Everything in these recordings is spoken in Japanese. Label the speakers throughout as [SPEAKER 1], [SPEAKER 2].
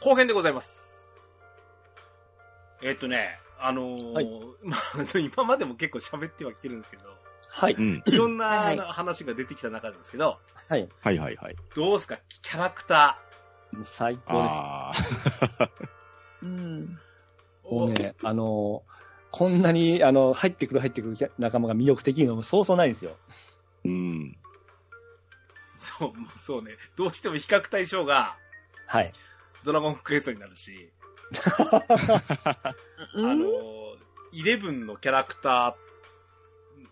[SPEAKER 1] 後編でございます。えっとね、あのー
[SPEAKER 2] はい
[SPEAKER 1] まあ、今までも結構喋ってはきてるんです けど、
[SPEAKER 2] はい。
[SPEAKER 3] うん。
[SPEAKER 1] いろんな
[SPEAKER 2] はい
[SPEAKER 1] あの話が出てきた中ですけど、
[SPEAKER 2] はい。
[SPEAKER 3] はいは いはい。
[SPEAKER 1] どうですかキャラクタ
[SPEAKER 2] もう最高です。
[SPEAKER 3] あ
[SPEAKER 4] うん。
[SPEAKER 1] ー。
[SPEAKER 2] もうね、あのーこんなに、あの、入ってくる入ってくる仲間が魅力的なのもそうそうないんですよ。
[SPEAKER 3] ー。うん。
[SPEAKER 1] そう、もうそうね。どうしても比較対象が
[SPEAKER 2] はい。
[SPEAKER 1] ドラゴンクエストになるし、
[SPEAKER 4] うん
[SPEAKER 1] あのー、イレブンのキャラクタ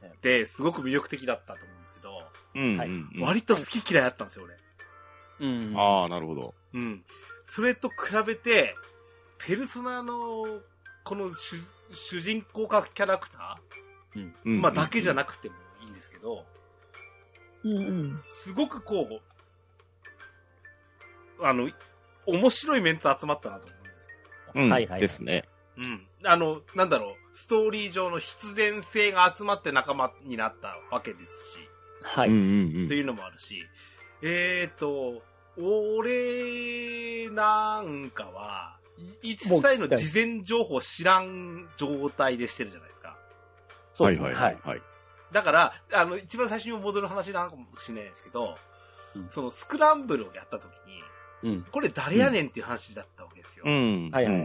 [SPEAKER 1] ーってすごく魅力的だったと思うんですけど、
[SPEAKER 3] うん。
[SPEAKER 2] はい
[SPEAKER 3] うん
[SPEAKER 1] 割と好き嫌いあったんですよ、俺。
[SPEAKER 2] うんは
[SPEAKER 3] ああ、なるほど。
[SPEAKER 1] うん。それと比べて、ペルソナの、この主主人公かキャラクター、まあだけじゃ
[SPEAKER 3] な
[SPEAKER 1] なくてもいいんですけど、
[SPEAKER 4] うんうん。
[SPEAKER 1] すごくこう、あの、面白いメンツ集まったなと思うんです。
[SPEAKER 3] くうん。
[SPEAKER 2] はいはい
[SPEAKER 3] ですね。
[SPEAKER 1] うん。あの、なんだろう、ストーリー上の必然性が集まって仲間になったわけですし、
[SPEAKER 2] い。
[SPEAKER 3] うんうん
[SPEAKER 1] というのもあるし、えーと、俺なんかは、い一切の事前情報知らん状態でしてるじゃないですか。
[SPEAKER 3] うん。
[SPEAKER 2] そう
[SPEAKER 3] は
[SPEAKER 2] で
[SPEAKER 3] い
[SPEAKER 2] すね。
[SPEAKER 3] はい
[SPEAKER 2] は
[SPEAKER 3] はい
[SPEAKER 2] い。。
[SPEAKER 3] はい
[SPEAKER 1] だから、あの、一番最初に戻る話なのかもしれないですけど、
[SPEAKER 2] うん
[SPEAKER 1] そのスクランブルをやった時に、
[SPEAKER 2] うん。
[SPEAKER 1] これ誰やねんっていう話だったわけですよ。
[SPEAKER 3] うん。
[SPEAKER 2] はいはい
[SPEAKER 3] うん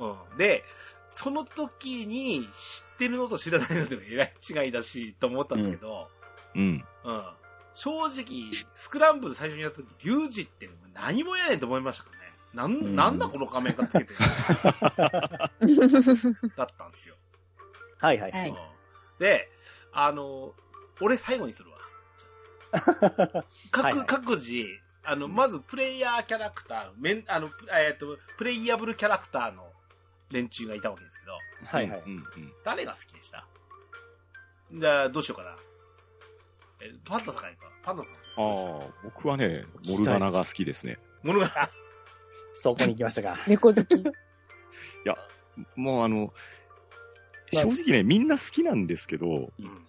[SPEAKER 3] うん
[SPEAKER 1] うんで、その時に知ってるのと知らないのでもえらい違いだし、と思ったんですけど、
[SPEAKER 3] うん。うん。
[SPEAKER 1] うん。正直、スクランブル最初にやった時、リュウジって何もやねんと思いましたからね。なん、
[SPEAKER 2] ん
[SPEAKER 1] なんだこの仮面がつけてるだったんですよ。
[SPEAKER 2] はいはい。
[SPEAKER 4] はい
[SPEAKER 1] うんで、あの、俺最後にするわ。各、
[SPEAKER 2] はいはい
[SPEAKER 1] 各自、あの、まずプレイヤーキャラクター、メン、あの、プえっ、と、プレイヤブルキャラクターの連中がいたわけですけど、
[SPEAKER 2] はいはい
[SPEAKER 3] うんうん
[SPEAKER 1] 誰が好きでしたじゃあ、どうしようかな。え、パンダさんからいいかパンダさん。
[SPEAKER 3] ああ、僕はね、モルガナが好きですね。
[SPEAKER 1] 物が、
[SPEAKER 2] そこに行きましたか。
[SPEAKER 4] 猫好き。
[SPEAKER 3] もうあの、
[SPEAKER 2] まあ
[SPEAKER 3] 正直ね、みんな好きなんですけど、
[SPEAKER 1] うん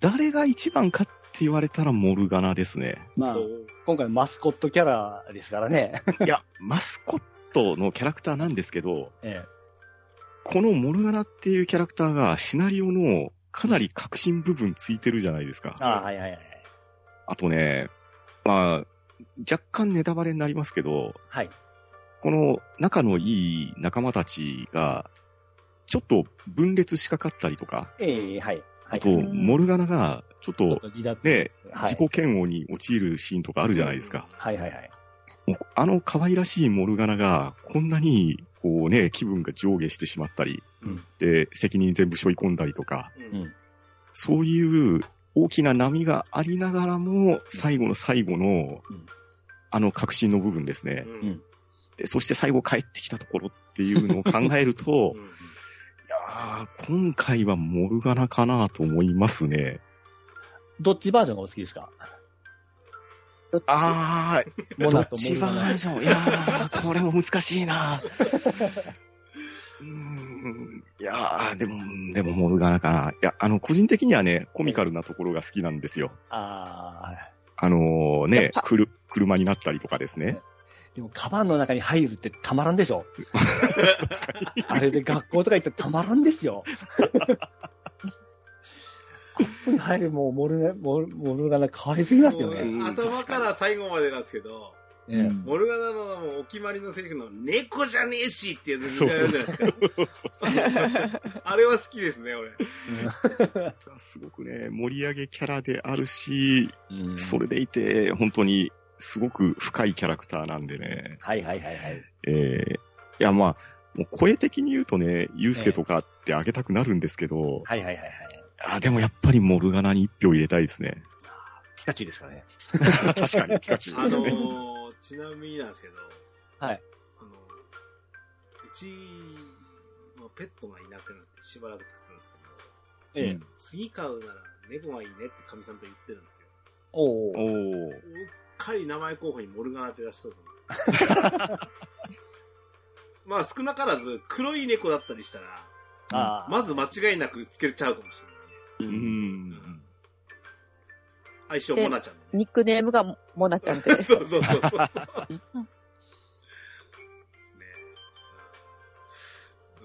[SPEAKER 3] 誰が一番かって言われたらモルガナで すね。
[SPEAKER 2] まあ、今回マスコットキャラですからね。
[SPEAKER 3] いや、マスコットのキャラクターなんですけど、
[SPEAKER 2] え
[SPEAKER 3] このモルガナっていうキャラクターがシナリオのかなり核心部分ついてるじゃないですか。
[SPEAKER 2] ああ、はいはいはい。
[SPEAKER 3] あとね、まあ、若干ネタバレになりますけど、
[SPEAKER 2] はい。
[SPEAKER 3] この仲のいい仲間たちが、ちょっと分裂しかかったりとか、
[SPEAKER 2] ええ、はい。は
[SPEAKER 3] あ
[SPEAKER 2] い。
[SPEAKER 3] と、モルガナがちょっと
[SPEAKER 2] 離脱
[SPEAKER 3] ね、
[SPEAKER 2] はい
[SPEAKER 3] 自己嫌悪に陥るシーンとかあるじゃないですか。
[SPEAKER 2] はいはいはい。
[SPEAKER 3] もうあの可愛らしいモルガナが、こんなに、こうね、気分が上下してしまったり、
[SPEAKER 2] うん
[SPEAKER 3] で、責任全部背負い込んだりとか、
[SPEAKER 1] うん。
[SPEAKER 2] うん
[SPEAKER 3] そういう大きな波がありながらも、最後の最後の、
[SPEAKER 2] うん
[SPEAKER 3] あの革新の部分ですね、
[SPEAKER 1] うん
[SPEAKER 3] で。そして最後帰ってきたところっていうのを考える と、いやー今回はモルガナかなと思いますね。
[SPEAKER 2] どっちバージョンがお好きですか
[SPEAKER 3] あー、
[SPEAKER 2] モ
[SPEAKER 3] ど
[SPEAKER 2] ナ
[SPEAKER 3] っ
[SPEAKER 2] とモ
[SPEAKER 3] ち
[SPEAKER 2] ルガ
[SPEAKER 3] バ
[SPEAKER 2] ナ
[SPEAKER 3] ージョンいやー、これも難しいなうーんいやー、でも、でもモルガナかな。いや、あの、個人的にはね、コミカルなところが好きなんですよ。
[SPEAKER 2] ああ、
[SPEAKER 3] あの
[SPEAKER 4] やっ
[SPEAKER 3] ね、
[SPEAKER 4] ぱ
[SPEAKER 3] くる、車になったりとかですね。
[SPEAKER 2] でも、カバンの中に入るってたまらんでし ょあれで学校とか行ってたまらんですよ。あそこに入るもうモルガ、モルモルガナ可愛すぎますよね。
[SPEAKER 1] もう頭から最後までなんですけど、
[SPEAKER 2] ええ
[SPEAKER 1] モルガナのもうお決まりのセリフの猫じゃねえしっていうの
[SPEAKER 3] そう
[SPEAKER 1] 見られる
[SPEAKER 3] そう
[SPEAKER 1] じゃない
[SPEAKER 3] そ
[SPEAKER 1] で
[SPEAKER 3] う
[SPEAKER 1] すか。あれは好きですね、俺。
[SPEAKER 3] すごくね、盛り上げキャラであるし、
[SPEAKER 2] うん
[SPEAKER 3] それでいて、本当にすごく深いキャラクターなんでね。
[SPEAKER 2] はいはいはいはい。
[SPEAKER 3] えーいや、まあ、もう声的に言うとね、ユうスケとかってあげたくなるんですけど、
[SPEAKER 2] はいはいはいはい。
[SPEAKER 3] あでもやっぱりモルガナに一票入れたいですね。
[SPEAKER 2] ピカチュウですからね。
[SPEAKER 3] 確かに、ピカチュウ
[SPEAKER 1] あ
[SPEAKER 3] ですよ
[SPEAKER 1] の
[SPEAKER 3] ね。
[SPEAKER 1] ー、ちなみになんですけど、
[SPEAKER 2] はい。
[SPEAKER 1] あのー、うち、まあ、ペットがいなくなってしばらく経つんですけど、
[SPEAKER 2] ええ
[SPEAKER 3] うん
[SPEAKER 1] 次飼うなら猫がいいねって神さんと言ってるんですよ。
[SPEAKER 2] おうおう
[SPEAKER 3] おー
[SPEAKER 1] うっかり名前候補にモルガナって出したぞ。 まあ少なからず黒い猫だったりしたら、
[SPEAKER 2] ああ、
[SPEAKER 1] まず間違いなくつけちゃうかもしれ
[SPEAKER 3] う
[SPEAKER 1] うん
[SPEAKER 3] ん。
[SPEAKER 1] ない。相性モナちゃん のね。
[SPEAKER 4] ニックネームがモナちゃんです。
[SPEAKER 1] そうそうそうそう。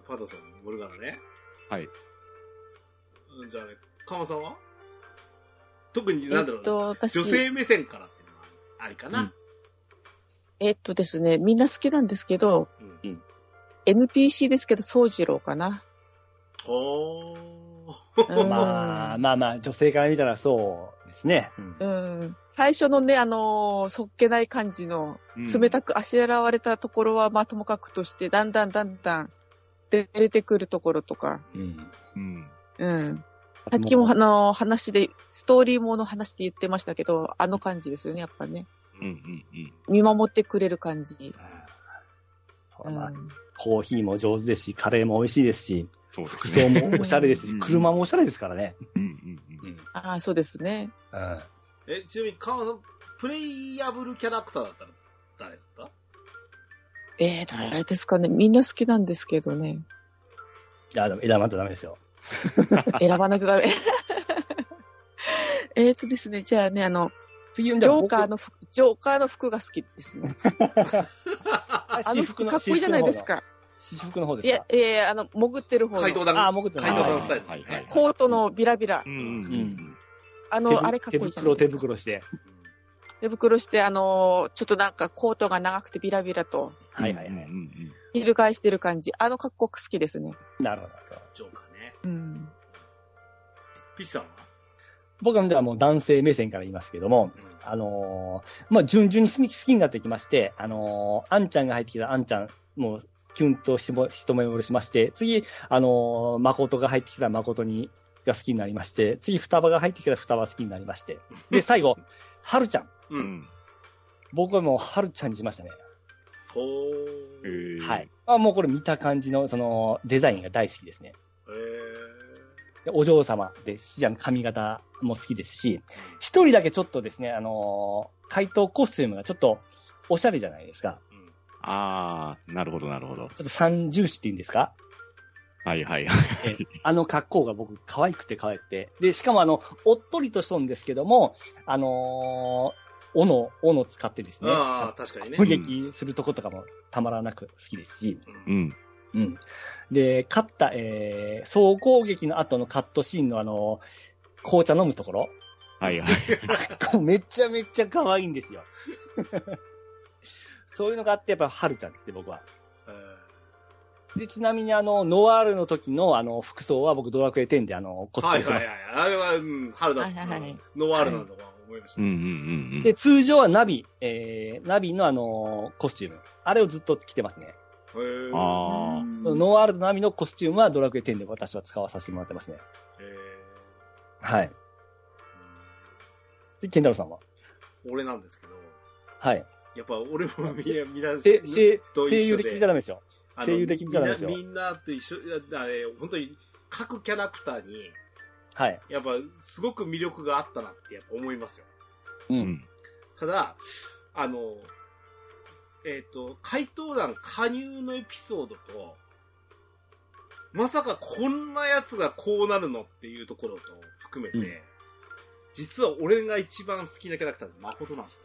[SPEAKER 1] パンダさん、モルガナね。
[SPEAKER 3] はい。
[SPEAKER 1] うんじゃあね、カマさんは特に、
[SPEAKER 4] え
[SPEAKER 1] なんだろ
[SPEAKER 4] っ
[SPEAKER 1] う、
[SPEAKER 4] と、私、
[SPEAKER 1] 女性目線からっていうのはありかな。
[SPEAKER 4] えっとですね、みんな好きなんですけど、
[SPEAKER 1] うん
[SPEAKER 4] NPC ですけど、宗次郎かな。
[SPEAKER 1] おー。
[SPEAKER 4] うん
[SPEAKER 2] まあまあまあ、女性から見たらそうですね。うん
[SPEAKER 4] うん。最初のね、あのーそっけない感じの、冷たくあしらわれたところは、まあ、ともかくとして、だんだんだんだん、出れてくるところとか、
[SPEAKER 2] うん。
[SPEAKER 3] うん。
[SPEAKER 4] うん。
[SPEAKER 3] さ
[SPEAKER 4] さっきも、あのー話で、ストーリーもの話で言ってましたけど、あの感じですよね、やっぱね。
[SPEAKER 3] うんうんうん。
[SPEAKER 4] 見守ってくれる感じ。
[SPEAKER 2] そう
[SPEAKER 4] う。
[SPEAKER 2] だなんコーヒーも上手ですし、カレーも美味しいですし、
[SPEAKER 3] そうで
[SPEAKER 2] 服
[SPEAKER 3] すね。
[SPEAKER 2] 装もおしゃれです
[SPEAKER 3] う
[SPEAKER 2] し、
[SPEAKER 3] ん
[SPEAKER 2] 車もおしゃれですからね。
[SPEAKER 3] うんうんうん
[SPEAKER 2] うん。
[SPEAKER 4] ああ、そうですね。
[SPEAKER 1] え、ちなみに、カマさん、プレイヤブルキャラクターだったら誰だった
[SPEAKER 4] ええー、誰ですかね。みんな好きなんですけど ね。
[SPEAKER 2] いや、でも選ばないとダメですよ。
[SPEAKER 4] 選ばないとダメ。 えーとですね、じゃあね、あの、
[SPEAKER 2] 次読ん
[SPEAKER 4] ジョーカーの服、ジョーカーの服が好きですね。あの
[SPEAKER 2] 私
[SPEAKER 4] 服
[SPEAKER 2] 服の
[SPEAKER 4] かっこいいじゃないです。か。
[SPEAKER 2] 私服の方
[SPEAKER 4] い
[SPEAKER 2] です
[SPEAKER 4] や
[SPEAKER 2] か、
[SPEAKER 4] いやいや、あの、潜ってる方
[SPEAKER 1] 怪盗
[SPEAKER 4] の。
[SPEAKER 1] 団、
[SPEAKER 2] ああ、僕って
[SPEAKER 1] 怪盗団スタイル、ね。
[SPEAKER 3] はいはいはい
[SPEAKER 4] コートのビラビラ
[SPEAKER 3] う。んうんうん
[SPEAKER 4] あ
[SPEAKER 2] 手ぶ
[SPEAKER 4] の、あれかっこいいじゃない
[SPEAKER 2] 手袋、手
[SPEAKER 4] ですか。
[SPEAKER 2] 袋して。
[SPEAKER 4] 手袋して、あのー、ちょっとなんかコートが長くてビラビラと、
[SPEAKER 2] はいはいはい
[SPEAKER 3] うん。うん
[SPEAKER 4] 翻してる感じ。あの格好好きですね。
[SPEAKER 2] なるほど。
[SPEAKER 1] ジョーカーね。
[SPEAKER 4] うん。
[SPEAKER 1] ピッチさんは
[SPEAKER 2] 僕はではもう男性目線から言いますけども、
[SPEAKER 1] うん
[SPEAKER 2] あのーまあ、順々に好き好きになってきまして、あのーあんちゃんが入ってきたあんちゃん、もう、キュンとしも一目惚れしまして、次、あのー誠が入ってきた誠に、が好きになりまして、次、双葉が入ってきた双葉好きになりまして、で、最後、春ちゃん。
[SPEAKER 1] う。
[SPEAKER 3] うんん
[SPEAKER 2] 僕はもう春ちゃんにしましたね。
[SPEAKER 1] ほ
[SPEAKER 3] う
[SPEAKER 1] ー。
[SPEAKER 3] ん。
[SPEAKER 2] はい。。あもうこれ見た感じの、その、デザインが大好きですね。
[SPEAKER 1] えー。
[SPEAKER 2] でお嬢様ですし、あの髪型も好きですし、一人だけちょっとですね、あのー怪盗コスチュームがちょっと、おしゃれじゃないですか。
[SPEAKER 1] うん
[SPEAKER 3] ああ、なるほどなるほど。
[SPEAKER 2] ちょっと三重視って言うんですか
[SPEAKER 3] はいはい。
[SPEAKER 2] あの格好が僕、可愛くて可愛くて。で、しかもあの、おっとりとしとんですけども、あのー、斧を、斧を使ってですね、
[SPEAKER 1] ああ、確かにね
[SPEAKER 2] 攻。撃するとことかもたまらなく好きですし、
[SPEAKER 1] うん
[SPEAKER 3] うん。
[SPEAKER 2] うん。で、勝った、えー、総攻撃の後のカットシーンのあの、紅茶飲むところ、
[SPEAKER 3] はいは い。
[SPEAKER 2] めちゃめちゃ可愛いんですよ。 そういうのがあって、やっぱ春ちゃんですね、僕は。
[SPEAKER 1] えー
[SPEAKER 2] で、ちなみにあの、ノワールの時のあの、服装は僕ドラクエ10であの、コスプ
[SPEAKER 1] は
[SPEAKER 2] レ
[SPEAKER 1] い
[SPEAKER 2] して
[SPEAKER 1] はい
[SPEAKER 2] ま
[SPEAKER 1] はい。
[SPEAKER 2] す。
[SPEAKER 1] あれは、うん、春だ
[SPEAKER 4] はいはいはい
[SPEAKER 1] ノワールなのは思いました
[SPEAKER 3] うん。うんうんうん
[SPEAKER 2] で、。通常はナビ、えー、ナビのあの、コスチューム。あれをずっと着てますね。
[SPEAKER 1] へー
[SPEAKER 3] ああ。
[SPEAKER 2] ノワールのナビのコスチュームはドラクエ10で私は使わさせてもらってますね。
[SPEAKER 1] え
[SPEAKER 2] はい。で、ケンタロウさんは
[SPEAKER 1] ー俺なんですけど、
[SPEAKER 2] はい。
[SPEAKER 1] やっぱ俺もみんな、みんな、
[SPEAKER 2] せ、せ、
[SPEAKER 1] と一緒
[SPEAKER 2] 声優で聞いたらダメですよ。
[SPEAKER 1] あの
[SPEAKER 2] 声優的みたいなんですよ
[SPEAKER 1] みんなみんなと一緒、いやあれ、本当に各キャラクターに、
[SPEAKER 2] はい。
[SPEAKER 1] やっぱすごく魅力があったなってやっぱ思いますよ。
[SPEAKER 2] う。
[SPEAKER 3] うんん。
[SPEAKER 1] ただ、あの、えっ、と、怪盗団加入のエピソードと、まさかこんなやつがこうなるのっていうところと含めて、
[SPEAKER 2] うん
[SPEAKER 1] 実は俺が一番好きなキャラクターって誠なんです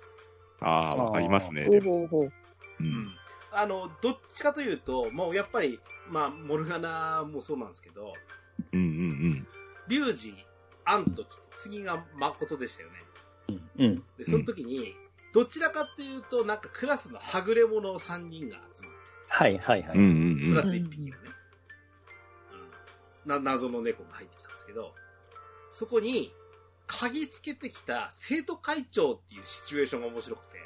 [SPEAKER 1] よ。
[SPEAKER 3] ああ、わかりますね。
[SPEAKER 4] ほうほうほう。
[SPEAKER 3] うん。
[SPEAKER 1] あの、どっちかというと、もうやっぱり、まあ、モルガナもそうなんですけど、
[SPEAKER 3] うんうん
[SPEAKER 1] リュウジ、アンと来て、次が誠でしたよね。
[SPEAKER 2] うん。
[SPEAKER 1] で、その時に、どちらかというと、なんかクラスのはぐれ者を3人が集まる。
[SPEAKER 2] はい、はい、は
[SPEAKER 3] うん。うん
[SPEAKER 2] い。
[SPEAKER 3] う
[SPEAKER 1] プ
[SPEAKER 3] んう
[SPEAKER 1] ラ
[SPEAKER 3] ん。
[SPEAKER 1] ス1匹がね、うんな、謎の猫が入ってきたんですけど、そこに、鍵つけてきた生徒会長っていうシチュエーションが面白くて、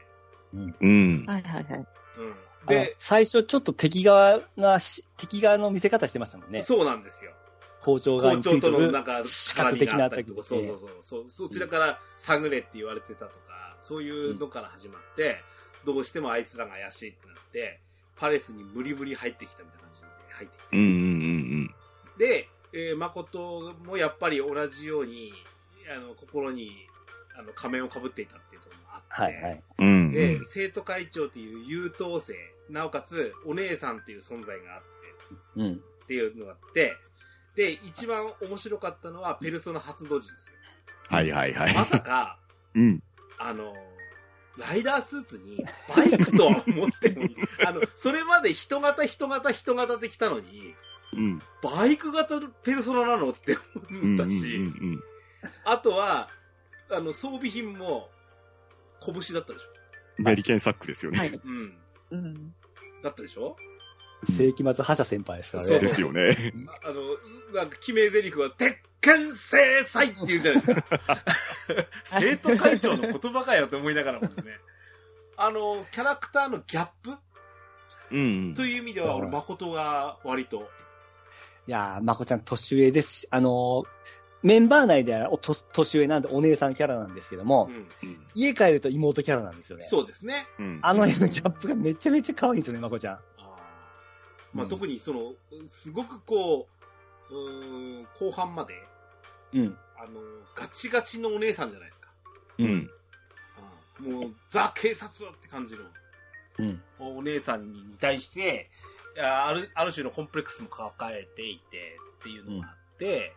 [SPEAKER 3] うん。
[SPEAKER 4] はいはいはい。
[SPEAKER 1] うん。
[SPEAKER 2] で
[SPEAKER 1] で、、
[SPEAKER 2] 最初ちょっと敵側がし、敵側の見せ方してましたもんね。
[SPEAKER 1] そうなんですよ。
[SPEAKER 2] 校長側
[SPEAKER 1] 校
[SPEAKER 2] につ
[SPEAKER 1] 長
[SPEAKER 2] いて
[SPEAKER 1] との
[SPEAKER 2] る
[SPEAKER 1] なんか、
[SPEAKER 2] 視
[SPEAKER 1] 絡
[SPEAKER 2] 覚
[SPEAKER 1] み
[SPEAKER 2] 的
[SPEAKER 1] が
[SPEAKER 2] な
[SPEAKER 1] あ
[SPEAKER 2] ア
[SPEAKER 1] った
[SPEAKER 2] タッ
[SPEAKER 1] りと
[SPEAKER 2] クで
[SPEAKER 1] か、
[SPEAKER 2] す
[SPEAKER 1] そう
[SPEAKER 2] ね
[SPEAKER 1] そうそう、そうそちらから探れって言われてたとか、そういうのから始まって、どうしてもあいつらが怪しいってなって、パレスに無理無理入ってきたみたいな感じで入ってきて。
[SPEAKER 3] うんうんうん
[SPEAKER 1] で、えー、誠もやっぱり同じように、あの、心に、あの、仮面を被っていたっていうところもあっ
[SPEAKER 2] は
[SPEAKER 1] て、
[SPEAKER 2] い、はい。
[SPEAKER 3] うん。うんう
[SPEAKER 1] で
[SPEAKER 3] ん、。
[SPEAKER 1] 生徒会長っていう優等生、なおかつお姉さんっていう存在があって、
[SPEAKER 2] うん。
[SPEAKER 1] っていうのがあって、で、一番面白かったのは、ペルソナ発動時ですよ。
[SPEAKER 3] はいはいはい。
[SPEAKER 1] まさか、
[SPEAKER 3] うん。
[SPEAKER 1] あの、ライダースーツにバ イクとは思ってもいい。あの、それまで人型人型人型で来たのに、
[SPEAKER 3] うん。
[SPEAKER 1] バイク型のペルソナなのって
[SPEAKER 3] う
[SPEAKER 1] 思っ
[SPEAKER 3] ん。う
[SPEAKER 1] た
[SPEAKER 3] ん
[SPEAKER 1] し、
[SPEAKER 3] うん。
[SPEAKER 1] あとは、あの、装備品も、拳だったでしょ。
[SPEAKER 3] メリケンサックですよね。
[SPEAKER 4] はい。
[SPEAKER 1] うん。
[SPEAKER 4] うん。
[SPEAKER 1] だったでしょ
[SPEAKER 2] 世紀末覇者先輩ですから
[SPEAKER 1] そう
[SPEAKER 2] ね
[SPEAKER 3] で。すよね。
[SPEAKER 1] ああの、なんか、決め台詞は、鉄拳制裁って言うじゃないです か。生徒会長の言葉かよって思いながらもですね。あの、キャラクターのギャップ
[SPEAKER 3] うん
[SPEAKER 1] と。いう意味では、俺、
[SPEAKER 2] うん
[SPEAKER 1] 誠が割と。
[SPEAKER 2] いやー、まこちゃん年上ですし、あのーメンバー内ではおと年上なんでお姉さんキャラなんですけども、
[SPEAKER 1] うん。
[SPEAKER 3] うん
[SPEAKER 2] 家帰ると妹キャラなんですよね。
[SPEAKER 1] そうですね。
[SPEAKER 3] うん。
[SPEAKER 2] あの辺のギャップがめちゃめちゃ可愛いんですよね、まこちゃん。
[SPEAKER 1] まあ、
[SPEAKER 2] うん
[SPEAKER 1] 特にその、すごくこう、うーん、後半まで、
[SPEAKER 2] うん。
[SPEAKER 1] あの、ガチガチのお姉さんじゃないですか。
[SPEAKER 3] うん。
[SPEAKER 1] うんもう、ザ警察って感じの
[SPEAKER 2] うん。
[SPEAKER 1] お姉さんに対して、あある、ある種のコンプレックスも抱えていてっていうのがあって、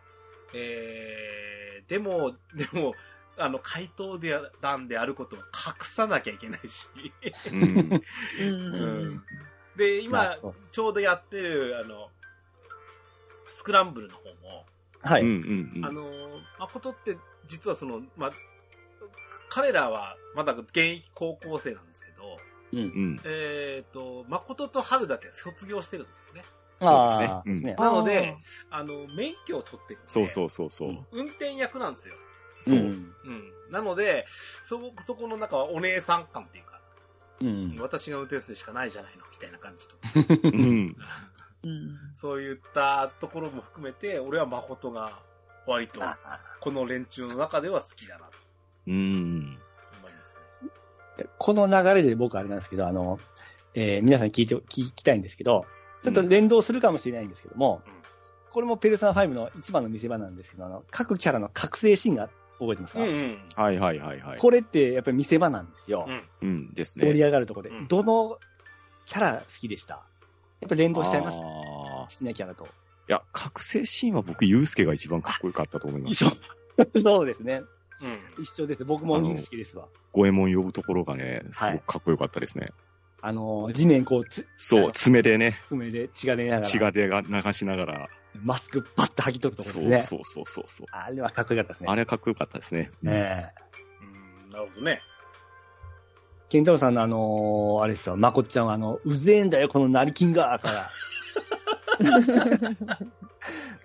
[SPEAKER 1] えー、でも、 でも、あの、怪盗であ、団であることは隠さなきゃいけないし、
[SPEAKER 3] うん。
[SPEAKER 4] うん。
[SPEAKER 1] で、今
[SPEAKER 2] まあそう、
[SPEAKER 1] ちょうどやってる、あの、スクランブルの方も、
[SPEAKER 2] はい。
[SPEAKER 3] うん。うん
[SPEAKER 1] あのー、誠って、実はその、まあ、彼らはまだ現役高校生なんですけど、
[SPEAKER 2] うん
[SPEAKER 3] うん。
[SPEAKER 1] えっ、と、誠と春だけ卒業してるんですよね。
[SPEAKER 2] ああ
[SPEAKER 3] そうですね
[SPEAKER 2] ね
[SPEAKER 1] なので、あの、免許を取ってるんで、
[SPEAKER 3] そうそうそうそう。
[SPEAKER 1] 運転役なんですよ。
[SPEAKER 3] そうう。
[SPEAKER 2] ん
[SPEAKER 1] うん。なので、そ、そこの中はお姉さん感っていうか、
[SPEAKER 2] うん。
[SPEAKER 1] 私が運転するしかないじゃないの、みたいな感じと。
[SPEAKER 3] うん。
[SPEAKER 4] うん。
[SPEAKER 1] そういったところも含めて、俺は誠が割と、
[SPEAKER 2] ああ
[SPEAKER 1] この連中の中では好きだなと
[SPEAKER 3] うん。
[SPEAKER 1] 思いますね。
[SPEAKER 2] この流れで僕あれなんですけど、あの、えー皆さんに聞いて、聞きたいんですけど、ちょっと連動するかもしれないんですけども、
[SPEAKER 1] うん
[SPEAKER 2] これもペルソナ5の一番の見せ場なんですけど、あの、各キャラの覚醒シーンが覚えてますか、
[SPEAKER 1] うんうん。
[SPEAKER 3] はいはいはいはい。
[SPEAKER 2] これってやっぱり見せ場なんですよ。
[SPEAKER 1] うん。
[SPEAKER 3] うんですね。
[SPEAKER 2] 盛り上がるとこで、
[SPEAKER 1] うん
[SPEAKER 2] どのキャラ好きでしたやっぱ連動しちゃいます。好
[SPEAKER 3] あー
[SPEAKER 2] きなキャラと。
[SPEAKER 3] いや、覚醒シーンは僕、ユうスケが一番かっこよかったと思います。
[SPEAKER 2] 一緒。 そうですね。
[SPEAKER 1] うん。
[SPEAKER 2] 一緒です。僕も
[SPEAKER 3] あの
[SPEAKER 2] 好きですわ。
[SPEAKER 3] 五右衛門呼ぶところがね、すごくかっこよかったですね。
[SPEAKER 2] あのー、地面こう、つ
[SPEAKER 3] そう、爪でね、
[SPEAKER 2] 爪で血が出ながら、
[SPEAKER 3] 血が出が流しながら、
[SPEAKER 2] マスクバッと剥ぎ取るとこ
[SPEAKER 3] そ
[SPEAKER 2] ろで
[SPEAKER 3] う
[SPEAKER 2] すね。
[SPEAKER 3] そうそうそうそう。
[SPEAKER 2] あれはかっこよかったですね。
[SPEAKER 3] あれかっこよかったですね。
[SPEAKER 2] ねえ。
[SPEAKER 1] うん、なるほどね。
[SPEAKER 2] ケンタロウさんのあのーあれですよ、まこっちゃんはあの、うぜえんだよ、このナリキンがから。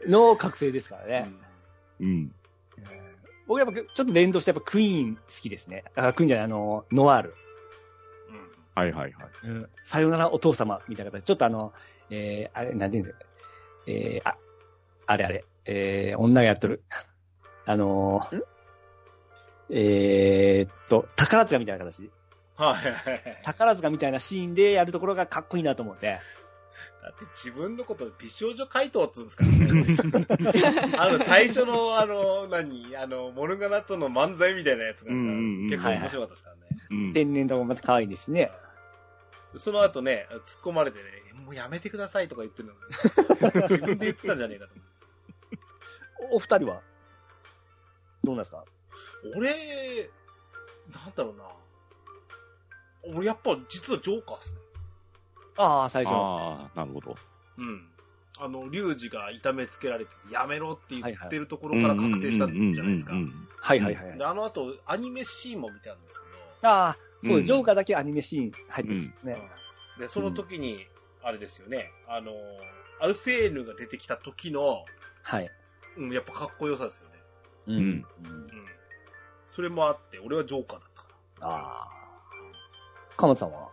[SPEAKER 2] の覚醒ですからね。
[SPEAKER 3] うん。
[SPEAKER 2] 僕やっぱちょっと連動してやっぱクイーン好きですね。あ、クイーンじゃない、あのーノワール。
[SPEAKER 1] うん。うん
[SPEAKER 3] はいはいはい。
[SPEAKER 2] うん。さよならお父様、みたいな形で。ちょっとあの、えー、あれ、なんて言うんだよ。えー、あ、あれあれ、えー、女がやっとる。 あのー
[SPEAKER 4] ん
[SPEAKER 2] えーっと、宝塚みたいな形。
[SPEAKER 1] はい はいはい。
[SPEAKER 2] 宝塚みたいなシーンでやるところがかっこいいなと思って。
[SPEAKER 1] だって自分のこと美少女怪盗っつうんですからね。あの、最初の、あの、何、あの、モルガナとの漫才みたいなやつがさ、
[SPEAKER 3] うんうんうん
[SPEAKER 1] 結構面白かったですからね。
[SPEAKER 3] うん。
[SPEAKER 2] 天然とかまた可愛いですしね。
[SPEAKER 1] その後ね、突っ込まれてね、もうやめてくださいとか言ってるのが自分で言ってたんじゃねえかと
[SPEAKER 2] おお二人はどうなんですか
[SPEAKER 1] 思う。俺、なんだろうな。俺やっぱ実はジョーカーっすね。
[SPEAKER 2] ああ、最初の。
[SPEAKER 3] ああ、なるほど。
[SPEAKER 1] うん。あの、リュウジが痛めつけられてて、やめろって言ってるとこ
[SPEAKER 3] こ
[SPEAKER 1] ろから覚醒したんじゃないですか。
[SPEAKER 2] はいはいはい。
[SPEAKER 1] で、あの後、アニメシーンも見たんですけど、
[SPEAKER 2] ああ、そう、
[SPEAKER 3] うん。
[SPEAKER 2] ジョーカーだけアニメシーン入ってますね。
[SPEAKER 1] で、その時に、あれですよね、あのー、アルセーヌが出てきた時の、
[SPEAKER 2] はい。
[SPEAKER 1] うん、やっぱかっこよさですよね。
[SPEAKER 2] うん
[SPEAKER 1] うん。それもあって、俺はジョーカーだったか
[SPEAKER 2] ああ。かまさんは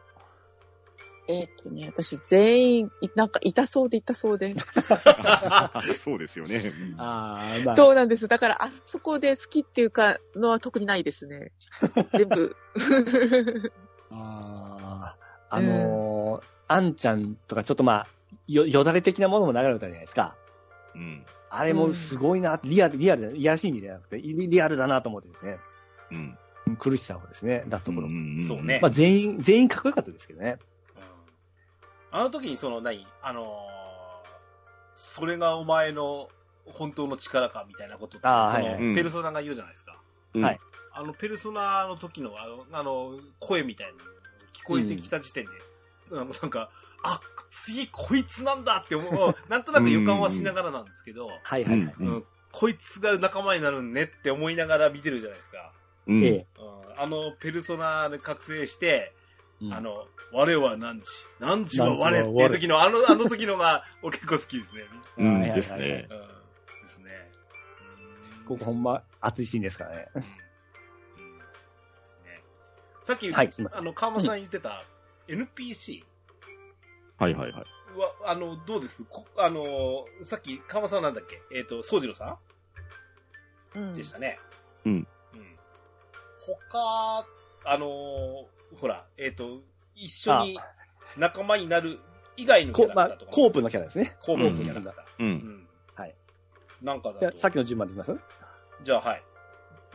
[SPEAKER 4] えっ、とね、私全員、いなんか痛そうで痛そうで。
[SPEAKER 3] そうですよね。
[SPEAKER 2] ああ、ま
[SPEAKER 4] そうなんです。だから、あそこで好きっていうかのは特にないですね。全部。
[SPEAKER 2] ああ、あのー、あんちゃんとかちょっとまあ、よ、よだれ的なものも流れたじゃないですか。
[SPEAKER 3] うん。
[SPEAKER 2] あれもすごいな、リアル、リアル、いやらしい意味じゃなくて、リリアルだなと思ってですね。
[SPEAKER 3] うん。
[SPEAKER 2] 苦しさをですね、出すところ。
[SPEAKER 1] そうね
[SPEAKER 2] まあ全員、全員かっこよかったですけどね。
[SPEAKER 1] ら。うん。あの時にその、何あのー、それがお前の本当の力か、みたいなことって、
[SPEAKER 2] あー
[SPEAKER 1] そ
[SPEAKER 2] はい
[SPEAKER 1] の、
[SPEAKER 2] はい
[SPEAKER 1] ペルソナが言うじゃないですか。
[SPEAKER 3] うん
[SPEAKER 2] はい
[SPEAKER 1] あの、ペルソナの時の、あの、あの声みたいなのが聞こえてきた時点で、あの、なんか、あ、次こいつなんだって思う、 なんとなく予感はしながらなんですけど、
[SPEAKER 2] はいは
[SPEAKER 3] う
[SPEAKER 2] いは
[SPEAKER 3] ん
[SPEAKER 2] い。
[SPEAKER 3] う
[SPEAKER 1] うんんこいつが仲間になるねって思いながら見てるじゃないですか。
[SPEAKER 3] うん
[SPEAKER 2] ええ。
[SPEAKER 1] うんあの、ペルソナで覚醒して、
[SPEAKER 2] うん
[SPEAKER 1] あの、我は何時何時は我っていう時の、あの、あの時のが、 俺結構好きですね。
[SPEAKER 3] う
[SPEAKER 2] はいはい
[SPEAKER 3] ん
[SPEAKER 2] はい
[SPEAKER 3] ですね。
[SPEAKER 1] うん。ですね。うん
[SPEAKER 2] ここほんま熱いシーンですからね。
[SPEAKER 1] うんうんですね。さっき、
[SPEAKER 2] はいすいません
[SPEAKER 1] あの、川間さん言ってた、NPC
[SPEAKER 3] はいはいはい。
[SPEAKER 1] は、あの、どうですこあの、さっき、川間さんなんだっけえっ、と、宗次郎さ
[SPEAKER 4] うん
[SPEAKER 1] んでしたね。
[SPEAKER 3] うん。
[SPEAKER 1] うん。他、あのーほら、えっ、と、一緒に仲間になる以外のキ
[SPEAKER 2] こ
[SPEAKER 1] ャラ
[SPEAKER 2] ま
[SPEAKER 1] クタ
[SPEAKER 2] あ
[SPEAKER 1] ーと、かも。
[SPEAKER 2] コープのキャラですね。
[SPEAKER 1] コープのキャラクター。
[SPEAKER 3] う。
[SPEAKER 1] うんん。
[SPEAKER 2] はい。
[SPEAKER 1] なんか
[SPEAKER 2] い
[SPEAKER 1] だ
[SPEAKER 2] や
[SPEAKER 1] と。
[SPEAKER 2] さっきの順番でいきます
[SPEAKER 1] じゃあ、はい。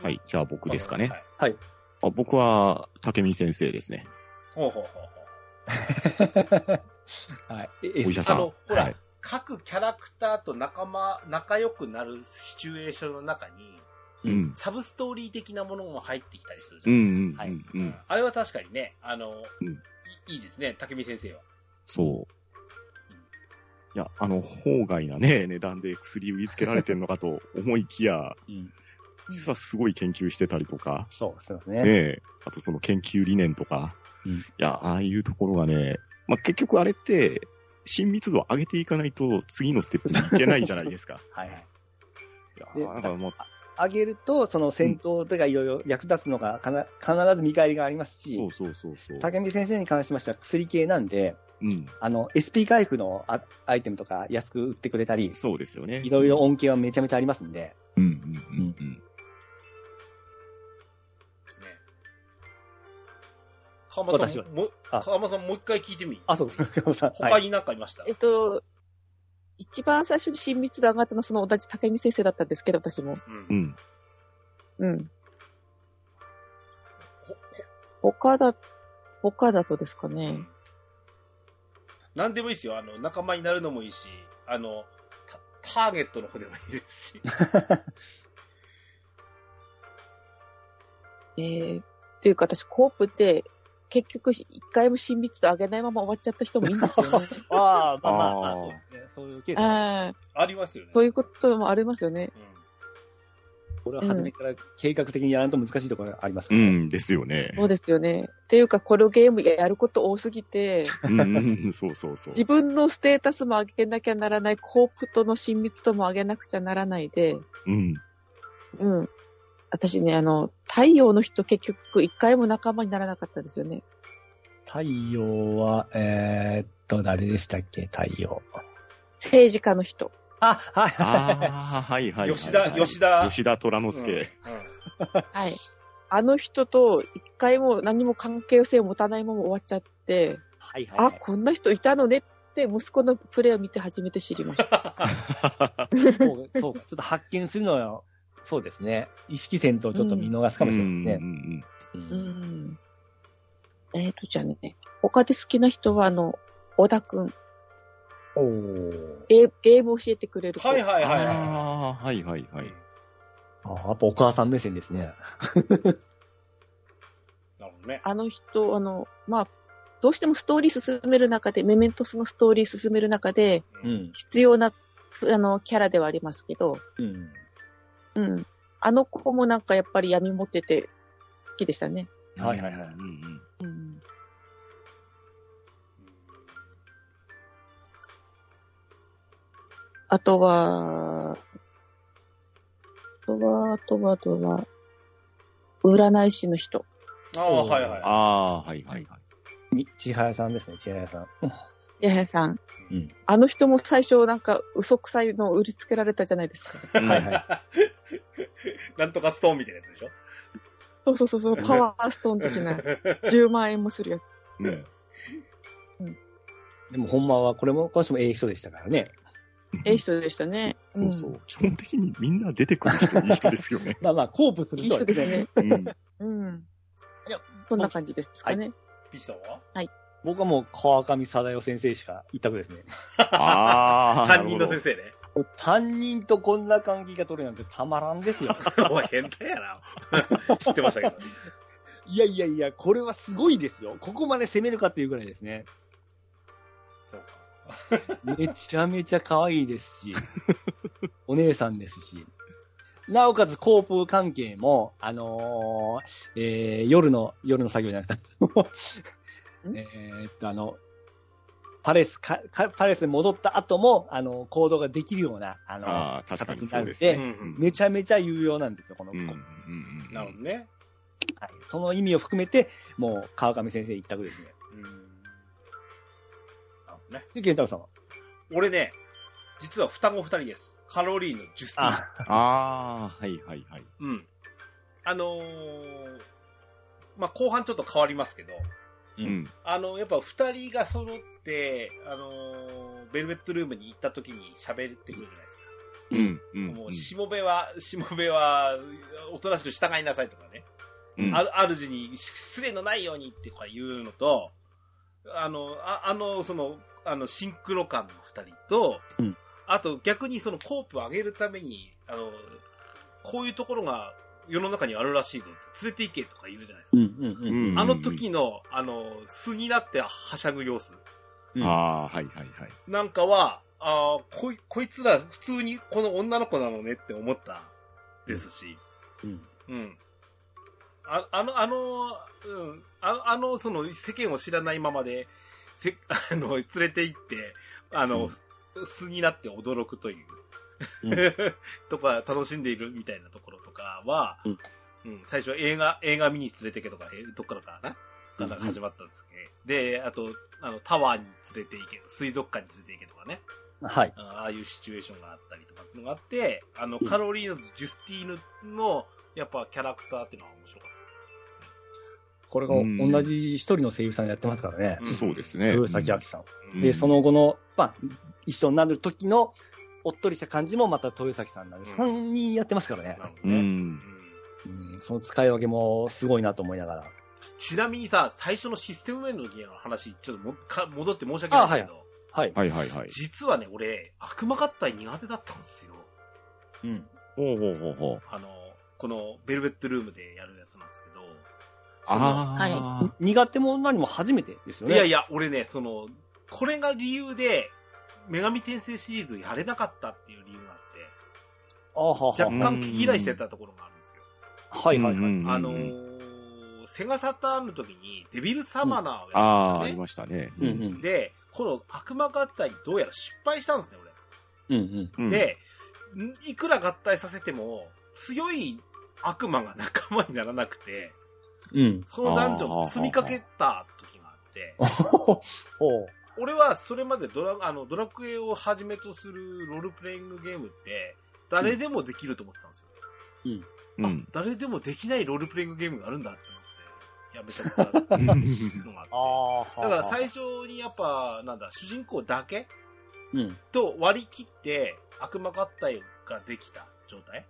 [SPEAKER 3] はい。じゃあ僕ですかね
[SPEAKER 1] は。い
[SPEAKER 3] あ僕は、竹見先生ですね。
[SPEAKER 1] ほうほうほうほう。
[SPEAKER 2] はい。ええ
[SPEAKER 3] お医者さん。
[SPEAKER 1] あのほら
[SPEAKER 3] はい
[SPEAKER 1] 各キャラクターと仲間、仲良くなるシチュエーションの中に、
[SPEAKER 3] うん。
[SPEAKER 1] サブストーリー的なものも入ってきたりするじ
[SPEAKER 3] う
[SPEAKER 1] ゃ
[SPEAKER 3] ん
[SPEAKER 1] ないで
[SPEAKER 3] うん
[SPEAKER 2] は
[SPEAKER 3] う
[SPEAKER 2] い
[SPEAKER 3] んう
[SPEAKER 1] すか。
[SPEAKER 3] ん。
[SPEAKER 1] あれは確かにね、あの、
[SPEAKER 3] うん
[SPEAKER 1] いいいですね、竹見先生は。
[SPEAKER 3] そう。いや、あの、法外なね、値段で薬売りつけられてんのかと思いきや、
[SPEAKER 2] うん
[SPEAKER 3] 実はすごい研究してたりとか、
[SPEAKER 2] そう、すいません
[SPEAKER 3] ね
[SPEAKER 2] ね。
[SPEAKER 3] え、あとその研究理念とか、
[SPEAKER 2] うん
[SPEAKER 3] いや、ああいうところがね、まあ、結局あれって、親密度を上げていかないと次のステップに行けないじゃないで すか。
[SPEAKER 2] はいはい。
[SPEAKER 3] いや
[SPEAKER 2] で
[SPEAKER 3] ー、なんかもう、
[SPEAKER 2] あげると、その戦闘とかいろいろ役立つのがかな 必ず見返りがありますし、
[SPEAKER 3] そうそうそうそう。
[SPEAKER 2] 竹見先生に関しましては薬系なんで、
[SPEAKER 3] うん。
[SPEAKER 2] あの、SP 回復のアアイテムとか安く売ってくれたり、
[SPEAKER 3] そうですよね。
[SPEAKER 2] いろいろ恩恵はめちゃめちゃありますんで、
[SPEAKER 3] うんうんうんうん。
[SPEAKER 1] ね。川間さ
[SPEAKER 2] 私は
[SPEAKER 1] ん、もう、
[SPEAKER 2] あ
[SPEAKER 1] 川間さんもう一回聞いてみ
[SPEAKER 2] あ、 そうです。山本さんは
[SPEAKER 1] 他
[SPEAKER 2] い。
[SPEAKER 1] になんかいました、
[SPEAKER 4] えっと、一番最初に親密度上がったのはその同じ竹見先生だったんですけど、私も。
[SPEAKER 1] う。
[SPEAKER 3] うんん。
[SPEAKER 4] うん。
[SPEAKER 1] ほ
[SPEAKER 4] 他だ、他だとですかね。
[SPEAKER 1] 何でもいいですよ。あの、仲間になるのもいいし、あの、タターゲットの方でもいいです し。
[SPEAKER 4] えー、っていうか私、コープで、結局、一回も親密度上げないまま終わっちゃった人もいいんですよね。
[SPEAKER 2] ああ、まあまあ、ま
[SPEAKER 3] あ
[SPEAKER 2] あ、
[SPEAKER 3] ー
[SPEAKER 2] そうですね。そういうケースは
[SPEAKER 4] ああ、
[SPEAKER 1] ありますよね。
[SPEAKER 4] そういうこともありますよね。
[SPEAKER 1] うん
[SPEAKER 2] これは初めから計画的にやらんと難しいところがありますか
[SPEAKER 3] う
[SPEAKER 2] らね。
[SPEAKER 3] ん、ですよね。
[SPEAKER 4] そうですよね。っていうか、このゲームやること多すぎて、
[SPEAKER 3] うんうんうん、そうそうそう。
[SPEAKER 4] 自分のステータスも上げなきゃならない、コープとの親密度も上げなくちゃならないで、
[SPEAKER 3] うん。
[SPEAKER 4] うん。私ね、あの、太陽の人結局一回も仲間にならなかったんですよね。
[SPEAKER 2] 太陽は、えー、っと、誰でしたっけ、太陽。
[SPEAKER 4] 政治家の人。
[SPEAKER 2] あ、はいは
[SPEAKER 3] ああ、はいはいはいはい。
[SPEAKER 1] 吉田吉田
[SPEAKER 3] 吉田虎之助。
[SPEAKER 1] うんうん
[SPEAKER 4] はい。あの人と一回も何も関係性を持たないまま終わっちゃって、
[SPEAKER 2] い。はい
[SPEAKER 4] あ、こんな人いたのねって息子のプレイを見て初めて知りました。
[SPEAKER 2] そうかそうか、ちょっと発見するのは、そうですね。意識戦とちょっと見逃すかもしれない
[SPEAKER 3] うん
[SPEAKER 2] で
[SPEAKER 3] うんうん
[SPEAKER 2] すね。
[SPEAKER 4] う
[SPEAKER 2] うん
[SPEAKER 4] ん。えっ、と、じゃあね、他で好きな人はあの、小田くん。
[SPEAKER 2] おー
[SPEAKER 4] ゲーゲーム教えてくれる子。
[SPEAKER 1] はいはいはいは
[SPEAKER 3] ああ、はいはいはい。
[SPEAKER 2] あーやっぱお母さん目線ですね。
[SPEAKER 1] い。なるほどね。
[SPEAKER 4] あの人、あの、まあ、どうしてもストーリー進める中で、メメントスのストーリー進める中で、
[SPEAKER 1] う。
[SPEAKER 2] うんん。
[SPEAKER 4] 必要な、あの、キャラではありますけど、
[SPEAKER 2] うん。
[SPEAKER 4] うん。あの子もなんかやっぱり闇持ってて、好きでしたね。
[SPEAKER 2] はいはいはい
[SPEAKER 3] うんうん
[SPEAKER 4] うん。あとは、あとは、あとは、あとは、占い師の人。
[SPEAKER 1] ああ、はいはい。
[SPEAKER 3] ああ、はいはいはい。
[SPEAKER 2] み千早さんですね、千早さん。
[SPEAKER 4] やはさん。
[SPEAKER 2] うん
[SPEAKER 4] あの人も最初なんか嘘くさいのを売りつけられたじゃないですか。
[SPEAKER 2] はいはい。
[SPEAKER 1] なんとかストーンみたいなやつでしょ
[SPEAKER 4] そうそうそうそう、パワーストーン的 な。10万円もするやつ。
[SPEAKER 3] うん
[SPEAKER 2] でも、ほんまは、これも、この人もええ人でしたからね。。
[SPEAKER 4] ええ人でしたね。
[SPEAKER 3] そうそう。基本的にみんな出てくる人、いい人ですよね
[SPEAKER 2] まあまあ、コープす
[SPEAKER 4] うん。
[SPEAKER 2] る
[SPEAKER 4] いい
[SPEAKER 2] と
[SPEAKER 4] 人ですね。
[SPEAKER 3] うん。
[SPEAKER 4] うん。そんな感じですかね。
[SPEAKER 1] ピチさんは
[SPEAKER 2] 僕はもう、川上貞代先生しか一択ですね。
[SPEAKER 3] ああ。
[SPEAKER 1] 担任の先
[SPEAKER 3] 生。
[SPEAKER 1] 生ね。
[SPEAKER 2] もう担任とこんな関係が取れるなんてたまらんです よ。
[SPEAKER 1] おい、変態やな。 知ってましたけど。
[SPEAKER 2] いやいやいや、これはすごいですよ。ここまで攻めるかっていうぐらいですね。
[SPEAKER 1] そうか。
[SPEAKER 2] めちゃめちゃ可愛いです し、お姉さんですし。なおかつ、コープ関係も、あのーえー夜の、夜の作業じゃなくて、えーっと、あの、パレスか、かパレスに戻った後も、あの、行動ができるような、あの、
[SPEAKER 3] ああ、確かにそうです
[SPEAKER 1] う
[SPEAKER 3] ね。
[SPEAKER 1] ん
[SPEAKER 2] めちゃめちゃ有用なんですよ、この
[SPEAKER 3] う
[SPEAKER 2] 子、
[SPEAKER 3] ん、うん、う
[SPEAKER 2] はい。
[SPEAKER 3] ん。
[SPEAKER 1] なるほどね。
[SPEAKER 2] その意味を含めて、もう、川上先生一択ですね。
[SPEAKER 1] うん。なるほどね。
[SPEAKER 2] で、健太郎さんは
[SPEAKER 1] 俺ね、実は双子二人です。カロリーのジュスティン。
[SPEAKER 2] あ、
[SPEAKER 3] ああ、はい、はい、はい。
[SPEAKER 1] うん。あのーまあ、後半ちょっと変わりますけど、
[SPEAKER 3] う
[SPEAKER 2] うん
[SPEAKER 3] ん。
[SPEAKER 1] あの、やっぱ二人が揃って、あのーベルベットルームに行った時に喋ってくるじゃないですか。
[SPEAKER 3] うん、うん。
[SPEAKER 1] もう、しもべは、しもべは、おとなしく従いなさいとかね。
[SPEAKER 3] うん
[SPEAKER 1] ある主に失礼のないようにってこう言うのと、あの、ああの、その、あの、シンクロ感の二人と、
[SPEAKER 2] うん
[SPEAKER 1] あと逆にそのコープを上げるために、あの、こういうところが世の中にはあるらしいぞって、連れて行けとか言うじゃないです
[SPEAKER 2] う
[SPEAKER 1] か。
[SPEAKER 2] ん、うん、うん。
[SPEAKER 3] うん
[SPEAKER 1] あの、時の、あの、素になってはしゃぐ様子
[SPEAKER 3] うんああ、はい、はい、はい。
[SPEAKER 1] なんかは、あーこい、こいつら普通にこの女の子なのねって思ったですし、
[SPEAKER 2] うん
[SPEAKER 1] うん。ああの、あの、うん。あの、あのその、世間を知らないままで、せ、 あの、連れて行って、あの、素になって驚くという、
[SPEAKER 2] う
[SPEAKER 1] とか、楽しんでいるみたいなところとかは、
[SPEAKER 2] うん
[SPEAKER 1] うん最初映画、映画見に連れてけとか、えどっからかなから始まったんですけど、で、あと、あの、タワーに連れて行け、水族館に連れて行けとかね。
[SPEAKER 2] はい。
[SPEAKER 1] あのああいうシチュエーションがあったりとかっていうのがあって、あの、カロリーノとジュスティーヌの、やっぱキャラクターっていうのは面白かっ
[SPEAKER 2] これが同じ一人の声優さんやってますからね
[SPEAKER 1] た。ですね。
[SPEAKER 3] そうですね。
[SPEAKER 2] 豊崎明さん。
[SPEAKER 1] うん
[SPEAKER 2] で、その後の、まあ、一緒になる時の、おっとりした感じもまた豊崎さんなんで、
[SPEAKER 1] うん
[SPEAKER 2] 3人やってますから
[SPEAKER 1] な。
[SPEAKER 2] ね
[SPEAKER 1] るほ
[SPEAKER 3] う
[SPEAKER 1] どね。
[SPEAKER 3] ん
[SPEAKER 1] う。ん
[SPEAKER 2] うん、その使い分けもすごいなと思いながら。
[SPEAKER 1] ちなみにさ、最初のシステム面の時の話、ちょっともか戻って申し訳ないんですけど、
[SPEAKER 2] はい。
[SPEAKER 3] はい、はい、はい。
[SPEAKER 1] 実はね、俺、悪魔合体苦手だったんですよ。
[SPEAKER 2] うん。
[SPEAKER 3] ほうほうほうほう。
[SPEAKER 1] あの、このベルベットルームでやるやつなんですけど、
[SPEAKER 3] ああ。
[SPEAKER 2] 苦手も何も初めてですよね。
[SPEAKER 1] いやいや、俺ね、その、これが理由で、女神転生シリーズやれなかったっていう理由があって、
[SPEAKER 2] あはは。
[SPEAKER 1] 若干毛嫌いしてたところがあるんですよ。
[SPEAKER 2] はいはいはい。
[SPEAKER 1] あのーセガサターンの時にデビルサマナーを
[SPEAKER 3] あ
[SPEAKER 1] やった
[SPEAKER 3] あ、
[SPEAKER 1] んで
[SPEAKER 3] あ
[SPEAKER 1] す
[SPEAKER 3] り
[SPEAKER 1] ね。
[SPEAKER 3] ましたね。
[SPEAKER 2] うんうん。
[SPEAKER 1] で、この悪魔合体にどうやら失敗したんですね、
[SPEAKER 2] うんうん。
[SPEAKER 3] う
[SPEAKER 1] 俺。
[SPEAKER 3] ん、
[SPEAKER 1] で、んいくら合体させても、強い悪魔が仲間にならなくて、
[SPEAKER 2] うん。
[SPEAKER 1] そのダンジョンを積みかけた時があって、
[SPEAKER 2] ほう。
[SPEAKER 1] 俺はそれまでドラあのドラクエをはじめとするロールプレイングゲームって、誰でもできると思ってたんですよ。
[SPEAKER 3] うん。
[SPEAKER 1] あ誰でもできないロールプレイングゲームがあるんだって思って、やめちゃったのがあって。
[SPEAKER 2] あ
[SPEAKER 1] だ
[SPEAKER 2] あ。
[SPEAKER 1] から最初にやっぱ、なんだ、主人公だけ
[SPEAKER 2] うん。
[SPEAKER 1] と割り切って悪魔合体ができた状態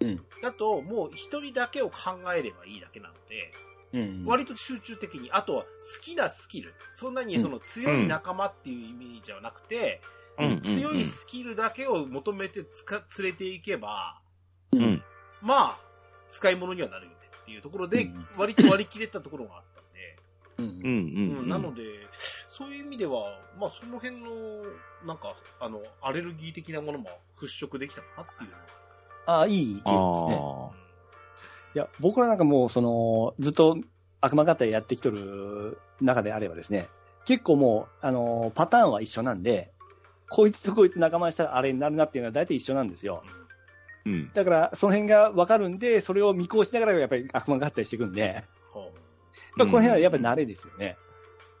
[SPEAKER 2] うん。
[SPEAKER 1] だと、もう一人だけを考えればいいだけなので、
[SPEAKER 2] うん。
[SPEAKER 1] 割と集中的に、あとは好きなスキル。そんなにその強い仲間っていうイメージじゃなくて、強いスキルだけを求めてつか連れていけば、
[SPEAKER 2] う。
[SPEAKER 3] うんん。
[SPEAKER 1] まあ、使い物にはなるよねっていうところ
[SPEAKER 2] う
[SPEAKER 1] で
[SPEAKER 2] ん、
[SPEAKER 1] 割と割り切れたところがあったんで、
[SPEAKER 2] う。
[SPEAKER 3] うんん。
[SPEAKER 1] うん、なので、そういう意味では、まあその辺の、なんか、あの、アレルギー的なものも払拭できたかなっていうのがあります。
[SPEAKER 2] ああ、いいゲ
[SPEAKER 3] あ
[SPEAKER 2] ームですね。
[SPEAKER 3] あ。
[SPEAKER 2] いや、僕らなんかもう、その、ずっと悪魔語りやってきとる中であればですね、結構もう、あのーパターンは一緒なんで、こいつとこいつ仲間にしたらあれになるなっていうのは大体一緒なんですよ。
[SPEAKER 3] うん。
[SPEAKER 2] だから、その辺がわかるんで、それを見越しながらやっぱり悪魔語りしていくんで、
[SPEAKER 1] うんはあ
[SPEAKER 2] まあ、この辺はやっぱり慣れですよね。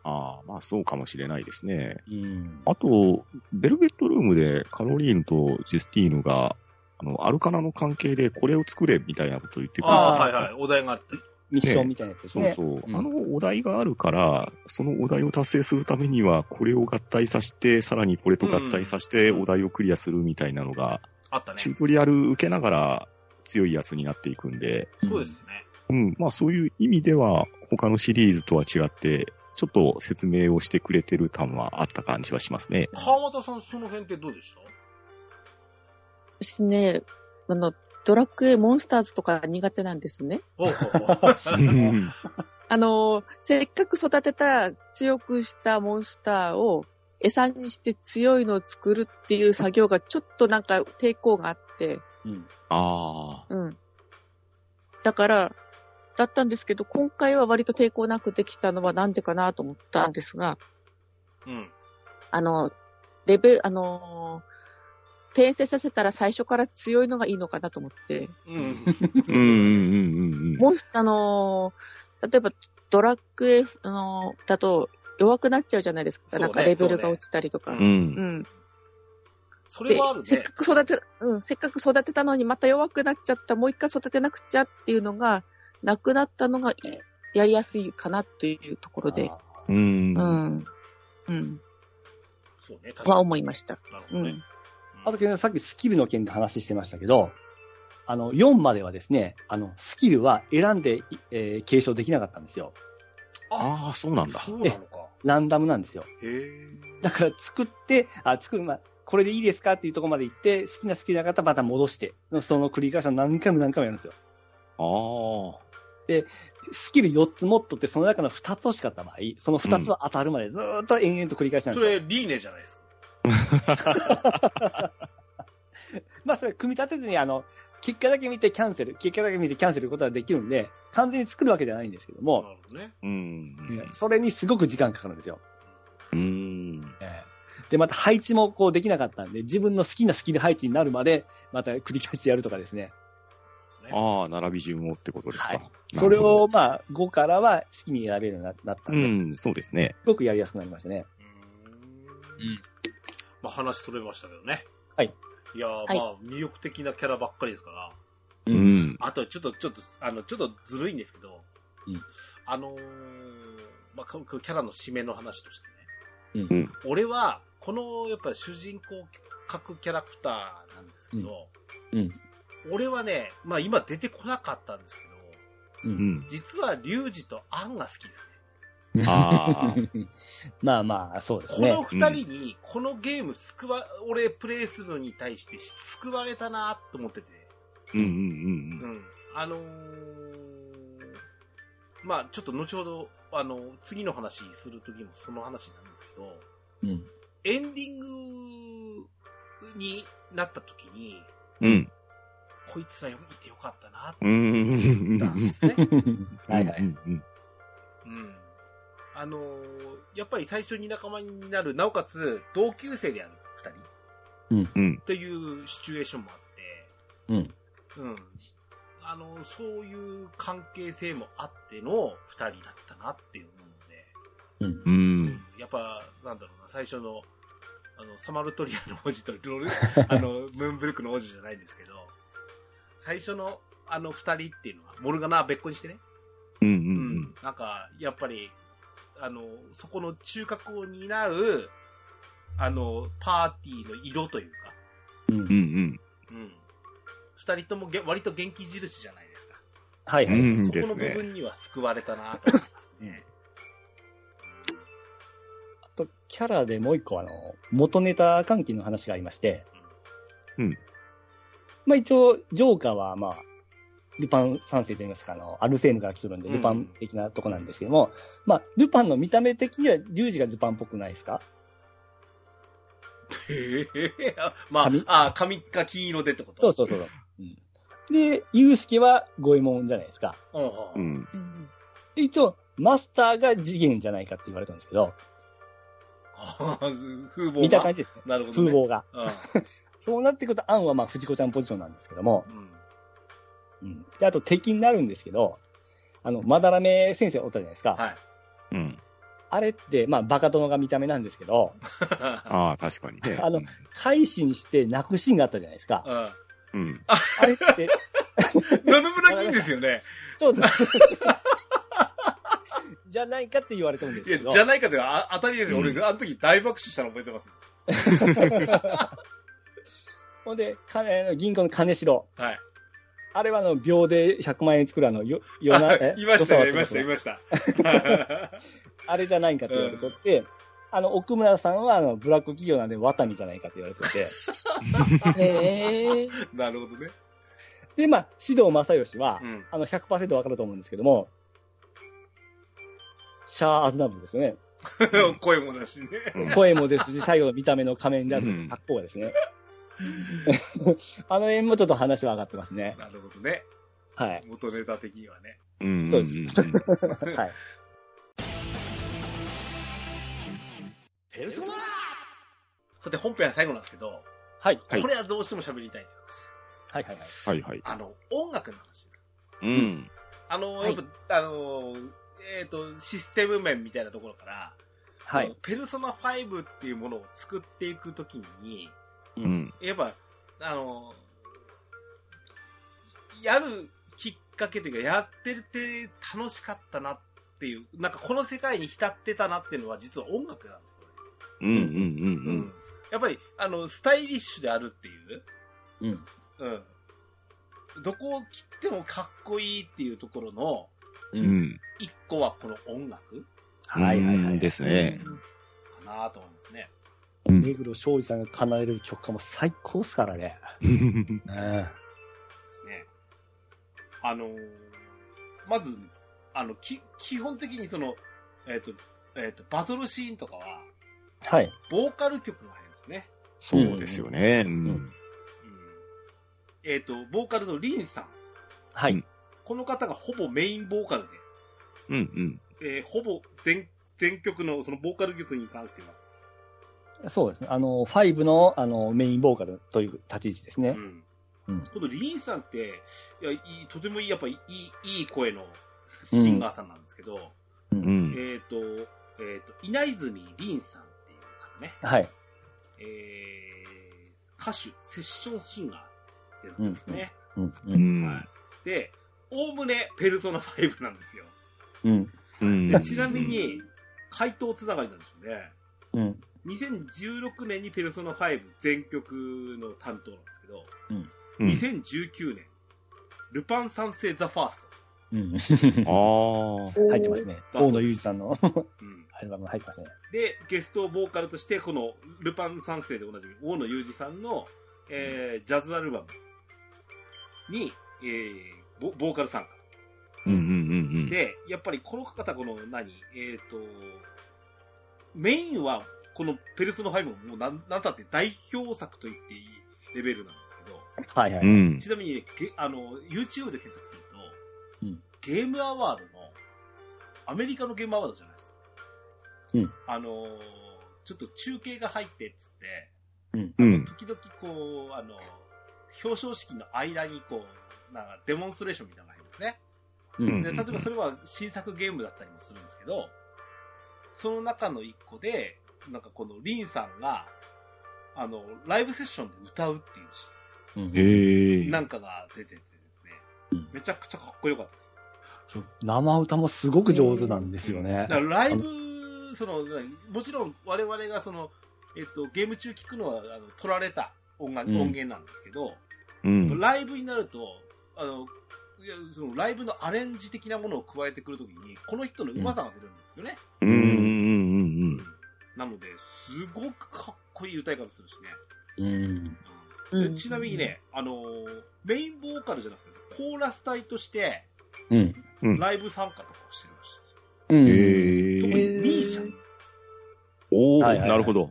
[SPEAKER 3] ああ、まあそうかもしれないですね。
[SPEAKER 2] うん。
[SPEAKER 3] あと、ベルベットルームでカロリーヌとジェスティーヌが、あの、アルカナの関係でこれを作れみたいなことを言ってくるじゃ
[SPEAKER 1] ああ、は
[SPEAKER 3] ないです
[SPEAKER 1] い
[SPEAKER 3] か。
[SPEAKER 1] はい、お題があったり。
[SPEAKER 2] ミッションみたいなやつです
[SPEAKER 3] そう
[SPEAKER 2] ね。
[SPEAKER 3] そう、
[SPEAKER 2] うん
[SPEAKER 3] あのお題があるから、そのお題を達成するためには、これを合体させて、さらにこれと合体させて、
[SPEAKER 1] うん
[SPEAKER 3] お題をクリアするみたいなのが、
[SPEAKER 1] あったね。
[SPEAKER 3] チュートリアル受けながら強いやつになっていくんで、
[SPEAKER 1] そうですね。
[SPEAKER 3] うん、まあそういう意味では、他のシリーズとは違って、ちょっと説明をしてくれてる感はあった感じはしますね。
[SPEAKER 1] 川又さん、その辺ってどうでした
[SPEAKER 4] 私ね、あの、ドラクエモンスターズとか苦手なんですね。
[SPEAKER 1] ほうほうほう
[SPEAKER 4] あの、せっかく育てた、強くしたモンスターを餌にして強いのを作るっていう作業がちょっとなんか抵抗があって、
[SPEAKER 2] うん。
[SPEAKER 3] ああ。
[SPEAKER 4] うん。だから、だったんですけど、今回は割と抵抗なくできたのはなんでかなと思ったんですが、
[SPEAKER 1] うん。
[SPEAKER 4] あの、レベル、あのー転生させたら最初から強いのがいいのかなと思って、
[SPEAKER 1] うん。
[SPEAKER 3] うんうんうんうんうん。
[SPEAKER 4] もし、あのー例えばドラッグエフ、あのーだと弱くなっちゃうじゃないですか。
[SPEAKER 1] そうね
[SPEAKER 4] なんかレベルが落ちたりとか。
[SPEAKER 3] う。
[SPEAKER 4] うんん。
[SPEAKER 1] それ
[SPEAKER 4] で
[SPEAKER 1] はある、
[SPEAKER 4] せっ
[SPEAKER 1] ね
[SPEAKER 4] か。く育て、うん、せっかく育てたのにまた弱くなっちゃった、もう一回育てなくちゃっていうのが、なくなったのがいやりやすいかなというところで、
[SPEAKER 2] あ
[SPEAKER 3] うん。
[SPEAKER 4] うん。うん。
[SPEAKER 1] そうね、確
[SPEAKER 4] は
[SPEAKER 1] か
[SPEAKER 4] 思いました。
[SPEAKER 1] に。なるほ
[SPEAKER 4] う
[SPEAKER 1] どね
[SPEAKER 4] ん。。
[SPEAKER 2] ーあとけど、さっきスキルの件で話してましたけど、あの、4まではですね、あの、スキルは選んで、いえー継承できなかったんですよ。
[SPEAKER 3] ああ、そうなんだ。
[SPEAKER 1] そうなのか。
[SPEAKER 2] ランダムなんですよ。
[SPEAKER 1] へえ。
[SPEAKER 2] だから作って、あ、作る、まあ、これでいいですかっていうところまで行って、好きな好きな方また戻して、その繰り返しを何回も何回もやるんですよ。
[SPEAKER 3] ああ。
[SPEAKER 2] スキル4つ持っとって、その中の2つ欲しかった場合、その2つを当たるまでずーっと延々と繰り返しなん
[SPEAKER 1] そ
[SPEAKER 2] ですよ。
[SPEAKER 1] れ、リーネじゃないですか。
[SPEAKER 2] まあ、それ組み立てずに、あの、結果だけ見てキャンセル、結果だけ見てキャンセルすることはできるんで、完全に作るわけじゃないんですけど
[SPEAKER 1] な
[SPEAKER 2] も、
[SPEAKER 1] るほどね。
[SPEAKER 3] うん。
[SPEAKER 2] それにすごく時間かかるんですよ。
[SPEAKER 3] うん。
[SPEAKER 2] ええで、また配置もこうできなかったんで、自分の好きなスキル配置になるまで、また繰り返してやるとかですね。
[SPEAKER 3] ああ、並び順をってことです
[SPEAKER 2] は
[SPEAKER 3] か
[SPEAKER 2] い。
[SPEAKER 3] な
[SPEAKER 2] それ
[SPEAKER 3] るほど。
[SPEAKER 2] を、まあ、5からは好きに選べるようになったん
[SPEAKER 3] う
[SPEAKER 2] で、
[SPEAKER 3] ん、そうですね。
[SPEAKER 2] すごくやりやすくなりましたね。
[SPEAKER 1] うーん。まあ話取れましたけどね。
[SPEAKER 2] はい。
[SPEAKER 1] いやー、
[SPEAKER 4] い
[SPEAKER 1] まあ魅力的なキャラばっかりですから。
[SPEAKER 2] う
[SPEAKER 3] う。ん。
[SPEAKER 1] あとちょっと、ちょっと、あの、ちょっとずるいんですけど。
[SPEAKER 2] うん
[SPEAKER 1] あのー、まあここキャラの締めの話としてね。
[SPEAKER 2] うん
[SPEAKER 3] うん
[SPEAKER 1] 俺は、この、やっぱ主人公各キャラクターなんですけど、
[SPEAKER 2] うんうん
[SPEAKER 1] 俺はね、まあ今出てこなかったんですけど、
[SPEAKER 2] うん
[SPEAKER 3] うん。
[SPEAKER 1] 実はリュウジとアンが好きですね。
[SPEAKER 3] あ
[SPEAKER 2] まあまあ、そうです
[SPEAKER 1] この
[SPEAKER 2] ね。
[SPEAKER 1] 二人に、このゲーム救わ、俺プレイするのに対して救われたなと思ってて。
[SPEAKER 3] うんうんうん
[SPEAKER 1] う。ん。あのー、まあちょっと後ほど、あの次の話するときもその話なんですけど、
[SPEAKER 2] うん
[SPEAKER 1] エンディングになったときに、
[SPEAKER 3] うん。
[SPEAKER 1] こいつらいてよかったなって
[SPEAKER 3] うん。う
[SPEAKER 1] 思
[SPEAKER 3] ん。
[SPEAKER 1] ったんです ね。
[SPEAKER 2] はいはい。
[SPEAKER 3] うん。
[SPEAKER 1] うん。あのーやっぱり最初に仲間になる、なおかつ同級生である二人
[SPEAKER 3] うん。
[SPEAKER 1] というシチュエーションもあって、
[SPEAKER 2] うん。
[SPEAKER 1] うん。あの、そういう関係性もあっての二人だったなっていう思うので、
[SPEAKER 2] うん
[SPEAKER 3] う。。
[SPEAKER 1] うんやっぱ、なんだろうな、最初の、あの、サマルトリアの王子と ロル、あの、ムーンブルクの王子じゃないんですけど、最初の、あの二人っていうのは、モルガナは別個にしてね、
[SPEAKER 3] うん。う。
[SPEAKER 1] うんなんか、やっぱり、あの、そこの中核を担う、あの、パーティーの色というか、
[SPEAKER 3] うん。うん。
[SPEAKER 1] うん。二人ともげ割と元気印じゃないですか。
[SPEAKER 2] はいは
[SPEAKER 3] う
[SPEAKER 2] い。
[SPEAKER 3] ん
[SPEAKER 1] そ
[SPEAKER 3] で
[SPEAKER 1] こ
[SPEAKER 3] す
[SPEAKER 1] の部
[SPEAKER 3] ね
[SPEAKER 1] 分には救われたなと思いますね。
[SPEAKER 2] あと、キャラでもう一個、あの、元ネタ関係の話がありまして。
[SPEAKER 3] うん。
[SPEAKER 2] まあ一応、ジョーカーは、まあ、ルパン三世といいますか、あの、アルセーヌから来てるんで、
[SPEAKER 1] うん
[SPEAKER 2] ルパン的なとこなんですけども、まあ、ルパンの見た目的には、リュウジがルパンっぽくないですか
[SPEAKER 1] へえ、まあ
[SPEAKER 2] 髪、
[SPEAKER 1] あ、髪が金色でってこと
[SPEAKER 2] そうそうそうそう。うんで、ユウスケはゴエモンじゃないですか。
[SPEAKER 1] うん。
[SPEAKER 3] う
[SPEAKER 1] うん。
[SPEAKER 3] ん。
[SPEAKER 4] うん
[SPEAKER 2] で、一応、マスターが次元じゃないかって言われたんですけど、
[SPEAKER 1] あー風貌が
[SPEAKER 2] 見た感じですね。
[SPEAKER 1] なるほど、ね。
[SPEAKER 2] 風貌が。
[SPEAKER 1] 貌。
[SPEAKER 2] そうなってくると、アンはまあ、藤子ちゃんポジションなんですけども、
[SPEAKER 1] うん。うん。
[SPEAKER 2] うん。で、あと敵になるんですけど、あの、まだらめ先生おったじゃないですか。
[SPEAKER 1] はい。
[SPEAKER 3] うん。
[SPEAKER 2] あれって、まあ、バカ殿が見た目なんですけど、
[SPEAKER 3] ああ、確かにね。
[SPEAKER 2] あの改心して泣くシーンがあったじゃないですか。
[SPEAKER 1] うん。
[SPEAKER 3] うん。
[SPEAKER 2] あれって、
[SPEAKER 1] 野々村銀ですよね。
[SPEAKER 2] そうです。 じゃないかって言われてるんです
[SPEAKER 1] いや、
[SPEAKER 2] けど。
[SPEAKER 1] じゃないかというか、あ当たりですよ。
[SPEAKER 3] うん
[SPEAKER 1] 俺、あの時大爆笑したの覚えてます。
[SPEAKER 2] ほんで、金あの銀行の金城。
[SPEAKER 1] はい。
[SPEAKER 2] あれはあの、秒で100万円作るあの、よ、よ な、え
[SPEAKER 1] あいましたね、い
[SPEAKER 2] よ
[SPEAKER 1] まし
[SPEAKER 2] さ
[SPEAKER 1] た、
[SPEAKER 2] はい
[SPEAKER 1] ました。は
[SPEAKER 2] あれじゃないかって言われてて、あの、奥村さんはあの、ブラック企業なんで、ワタミじゃないかって言われてて、
[SPEAKER 4] へえ。
[SPEAKER 1] い なるほどね。
[SPEAKER 2] で、まあ、指導正義は、
[SPEAKER 1] うん。
[SPEAKER 2] あの、100%わかると思うんですけども、シャア・アズナブルですよね。
[SPEAKER 1] 声もなしね。
[SPEAKER 3] うん
[SPEAKER 2] 声もですし、最後の見た目の仮面であ
[SPEAKER 3] う
[SPEAKER 2] る
[SPEAKER 3] ん
[SPEAKER 2] 格好がですね。 あの辺もちょっと話は上がってますね。
[SPEAKER 1] なるほどね。
[SPEAKER 2] はい。
[SPEAKER 1] 元ネタ的にはね。
[SPEAKER 3] うん
[SPEAKER 2] そううんではい。
[SPEAKER 1] さて、本編は最後なんですけど、
[SPEAKER 2] はい。
[SPEAKER 3] はい
[SPEAKER 1] これはどうしても喋りたいって
[SPEAKER 2] はいはいはい。
[SPEAKER 3] はいはい。
[SPEAKER 1] 話。あの、音楽の話です。
[SPEAKER 3] うん。
[SPEAKER 1] あの、
[SPEAKER 4] は
[SPEAKER 1] や
[SPEAKER 4] い
[SPEAKER 1] っぱ、あの、えっ、と、システム面みたいなところから、
[SPEAKER 2] は
[SPEAKER 1] あの
[SPEAKER 2] い。
[SPEAKER 1] ペルソナ5っていうものを作っていくときに、
[SPEAKER 3] うん。
[SPEAKER 1] やっぱ、あの、やるきっかけというか、やってて楽しかったなっていう、なんかこの世界に浸ってたなっていうのは実は音楽なんですよ、こ
[SPEAKER 3] うんうん
[SPEAKER 1] れ
[SPEAKER 3] うんうん。
[SPEAKER 1] やっぱり、あの、スタイリッシュであるっていう、
[SPEAKER 2] うん。
[SPEAKER 1] うん。どこを切ってもかっこいいっていうところの、
[SPEAKER 3] うんうん。
[SPEAKER 1] 一個はこの音楽
[SPEAKER 2] はいはいはい。
[SPEAKER 3] ですね。
[SPEAKER 1] かなと思うんですね。
[SPEAKER 2] 目黒庄司さんが奏でる曲かも最高っすからね。
[SPEAKER 3] うん
[SPEAKER 2] うん。
[SPEAKER 1] ですね。あのーまず、あの、き、基本的にその、えっ、と、えっ、と、バトルシーンとかは、
[SPEAKER 2] はい。
[SPEAKER 1] ボーカル曲が入るんですよね。
[SPEAKER 3] そうですよね。うん
[SPEAKER 1] うん。えっ、と、ボーカルのリンさん。
[SPEAKER 2] はい。
[SPEAKER 1] この方がほぼメインボーカル
[SPEAKER 3] うんうん。
[SPEAKER 1] で、えーほぼ全、全曲の、そのボーカル曲に関しては、
[SPEAKER 2] そうですね。あの、5の、あの、メインボーカルという立ち位置です
[SPEAKER 1] う
[SPEAKER 2] ね。
[SPEAKER 1] ん。
[SPEAKER 2] うん
[SPEAKER 1] このリンさんって、いや、いい、とてもいい、やっぱいい、いい声のシンガーさんなんですけど、
[SPEAKER 2] う
[SPEAKER 3] う
[SPEAKER 2] ん
[SPEAKER 3] ん。
[SPEAKER 1] えっ、と、えっ、と、稲泉リンさんっていう方ね。
[SPEAKER 2] はい。
[SPEAKER 1] えー、歌手、セッションシンガーっていうのなんですね。
[SPEAKER 2] うん。う。
[SPEAKER 3] うんん。
[SPEAKER 1] はいで、おおむねペルソナ5なんですよ。
[SPEAKER 2] うん。
[SPEAKER 3] うん
[SPEAKER 1] でちなみに、、回答つながりなんですよね。
[SPEAKER 2] うん。
[SPEAKER 1] 2016年にペルソナ5全曲の担当なんですけど、
[SPEAKER 3] うん
[SPEAKER 1] 2019年、ルパン三世ザファース
[SPEAKER 2] うん。
[SPEAKER 3] ああ。
[SPEAKER 2] 入ってますね。
[SPEAKER 1] おー
[SPEAKER 2] 大野裕二さんの
[SPEAKER 1] ト。うん
[SPEAKER 2] アルバムが入ってますね。
[SPEAKER 1] で、ゲストボーカルとして、この、ルパン三世でおなじみ、大野裕二さんの、えー、ジャズアルバムに、えー、ボボーカル参加。
[SPEAKER 3] うんうん
[SPEAKER 1] で、やっぱりこの方、この何、えっ、と、メインは、このペルソナ5ももうなん、なんたって代表作と言っていいレベルなんですけど、
[SPEAKER 2] はいは
[SPEAKER 3] うんう
[SPEAKER 2] い。
[SPEAKER 3] ん。
[SPEAKER 1] ちなみに、げあの、YouTube で検索すると、
[SPEAKER 2] うん
[SPEAKER 1] ゲームアワードの、アメリカのゲームアワードじゃないですか。
[SPEAKER 2] うん
[SPEAKER 1] あのー、ちょっと中継が入ってっつって、
[SPEAKER 3] うん。
[SPEAKER 1] 時々こう、あの、表彰式の間にこう、なんかデモンストレーションみたいなのがありますね。
[SPEAKER 2] う
[SPEAKER 3] うん
[SPEAKER 2] ん。
[SPEAKER 1] で、例えばそれは新作ゲームだったりもするんですけど、その中の一個で、なんかこのリンさんが、あの、ライブセッションで歌うっていうシ
[SPEAKER 2] うん
[SPEAKER 3] へ
[SPEAKER 1] ー
[SPEAKER 3] え
[SPEAKER 1] ン。なんかが出ててですね
[SPEAKER 2] うん、
[SPEAKER 1] めちゃくちゃかっこよかったです。
[SPEAKER 2] そう生歌もすごく上手なんですよね
[SPEAKER 1] だか。らライブ、その、もちろん我々がその、えっと、ゲーム中聞くのは、あの、取られた音楽、
[SPEAKER 2] うん
[SPEAKER 1] 音源なんですけど、
[SPEAKER 3] うん。
[SPEAKER 1] ライブになると、あの、いやそのライブのアレンジ的なものを加えてくるときに、この人の上手さが出るんですよね。
[SPEAKER 3] うんうんうん
[SPEAKER 1] なので、すごくかっこいい歌い方するしね。
[SPEAKER 2] うん。
[SPEAKER 1] で
[SPEAKER 4] うん
[SPEAKER 1] ちなみにね、あのーメインボーカルじゃなくて、コーラス隊として、
[SPEAKER 2] うん。
[SPEAKER 3] うん
[SPEAKER 1] ライブ参加とかをしてるらしいですよ。
[SPEAKER 2] うん。
[SPEAKER 3] うん。
[SPEAKER 1] 特
[SPEAKER 3] へ
[SPEAKER 1] に
[SPEAKER 3] え。
[SPEAKER 1] ミーシャ、う
[SPEAKER 3] おお
[SPEAKER 2] はいはいはい
[SPEAKER 3] なるほど。
[SPEAKER 1] ん、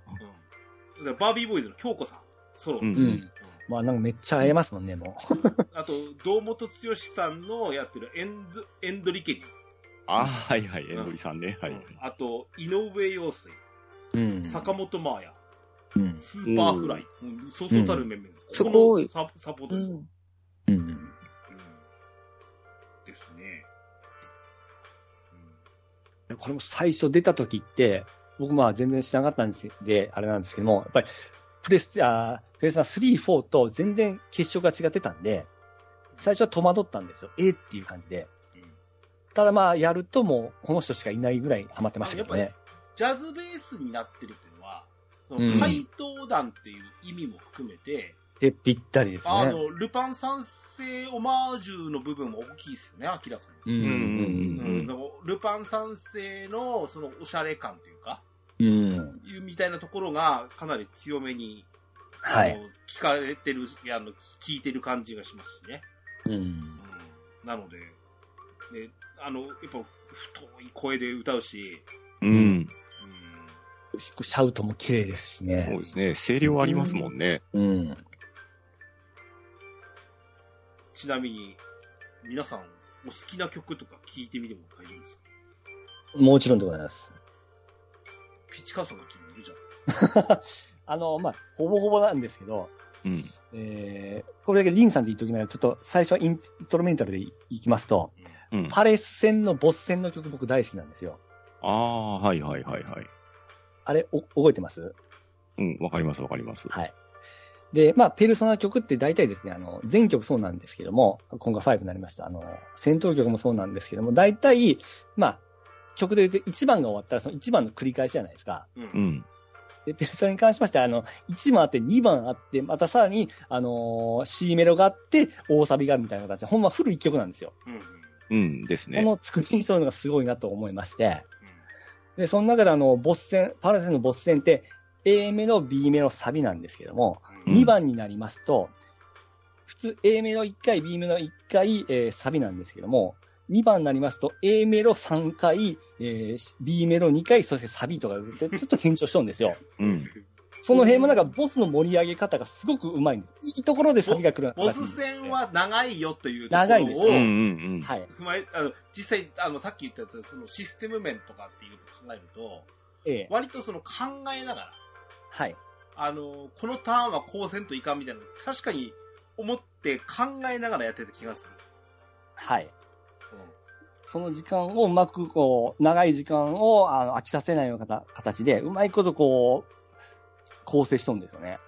[SPEAKER 1] でバービーボーイズの京子さん、ソロ。
[SPEAKER 3] うん
[SPEAKER 2] う
[SPEAKER 1] うん
[SPEAKER 2] ん。まあなんかめっちゃ会えますもんね、も
[SPEAKER 1] あと、堂本剛さんのやってるエンドエンドリケリ。
[SPEAKER 3] ああ、はいはい。えのりさんね。はい。
[SPEAKER 1] うんあと、井上陽水、
[SPEAKER 2] う。うん
[SPEAKER 1] 坂本真綾、
[SPEAKER 2] うん。
[SPEAKER 1] スーパーフライ、うんそうそうたる面々。
[SPEAKER 4] す
[SPEAKER 1] こ
[SPEAKER 4] ごい
[SPEAKER 1] このササポート
[SPEAKER 4] う
[SPEAKER 1] ですよ。
[SPEAKER 4] ん。
[SPEAKER 2] う
[SPEAKER 1] う
[SPEAKER 2] ん。
[SPEAKER 1] んですね。
[SPEAKER 2] これも最初出た時って、僕まあ全然知らなかったんですで、あれなんですけども、やっぱりプレス、あープレスナー3、4と全然結晶が違ってたんで、最初は戸惑ったんですよ。えーっていう感じで。
[SPEAKER 1] うんうん
[SPEAKER 2] ただまあやるともうこの人しかいないぐらいハマってましたけど
[SPEAKER 1] やっ
[SPEAKER 2] ね。
[SPEAKER 1] ジャズベースになってるっていうのは、そ
[SPEAKER 2] うん
[SPEAKER 1] の怪盗団っていう意味も含めて、
[SPEAKER 2] で、ぴったりです
[SPEAKER 1] あ
[SPEAKER 2] ね。
[SPEAKER 1] の、ルパン三世オマージュの部分も大きいですよね、明らか
[SPEAKER 2] う
[SPEAKER 1] に。
[SPEAKER 2] ん
[SPEAKER 1] う
[SPEAKER 3] うんん
[SPEAKER 1] だからルパン三世のそのおしゃれ感というか、
[SPEAKER 2] うん。
[SPEAKER 1] いうみたいなところがかなり強めに、
[SPEAKER 2] は
[SPEAKER 1] あ
[SPEAKER 2] い。
[SPEAKER 1] の聞かれてる、あの、聞いてる感じがしますしね。
[SPEAKER 2] うん。
[SPEAKER 1] うんなので、ね、あの、やっぱ、太い声で歌うし、
[SPEAKER 3] うん。
[SPEAKER 1] うん
[SPEAKER 2] シャウトも綺麗ですし
[SPEAKER 3] そう
[SPEAKER 2] ね。
[SPEAKER 3] ですね。声量ありますもんね。
[SPEAKER 2] うん。
[SPEAKER 1] ちなみに、皆さん、お好きな曲とか聞いてみても大丈夫ですか
[SPEAKER 2] もちろんでございます。
[SPEAKER 1] ピチカーさんが君いるじゃん。
[SPEAKER 2] あの、まあ、ほぼほぼなんですけど、
[SPEAKER 3] うん。
[SPEAKER 2] えー、これだけリンさんで言っときながら、ちょっと最初はインストルメンタルでいいきますと、
[SPEAKER 3] うん。あ
[SPEAKER 2] パレス戦のボス戦の曲僕大好きなんですよ。
[SPEAKER 3] あー、はいはいはいはい。
[SPEAKER 2] あれ、お覚えてます
[SPEAKER 3] うん、わかりますわかります。
[SPEAKER 2] はい。で、まあ、ペルソナ曲って大体ですね、あの、全曲そうなんですけども、今回5になりました。あの、戦闘曲もそうなんですけども、大体、まあ、曲で言うと1番が終わったらその1番の繰り返しじゃないですか。
[SPEAKER 1] うん。う。
[SPEAKER 3] うんん。
[SPEAKER 2] で、ペルソナに関しましては、あの、1番あって2番あって、またさらに、あのー C メロがあって、大サビがあるみたいな形で、ほんまフル1曲なんですよ。
[SPEAKER 1] うん。うん。
[SPEAKER 3] うんですね。
[SPEAKER 2] この作りにそういうのがすごいなと思いまして。で、その中であの、ボス戦、パラセンのボス戦って、A メロ、B メロ、サビなんですけども、
[SPEAKER 1] うん
[SPEAKER 2] 2番になりますと、普通 A メロ1回、B メロ1回、えーサビなんですけども、2番になりますと A メロ3回、えー B メロ2回、そしてサビとか、ちょっと変調しとるんですよ。
[SPEAKER 3] うん。
[SPEAKER 2] その辺もなんかボスの盛り上げ方がすごくうまいんです。いいところでサビが来る
[SPEAKER 1] ボ
[SPEAKER 2] らしいん
[SPEAKER 1] ス
[SPEAKER 2] です
[SPEAKER 1] 戦は長いよというとこ
[SPEAKER 2] 長いです
[SPEAKER 1] ろを
[SPEAKER 3] うんうんうん。
[SPEAKER 2] はい。
[SPEAKER 1] 踏まえ、あの、実際、あの、さっき言ったやつ、そのシステム面とかっていうと考えると、
[SPEAKER 2] ええ
[SPEAKER 1] 割とその考えながら、
[SPEAKER 2] はい。
[SPEAKER 1] あの、このターンはこうせんといかんみたいなの、確かに思って考えながらやってた気がする。
[SPEAKER 2] はい。その時間をうまくこう、長い時間をあの飽きさせないような形形で、うまいことこう、構成しとるんですよね。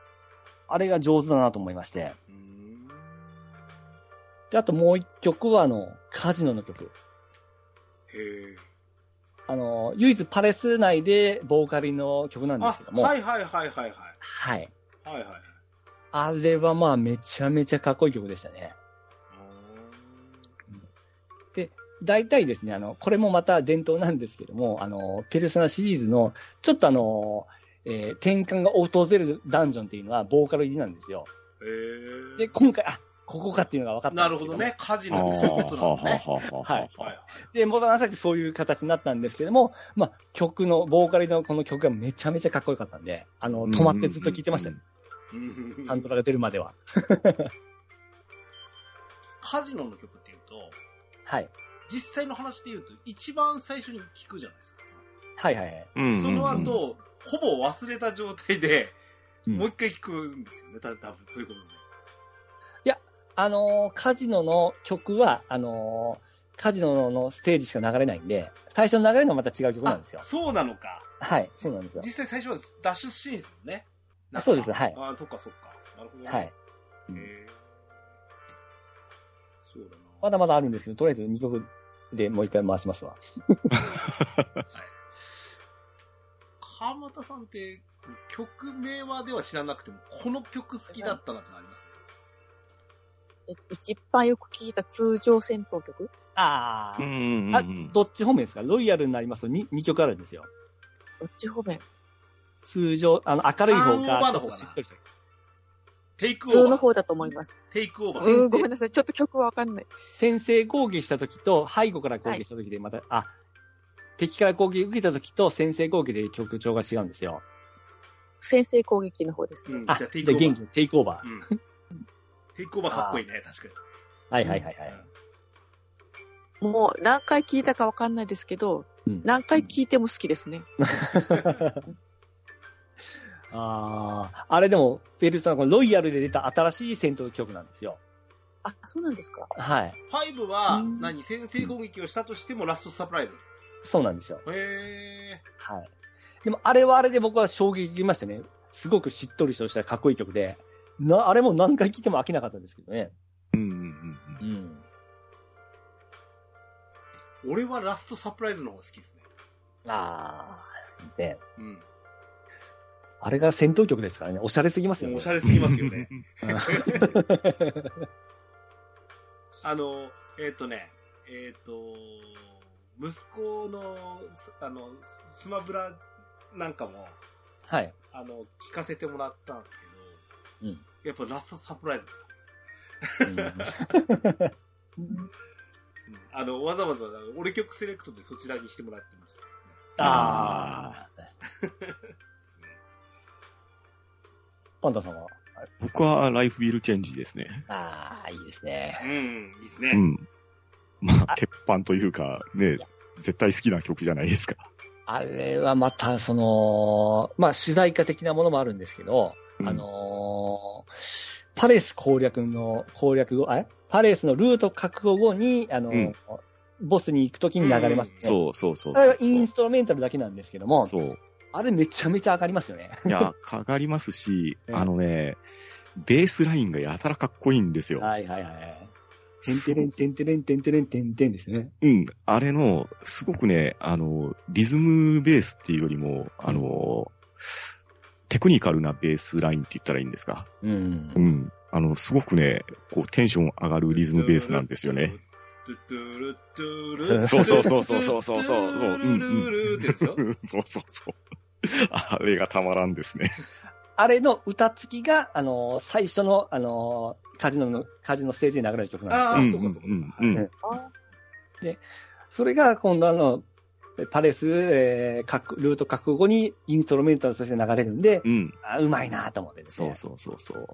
[SPEAKER 2] あれが上手だなと思いまして。
[SPEAKER 1] うん。
[SPEAKER 2] で、あともう一曲はあの、カジノの曲。
[SPEAKER 1] へえ。
[SPEAKER 2] あの、唯一パレス内でボーカルの曲なんで
[SPEAKER 1] あ
[SPEAKER 2] すけど、も。。
[SPEAKER 1] はいいはいはいはいはい。
[SPEAKER 2] はい。
[SPEAKER 1] はいはい。
[SPEAKER 2] あれはまあめちゃめちゃかっこいい曲でしたね。大体ですね、あの、これもまた伝統なんですけども、あの、ペルソナシリーズの、ちょっとあの、えー転換が訪れるダンジョンっていうのはボーカル入りなんですよ。
[SPEAKER 1] うーんへ
[SPEAKER 2] で、今回、あ、ここかっていうのが分かっ
[SPEAKER 1] え。
[SPEAKER 2] た
[SPEAKER 1] なん
[SPEAKER 2] で
[SPEAKER 1] る
[SPEAKER 2] す
[SPEAKER 1] ほ
[SPEAKER 2] け
[SPEAKER 1] ど
[SPEAKER 2] も
[SPEAKER 1] ね。カジ
[SPEAKER 3] あー
[SPEAKER 1] ノってそういうことな
[SPEAKER 3] は
[SPEAKER 1] んだね。
[SPEAKER 3] ははは
[SPEAKER 2] はい
[SPEAKER 1] はい。
[SPEAKER 2] で、もうまさきそういう形になったんですけども、まあ、曲の、ボーカルのこの曲がめちゃめちゃかっこよかったんで、あの、止まってずっと聴いてましたよ。
[SPEAKER 1] うん
[SPEAKER 2] サントラが出るまでは。
[SPEAKER 1] カジノの曲っていうと、
[SPEAKER 2] はい。
[SPEAKER 1] 実際の話で言うと、一番最初に聞くじゃないですか。
[SPEAKER 2] はいはいはい。
[SPEAKER 3] うんうんうん
[SPEAKER 1] その後、ほぼ忘れた状態で、
[SPEAKER 2] うん
[SPEAKER 1] もう一回聞くんですよね。た多分そういうことね。
[SPEAKER 2] あのーカジノの曲は、あのーカジノのステージしか流れないんで、最初の流れるのはまた違う曲なんですよ
[SPEAKER 1] あ。そうなのか。
[SPEAKER 2] はい。そうなんですよ。
[SPEAKER 1] 実際最初は脱出シーンですもんね。なんか
[SPEAKER 2] そうですはい
[SPEAKER 1] ああ、そっかそっか。なるほどね。
[SPEAKER 2] はい。
[SPEAKER 1] へえ。そうだな。
[SPEAKER 2] まだまだあるんですけど、とりあえず2曲でもう一回回しますわ。
[SPEAKER 1] 川又さんって、曲名はでは知らなくても、この曲好きだったなってのあります
[SPEAKER 4] えっと一番よく聞いた通常戦闘曲
[SPEAKER 2] あ
[SPEAKER 3] うんうんうん
[SPEAKER 2] あどっち方面ですかロイヤルになりますと 2, 曲あるんですよ。
[SPEAKER 4] どっち方面
[SPEAKER 2] 通常、あの、明るい
[SPEAKER 1] ターン
[SPEAKER 2] 方
[SPEAKER 1] オーバ
[SPEAKER 2] か、
[SPEAKER 1] ーの方か
[SPEAKER 2] ちょっと
[SPEAKER 1] な
[SPEAKER 2] しっとりした。
[SPEAKER 1] テイク
[SPEAKER 4] 普
[SPEAKER 1] オー
[SPEAKER 4] 通
[SPEAKER 1] バ
[SPEAKER 4] の
[SPEAKER 1] ー。
[SPEAKER 4] 方だと思います。
[SPEAKER 1] テイクオーバー。
[SPEAKER 4] うん、ごめんなさい。ちょっと曲はわかんない。
[SPEAKER 2] 先制攻撃した時と、背後から攻撃した時でまた、あ、敵から攻撃受けた時と先制攻撃で曲調が違うんですよ。
[SPEAKER 4] 先制攻撃の方です
[SPEAKER 1] う
[SPEAKER 4] ね。
[SPEAKER 1] ん、じゃ
[SPEAKER 2] あ、
[SPEAKER 1] あ
[SPEAKER 2] じゃあ
[SPEAKER 1] テイクオーバー。
[SPEAKER 2] 元気にテイクオーバー。
[SPEAKER 1] うん。テイクオーバーかっこいいね、確か
[SPEAKER 2] はいはいはいは
[SPEAKER 1] に。
[SPEAKER 2] い。
[SPEAKER 4] もう何回聞いたかわかんないですけど、
[SPEAKER 2] うん
[SPEAKER 4] 何回聞いても好きですね。
[SPEAKER 2] ああ、あれでも、ペルソナ、このロイヤルで出た新しい戦闘曲なんですよ。
[SPEAKER 4] あ、そうなんですか
[SPEAKER 2] はい。
[SPEAKER 1] ファイブは
[SPEAKER 4] う、ん
[SPEAKER 1] 何先制攻撃をしたとしてもラストサプライズ。
[SPEAKER 2] そうなんですよ。
[SPEAKER 1] へ
[SPEAKER 2] はい。でも、あれはあれで僕は衝撃受けましたね。すごくしっとりとしたかっこいい曲で、な、あれも何回聴いても飽きなかったんですけどね。
[SPEAKER 3] うんうんうんうん
[SPEAKER 2] ん。
[SPEAKER 1] ー。俺はラストサプライズの方が好きですね。
[SPEAKER 2] ああ、ね。
[SPEAKER 1] うん。
[SPEAKER 2] あれが戦闘曲ですからね。おしゃれすぎますよ
[SPEAKER 1] もう
[SPEAKER 2] ね。
[SPEAKER 1] おしゃれすぎますよね。。 あの、えっ、とね、えっ、と、息子の、すあの、ススマブラなんかも、
[SPEAKER 2] はい。
[SPEAKER 1] あの、聞かせてもらったんですけど、
[SPEAKER 2] うん
[SPEAKER 1] やっぱラストサプライズだったんです。うんあの、わざわざ、あの俺曲セレクトでそちらにしてもらってます。
[SPEAKER 2] ああ。 パンダさんは
[SPEAKER 3] 僕はライフウィルチェンジですね。
[SPEAKER 5] ああ、いいですね。
[SPEAKER 1] うん、いいです
[SPEAKER 3] う
[SPEAKER 1] ね。
[SPEAKER 3] ん。まあ、鉄板というか、ね、絶対好きな曲じゃないですか。
[SPEAKER 5] あれはまた、その、まあ、主題歌的なものもあるんですけど、
[SPEAKER 3] うん
[SPEAKER 5] あの
[SPEAKER 2] いパレス攻略の、攻略後、あれパレスのルート確保後に、あの、
[SPEAKER 3] うん
[SPEAKER 2] ボスに行くときに流れますね。
[SPEAKER 3] そうそうそう
[SPEAKER 2] あれはイ
[SPEAKER 3] そ
[SPEAKER 2] ンストルメンタルだけなんですけども
[SPEAKER 3] う。、そう。
[SPEAKER 2] あれめちゃめちゃ上がりますよね。、
[SPEAKER 3] いや、かかりますし
[SPEAKER 2] ええ
[SPEAKER 3] あのね、ベースラインがやたらかっこいいんですよ。
[SPEAKER 2] はいはいはい。てんてれんてんてれんてんてれんてんてんですね。
[SPEAKER 3] うん。あれの、すごくね、あの、リズムベースっていうよりも、あの、テクニカルなベースラインって言ったらいいんですか。
[SPEAKER 5] ーうん
[SPEAKER 3] う。ん。あの、すごくね、こう、テンション上がるリズムベースなんですよね。。そうそうそうそうそうそうそう。うんうん
[SPEAKER 1] うんってやつよ。
[SPEAKER 3] そうそうそう。あれがたまらんですね。
[SPEAKER 2] あれの歌付きが、あのー最初の、あのーカジノの、カジノステージで流れる曲
[SPEAKER 1] あ
[SPEAKER 2] なんで
[SPEAKER 1] あ、
[SPEAKER 3] うん
[SPEAKER 1] そうかそうか。
[SPEAKER 3] うん
[SPEAKER 1] はい
[SPEAKER 2] うんす。それが今度あの、パレス、えー各ルート覚後にインストルメンタルとして流れるんで、
[SPEAKER 3] うん。
[SPEAKER 2] あうまいなと思ってです
[SPEAKER 3] そ
[SPEAKER 2] ね。
[SPEAKER 3] うそうそうそう。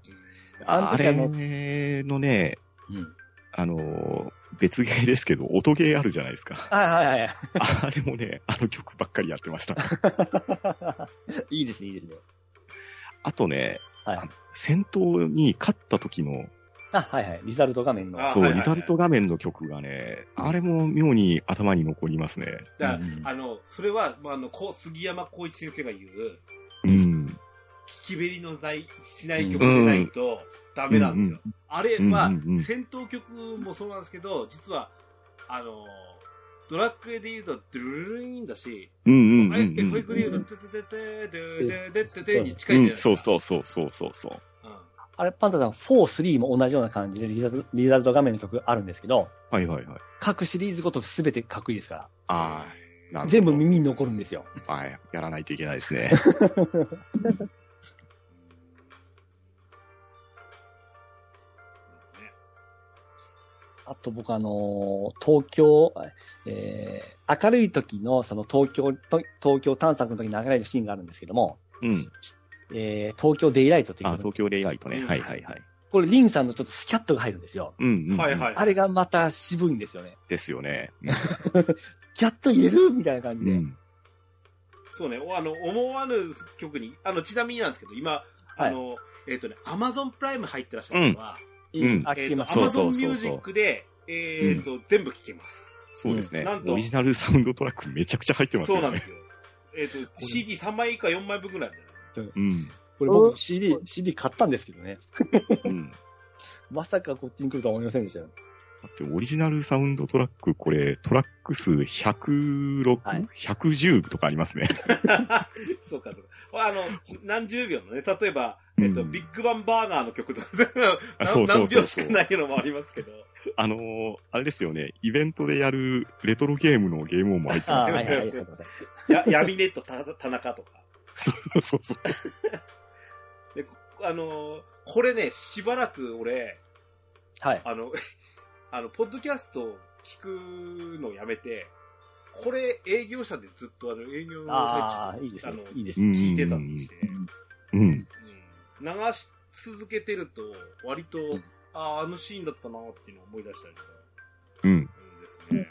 [SPEAKER 2] あの
[SPEAKER 3] あ
[SPEAKER 2] 時あ
[SPEAKER 3] れ
[SPEAKER 2] の
[SPEAKER 3] のね、
[SPEAKER 5] うん
[SPEAKER 3] あの、別ゲーですけど、音ゲーあるじゃないで すか。
[SPEAKER 2] はいはいはい。
[SPEAKER 3] あれもね、あの曲ばっかりやってました。
[SPEAKER 5] いいですね、いいですね。
[SPEAKER 3] あとね、
[SPEAKER 2] はい
[SPEAKER 3] あの戦闘に勝った時の、
[SPEAKER 2] あ、はいはい。リザルト画面の。
[SPEAKER 1] あ
[SPEAKER 3] そう、
[SPEAKER 1] はいはいはい
[SPEAKER 3] リザルト画面の曲がね、あれも妙に頭に残りますね。
[SPEAKER 1] だか
[SPEAKER 5] うん
[SPEAKER 1] ら、あの、それは、まあ、あの、こう杉山浩一先生が言う、
[SPEAKER 3] うん。
[SPEAKER 1] 聞きべりのない、しない曲でないとダメなんですよ。あれは
[SPEAKER 3] うんうんうん、
[SPEAKER 1] 戦闘曲もそうなんですけど、実は、あの、ドラクエで言うと、ドゥルルルーンだし、
[SPEAKER 3] うんう
[SPEAKER 1] あ
[SPEAKER 3] んう
[SPEAKER 1] れ、
[SPEAKER 3] ん
[SPEAKER 1] え保育
[SPEAKER 3] う
[SPEAKER 1] で
[SPEAKER 3] ん。
[SPEAKER 1] 言うと、てててててててててに近いじゃない
[SPEAKER 3] う
[SPEAKER 1] で
[SPEAKER 3] ん、
[SPEAKER 1] すか。
[SPEAKER 3] そうそうそうそうそうそう。
[SPEAKER 1] うん。
[SPEAKER 2] あれ、パンタさん、4、3も同じような感じでリザルリザルト画面の曲あるんですけど、
[SPEAKER 3] はいはいはい。
[SPEAKER 2] 各シリーズごと全てかっこいいですか
[SPEAKER 3] あ
[SPEAKER 2] ら、
[SPEAKER 3] あ、なるほど
[SPEAKER 2] 全部耳に残るんですよ。
[SPEAKER 3] はい、やらないといけないですね。
[SPEAKER 2] あと僕あのー東京、えー明るい時のその東京と、東京探索の時に流れるシーンがあるんですけども、
[SPEAKER 3] うん。
[SPEAKER 2] えー東京デイライトっていう
[SPEAKER 3] あ、
[SPEAKER 2] こと
[SPEAKER 3] 東京レイアイとね。
[SPEAKER 1] うん
[SPEAKER 3] はいはいはい。
[SPEAKER 2] これリンさんのちょっとスキャットが入るんですよ。
[SPEAKER 3] うん、うん。。
[SPEAKER 1] はいはいい。
[SPEAKER 2] あれがまた渋いんですよね。
[SPEAKER 3] ですよね。
[SPEAKER 2] キャット入れるみたいな感
[SPEAKER 3] う
[SPEAKER 2] じで。
[SPEAKER 3] ん。
[SPEAKER 1] そうね、おあの、思わぬ曲に、あの、ちなみになんですけど、今、
[SPEAKER 2] はい
[SPEAKER 1] あの、えっ、とね、アマゾンプライム入ってらっしゃるのは、
[SPEAKER 3] うん
[SPEAKER 2] あ、
[SPEAKER 1] え
[SPEAKER 2] 聞
[SPEAKER 1] っ、
[SPEAKER 2] きまし
[SPEAKER 1] と、
[SPEAKER 2] た
[SPEAKER 1] ア
[SPEAKER 3] そ
[SPEAKER 1] マ
[SPEAKER 3] う
[SPEAKER 1] ゾン
[SPEAKER 3] そ
[SPEAKER 1] ミ
[SPEAKER 3] う
[SPEAKER 1] ュ
[SPEAKER 3] そ
[SPEAKER 1] ージ
[SPEAKER 3] うそう
[SPEAKER 1] ックで、えっ、と、全部聴けます。
[SPEAKER 3] そうです
[SPEAKER 1] う
[SPEAKER 3] ね
[SPEAKER 1] んなん。と
[SPEAKER 3] オリジナルサウンドトラックめちゃくちゃ入ってますよ
[SPEAKER 1] そう
[SPEAKER 3] ね。
[SPEAKER 1] なんですよ。えっ、と、CD3 枚以下4枚分ぐらいあるんじゃない
[SPEAKER 3] うん。
[SPEAKER 2] これ僕 CD、CD 買ったんですけどね。
[SPEAKER 3] うん。だ
[SPEAKER 2] まさかこっちに来るとは思いませんでしたよ。
[SPEAKER 3] ってオリジナルサウンドトラック、これ、トラック数106、
[SPEAKER 5] はい
[SPEAKER 3] 110とかありますね。
[SPEAKER 1] そうか、そうか。あの、何十秒のね、例えば、
[SPEAKER 3] うん
[SPEAKER 1] えっと、ビッグバンバーガーの曲とか、
[SPEAKER 3] あ
[SPEAKER 1] な
[SPEAKER 3] そうそ
[SPEAKER 1] 何
[SPEAKER 3] うそ
[SPEAKER 1] 秒
[SPEAKER 3] う
[SPEAKER 1] し
[SPEAKER 3] そう
[SPEAKER 1] かないのもありますけど。
[SPEAKER 3] あのーあれですよね、イベントでやるレトロゲームのゲーム音も入ってま
[SPEAKER 2] あ
[SPEAKER 3] す
[SPEAKER 2] ー
[SPEAKER 3] よ
[SPEAKER 2] はい
[SPEAKER 3] ね。
[SPEAKER 2] はい、ありがとうございます。
[SPEAKER 1] や、闇ネットた田中とか。
[SPEAKER 3] そうそうそう。
[SPEAKER 1] で、こあのー、これね、しばらく俺、
[SPEAKER 2] はい。
[SPEAKER 1] あの、 あの、ポッドキャストを聞くのやめて、これ営業者でずっとあの営業の
[SPEAKER 2] ああ、
[SPEAKER 1] 最中
[SPEAKER 2] いいですね
[SPEAKER 1] あの。
[SPEAKER 2] いいです
[SPEAKER 3] う
[SPEAKER 2] ね。
[SPEAKER 3] ん
[SPEAKER 1] 聞いてたんでして、
[SPEAKER 3] うん。
[SPEAKER 1] うん流し続けてると、割と、ああ、あのシーンだったなーっていうのを思い出したりとか、
[SPEAKER 3] うん。
[SPEAKER 1] うんですね。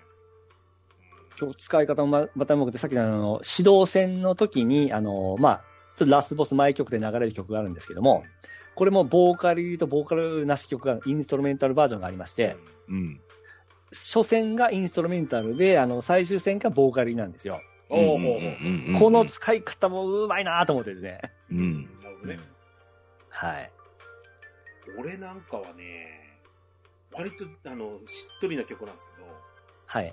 [SPEAKER 2] 今日使い方もままたうまくて、さっきのあの、指導戦の時に、あの、まあ、ちょっとラスボス前曲で流れる曲があるんですけども、これもボーカルとボーカルなし曲が、インストルメンタルバージョンがありまして、
[SPEAKER 3] うん。
[SPEAKER 2] 初戦がインストルメンタルで、あの、最終戦がボーカルなんですよ。
[SPEAKER 1] うん、おお、
[SPEAKER 3] うん
[SPEAKER 1] ほうほう。
[SPEAKER 3] うん
[SPEAKER 2] この使い方もうまいなと思ってですね。
[SPEAKER 3] うん。
[SPEAKER 1] なるほどね。
[SPEAKER 2] はい。
[SPEAKER 1] 俺なんかはね、割と、あの、しっとりな曲なんですけど、
[SPEAKER 2] はい。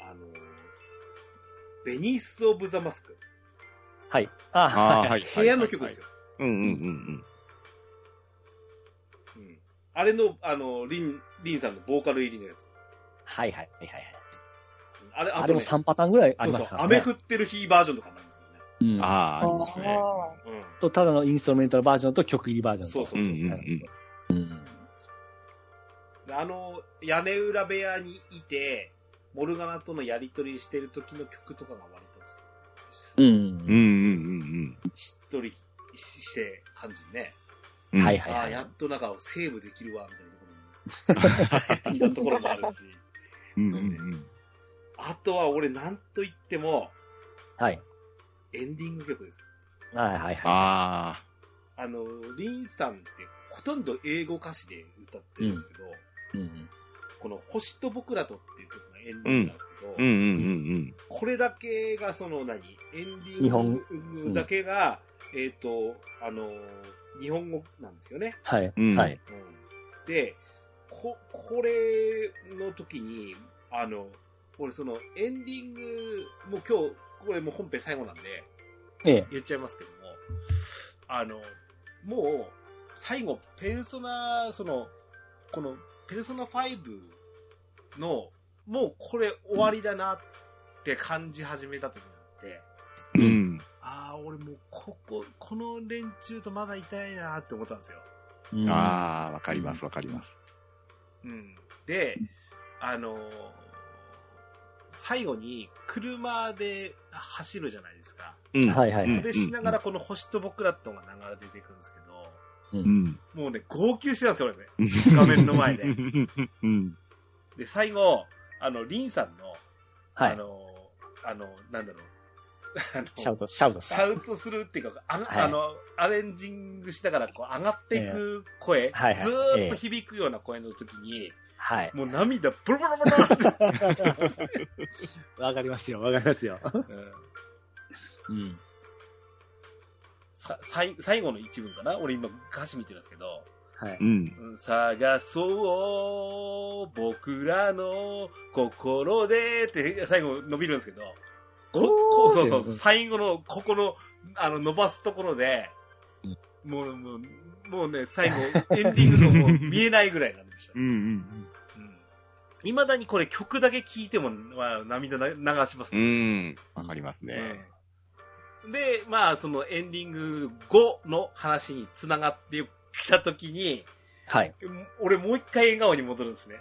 [SPEAKER 1] あの、ベニース・オブ・ザ・マスク。
[SPEAKER 2] はい。あ
[SPEAKER 3] あ
[SPEAKER 2] は
[SPEAKER 3] あ、
[SPEAKER 2] い。
[SPEAKER 3] はい。
[SPEAKER 1] 部屋の曲ですよ。
[SPEAKER 3] うんうんうん
[SPEAKER 1] うん。あれの、あの、リン、リンさんのボーカル入りのやつ。
[SPEAKER 5] はいはいはいはい。
[SPEAKER 1] あれ、あ
[SPEAKER 2] あ
[SPEAKER 1] と
[SPEAKER 2] れ
[SPEAKER 1] ね、
[SPEAKER 2] も
[SPEAKER 1] そう
[SPEAKER 2] 3パターンぐらいありま
[SPEAKER 1] そ
[SPEAKER 2] す
[SPEAKER 1] う、
[SPEAKER 2] からね。
[SPEAKER 1] 雨降ってる日バージョンとかもあるんで
[SPEAKER 2] う
[SPEAKER 3] うんん。ああ、ありますね。
[SPEAKER 4] あ
[SPEAKER 1] すよね。
[SPEAKER 2] と、ただのインストルメンタルバージョンと曲入りバージ
[SPEAKER 1] う
[SPEAKER 2] ョ
[SPEAKER 1] ん。
[SPEAKER 2] ン
[SPEAKER 1] そう
[SPEAKER 2] と。
[SPEAKER 1] そう
[SPEAKER 3] う
[SPEAKER 1] そう。
[SPEAKER 3] んうんうん。
[SPEAKER 2] うん
[SPEAKER 1] であの、屋根裏部屋にいて、モルガナとのやりとりしてる時の曲とかが割と好きです。
[SPEAKER 5] う
[SPEAKER 3] う
[SPEAKER 5] ん。
[SPEAKER 3] んうん
[SPEAKER 1] しっとりしして感じね。
[SPEAKER 3] うんうん。
[SPEAKER 5] はいはい
[SPEAKER 1] あ
[SPEAKER 5] は
[SPEAKER 1] あ、
[SPEAKER 5] い。
[SPEAKER 1] やっとなんかセーブできるわ、みたいなところも、入ってき たところもあるし。
[SPEAKER 3] うんうんうん。
[SPEAKER 1] あとは俺なんと言っても、
[SPEAKER 5] はい。
[SPEAKER 1] エンディング曲です。
[SPEAKER 5] はいはいはい。
[SPEAKER 3] あ
[SPEAKER 1] あの、リンさんってほとんど英語歌詞で歌ってるんですけど、
[SPEAKER 5] うん。
[SPEAKER 1] この星と僕らとっていう曲がエンディングなんですけど、
[SPEAKER 3] あ。うんうんうん
[SPEAKER 1] これだけがその何エンデ
[SPEAKER 2] 日
[SPEAKER 1] ィ
[SPEAKER 2] 本
[SPEAKER 1] ングだけが、えっ、と、あの、日本語なんですよね。
[SPEAKER 5] はい。
[SPEAKER 3] うん
[SPEAKER 5] はい。
[SPEAKER 1] うんで、こ、これの時に、あの、俺そのエンディング、もう今日、これもう本編最後なんで、
[SPEAKER 2] ええ。
[SPEAKER 1] 言っちゃいますけども、あの、もう、最後、ペルソナ、その、この、ペルソナ5の、もうこれ終わりだなって感じ始めた時になって、
[SPEAKER 3] うん。うん。
[SPEAKER 1] ああ、俺もうここ、この連中とまだいたいなって思ったんですよ。
[SPEAKER 5] うん
[SPEAKER 3] ああ、わかりますわかります。
[SPEAKER 1] うん。で、あのー最後に車で走るじゃないですか。
[SPEAKER 3] うん。
[SPEAKER 5] はいはい
[SPEAKER 3] うん
[SPEAKER 5] は
[SPEAKER 1] そ
[SPEAKER 5] い。
[SPEAKER 1] れしながらこの星と僕らってのが流れてくるんですけど、
[SPEAKER 3] うん。
[SPEAKER 1] もうね、号泣してたんですよ、俺ね。画面の前で
[SPEAKER 3] うん。
[SPEAKER 1] で、最後、あの、リンさんの、
[SPEAKER 5] は
[SPEAKER 1] あ
[SPEAKER 5] い。
[SPEAKER 1] の、あの、なんだろう、あの、
[SPEAKER 2] シャウト、シャウト
[SPEAKER 1] シ
[SPEAKER 2] さん。
[SPEAKER 1] ャウトするっていうか、あが
[SPEAKER 5] はい
[SPEAKER 1] あの、アレンジングしながら、こう、上がっていく声、
[SPEAKER 5] はいはい
[SPEAKER 1] ずーっと
[SPEAKER 5] ええ
[SPEAKER 1] 響くような声の時に、
[SPEAKER 5] はい。
[SPEAKER 1] もう涙、ブルブルブルブルって
[SPEAKER 2] わかりますよ、わかりますよ。
[SPEAKER 1] うん
[SPEAKER 5] うん。
[SPEAKER 1] さ最最後の一文かな俺今歌詞見てるんですけど、
[SPEAKER 2] はい。
[SPEAKER 3] うん。
[SPEAKER 1] うん探そう僕らの心でって最後伸びるんですけど、ここ
[SPEAKER 2] おー
[SPEAKER 1] そうそうそう、最後のここの、あの、伸ばすところで、もう、もう、もうね、最後、 エンディングのもう見えないぐらいになりました
[SPEAKER 3] う。ん。
[SPEAKER 1] うん未だにこれ曲だけ聴いても、まあ、涙な流します
[SPEAKER 3] う
[SPEAKER 1] ね。
[SPEAKER 3] ん。わかりますね。
[SPEAKER 1] で、まあ、そのエンディング後の話に繋がってきたときに、
[SPEAKER 5] はい。
[SPEAKER 1] 俺もう一回笑顔に戻るんですね。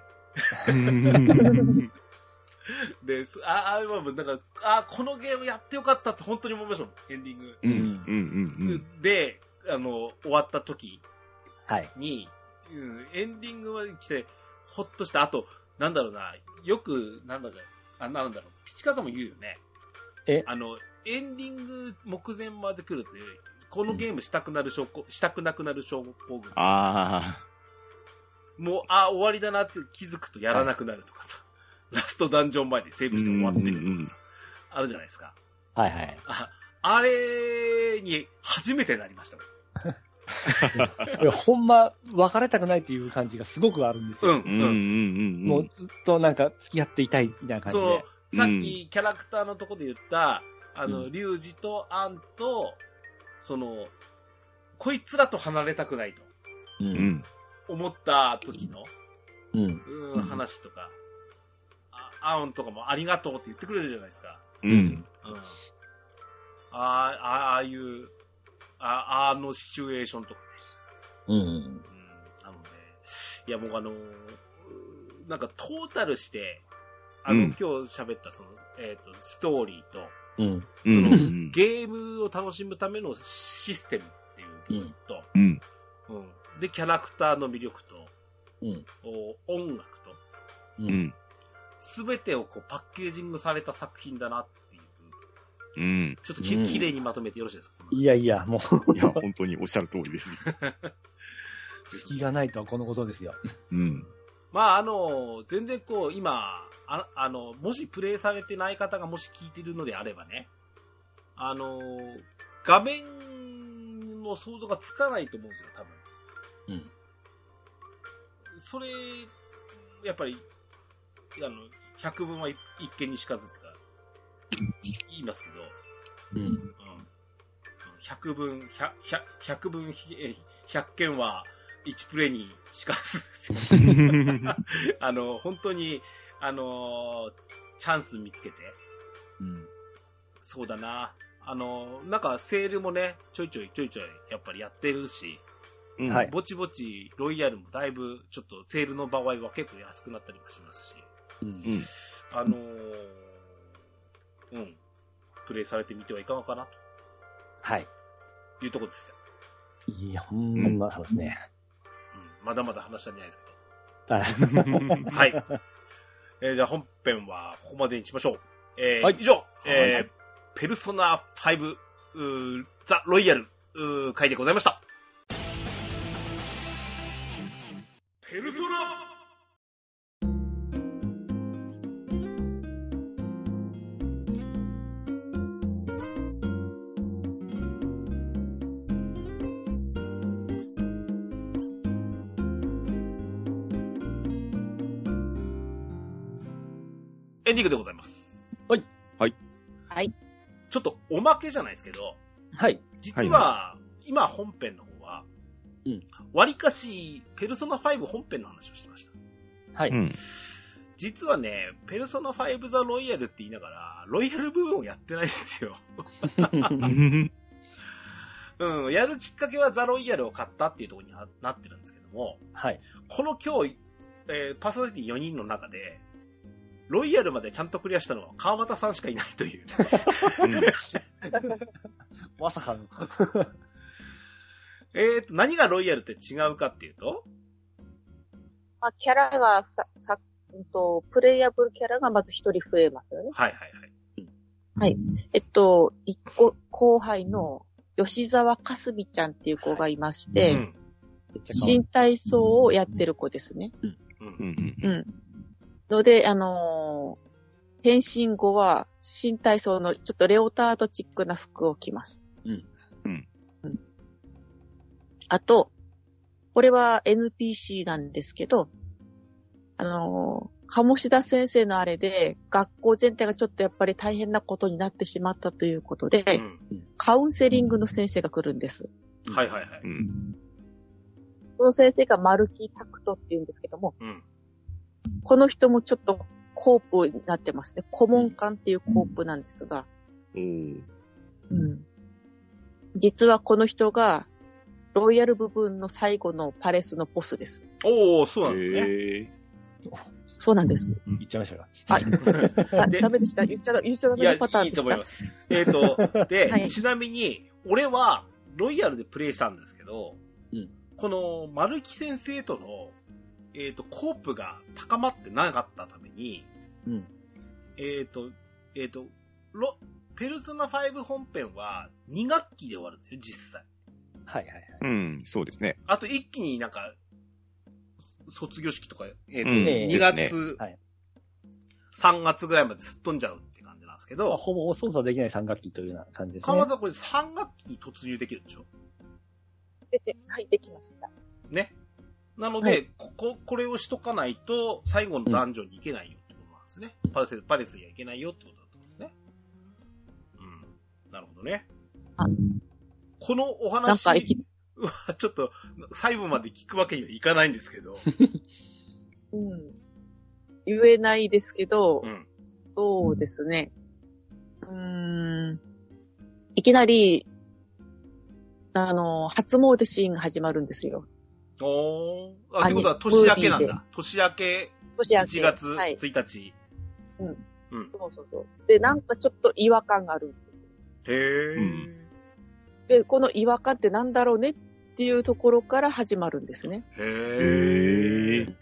[SPEAKER 1] で、すあ、あ、まあ、なんか、あ、このゲームやってよかったって本当に思いましたもん、エンディング。
[SPEAKER 3] うんうんうん
[SPEAKER 1] で、あの、終わった時
[SPEAKER 5] はい。
[SPEAKER 1] に、うん、エンディングまで来て、ほっとした。あと、なんだろうな、よく、なんだろう、あ、なんだろう、ピチカーさんも言うよね。
[SPEAKER 5] え
[SPEAKER 1] あの、エンディング目前まで来ると、このゲームしたくなる証拠、したくなくなる証拠群。
[SPEAKER 3] あ
[SPEAKER 1] もう、あ、終わりだなって気づくとやらなくなるとかさ、ラストダンジョン前でセーブして終わってるとかさ、あるじゃないですか。
[SPEAKER 5] はいはい。
[SPEAKER 1] あ、 あれに初めてなりましたもん。
[SPEAKER 2] いやほんま、別れたくないっていう感じがすごくあるんですよ。
[SPEAKER 1] うん
[SPEAKER 3] あ。うんうんうん。
[SPEAKER 2] もうずっとなんか付き合っていたいみたいな感
[SPEAKER 1] そ
[SPEAKER 2] じで。
[SPEAKER 1] の、さっ
[SPEAKER 3] うん
[SPEAKER 1] きキャラクターのとこで言った、あ
[SPEAKER 5] う
[SPEAKER 1] の、リュウジとアンと、その、こいつらと離れたくないと
[SPEAKER 5] う。
[SPEAKER 3] うんん。
[SPEAKER 1] 思った時の、
[SPEAKER 5] うん。
[SPEAKER 1] うん、話とか、あアンとかもありがとうって言ってくれるじゃないですか。
[SPEAKER 3] うん。
[SPEAKER 1] うん。ああ、ああいう、ああのシチュエーションとか
[SPEAKER 5] うん。
[SPEAKER 1] うんなので、いやもうあのーなんかトータルして、あの、
[SPEAKER 3] うん
[SPEAKER 1] 今日喋ったその、えっ、と、ストーリーと、
[SPEAKER 5] うん。
[SPEAKER 3] うん。
[SPEAKER 1] ゲームを楽しむためのシステムっていう部分と、
[SPEAKER 3] うん。
[SPEAKER 1] うんで、キャラクターの魅力と、
[SPEAKER 5] うん
[SPEAKER 1] お音楽と、
[SPEAKER 5] う。
[SPEAKER 3] うんん。
[SPEAKER 1] すべてをこうパッケージングされた作品だなっていう、
[SPEAKER 3] うん。
[SPEAKER 1] ちょっとき,、
[SPEAKER 5] うん
[SPEAKER 1] 綺麗にまとめてよろしいですか
[SPEAKER 2] いやいや、もう、
[SPEAKER 3] いや、本当におっしゃる通りです。
[SPEAKER 2] 隙がないとはこのことですよ。
[SPEAKER 3] うん。
[SPEAKER 1] まあ、あの、全然こう、今、ああの、もしプレイされてない方がもし聞いてるのであればね、あの、画面の想像がつかないと思うんですよ、多分。
[SPEAKER 5] うん。
[SPEAKER 1] それ、やっぱり、あの、百分は一見にしかずってか、言いますけど、
[SPEAKER 5] うん。
[SPEAKER 1] うん。百分、百、百百分、え百件は一プレイにしかずですよ。あの、本当に、あのーチャンス見つけて、
[SPEAKER 5] うん。
[SPEAKER 1] そうだな。あのーなんかセールもね、ちょいちょいちょいちょい、やっぱりやってるし、
[SPEAKER 2] はい
[SPEAKER 1] ぼちぼちロイヤルもだいぶ、ちょっとセールの場合は結構安くなったりもしますし、
[SPEAKER 5] うん
[SPEAKER 3] うん。
[SPEAKER 1] あのーうん。プレイされてみてはいかがかな
[SPEAKER 2] はい。
[SPEAKER 1] というところですよ。
[SPEAKER 2] いや、ほんま、そうですね。
[SPEAKER 1] うん、まだまだ話したんじゃないですけど。
[SPEAKER 2] あ
[SPEAKER 1] はい。 えーじゃあ本編はここまでにしましょう。えー
[SPEAKER 2] はい
[SPEAKER 1] 以上、えー
[SPEAKER 2] はい
[SPEAKER 1] ペルソナ5、うーザ・ロイヤル、うー回でございました。ペルソナエンディングでございます。
[SPEAKER 2] はい。
[SPEAKER 3] はい。
[SPEAKER 6] はい。
[SPEAKER 1] ちょっとおまけじゃないですけど、
[SPEAKER 2] はい。
[SPEAKER 1] 実は、今本編の方は
[SPEAKER 2] うん、
[SPEAKER 1] わりかし、ペルソナ5本編の話をしてました。
[SPEAKER 2] は
[SPEAKER 3] う
[SPEAKER 2] い。
[SPEAKER 3] ん。
[SPEAKER 1] 実はね、ペルソナ5ザ・ロイヤルって言いながら、ロイヤル部分をやってないんですよ。 うん、やるきっかけはザ・ロイヤルを買ったっていうところにななってるんですけども、
[SPEAKER 2] はい。
[SPEAKER 1] この今日、えーパーソナリティ4人の中で、ロイヤルまでちゃんとクリアしたのは川又さんしかいないと いう。
[SPEAKER 2] まさかの。
[SPEAKER 1] えーと、何がロイヤルって違うかっていうと、
[SPEAKER 4] まあ、キャラがさ、さ、うんと、プレイヤブルキャラがまず一人増えますよね。
[SPEAKER 1] はいはいはい。
[SPEAKER 4] えっと、一個後輩の吉沢かすみちゃんっていう子がいまして、
[SPEAKER 1] うん。
[SPEAKER 4] 新体操をやってる子ですね。
[SPEAKER 1] うん
[SPEAKER 3] う。ん。
[SPEAKER 4] うん。ので、あのー変身後は、新体操のちょっとレオタードチックな服を着ます。
[SPEAKER 2] うん
[SPEAKER 3] うん。
[SPEAKER 4] うん。あと、これは NPC なんですけど、あのー鴨志田先生のあれで、学校全体がちょっとやっぱり大変なことになってしまったということで、
[SPEAKER 1] うん
[SPEAKER 4] カウンセリングの先生が来るんです。
[SPEAKER 1] はいはいはい。
[SPEAKER 3] うん。
[SPEAKER 4] その先生がマルキータクトって言うんですけども、
[SPEAKER 1] うん。
[SPEAKER 4] この人もちょっとコープになってますね。顧問官っていうコープなんですが、
[SPEAKER 3] おー
[SPEAKER 4] うん実はこの人が、ロイヤル部分の最後のパレスのボスです。
[SPEAKER 1] おー、そうなんだね。
[SPEAKER 3] へ
[SPEAKER 4] そうなんです。
[SPEAKER 2] 言っちゃいましたか。
[SPEAKER 4] はい。あ
[SPEAKER 1] で
[SPEAKER 4] ダメでした。言っちゃだ、言っちゃダ
[SPEAKER 1] い
[SPEAKER 4] メ
[SPEAKER 1] や、
[SPEAKER 4] ないパターン
[SPEAKER 1] い
[SPEAKER 4] で
[SPEAKER 1] と
[SPEAKER 4] し
[SPEAKER 1] 思い
[SPEAKER 4] た
[SPEAKER 1] ま。す。えっ、 と、で、
[SPEAKER 4] はい
[SPEAKER 1] ちなみに、俺は、ロイヤルでプレイしたんですけど、
[SPEAKER 2] うん
[SPEAKER 1] この、丸木先生との、えっ、と、コープが高まってなかったために、
[SPEAKER 2] うん
[SPEAKER 1] えっ、と、えっ、と、ロ、ペルソナ5本編は2学期で終わるんですよ、実際。
[SPEAKER 2] はいはいはい。
[SPEAKER 3] ーうん、そうですね。
[SPEAKER 1] あと一気になんか、そ卒業式とか、えっ、と、
[SPEAKER 3] うん
[SPEAKER 2] ええ
[SPEAKER 1] 2
[SPEAKER 3] です
[SPEAKER 1] 月、
[SPEAKER 2] はい
[SPEAKER 1] 3月ぐらいまですっ飛んじゃうって感じなんですけ
[SPEAKER 2] まあ
[SPEAKER 1] ど、
[SPEAKER 2] ほぼ操作できない三学期というような感じですね
[SPEAKER 1] 川。松はこれ3学期に突入できるんでしょ
[SPEAKER 4] 入ってきました。
[SPEAKER 1] ね。なので、
[SPEAKER 4] は
[SPEAKER 1] ここ、これをしとかないと、最後のダンジョンに行けないよってことなんですね。パレス、パレスには行けないよってことだったんですね。うん。なるほどね
[SPEAKER 4] あ。
[SPEAKER 1] このお
[SPEAKER 4] なん
[SPEAKER 1] 話
[SPEAKER 4] か、いき
[SPEAKER 1] は ちょっと、細部まで聞くわけにはいかないんですけ ど。
[SPEAKER 4] うん。言えないですけど
[SPEAKER 1] う、ん。
[SPEAKER 4] そうですね。うーん。いきなり、あの、初詣シーンが始まるんですよ。
[SPEAKER 1] おー。あ、
[SPEAKER 4] あ
[SPEAKER 1] ってことは
[SPEAKER 4] ね
[SPEAKER 1] 年明けなん
[SPEAKER 4] ムーディー
[SPEAKER 1] だ。年明け、
[SPEAKER 4] 年明け
[SPEAKER 1] 1月
[SPEAKER 4] はい。
[SPEAKER 1] 1日。
[SPEAKER 4] そうそうそう。で、なんかちょっと違和感があるんですよ。
[SPEAKER 1] へー。
[SPEAKER 3] うん
[SPEAKER 4] で、この違和感ってなんだろうねっていうところから始まるんですね。
[SPEAKER 1] へ
[SPEAKER 3] へ
[SPEAKER 1] ー。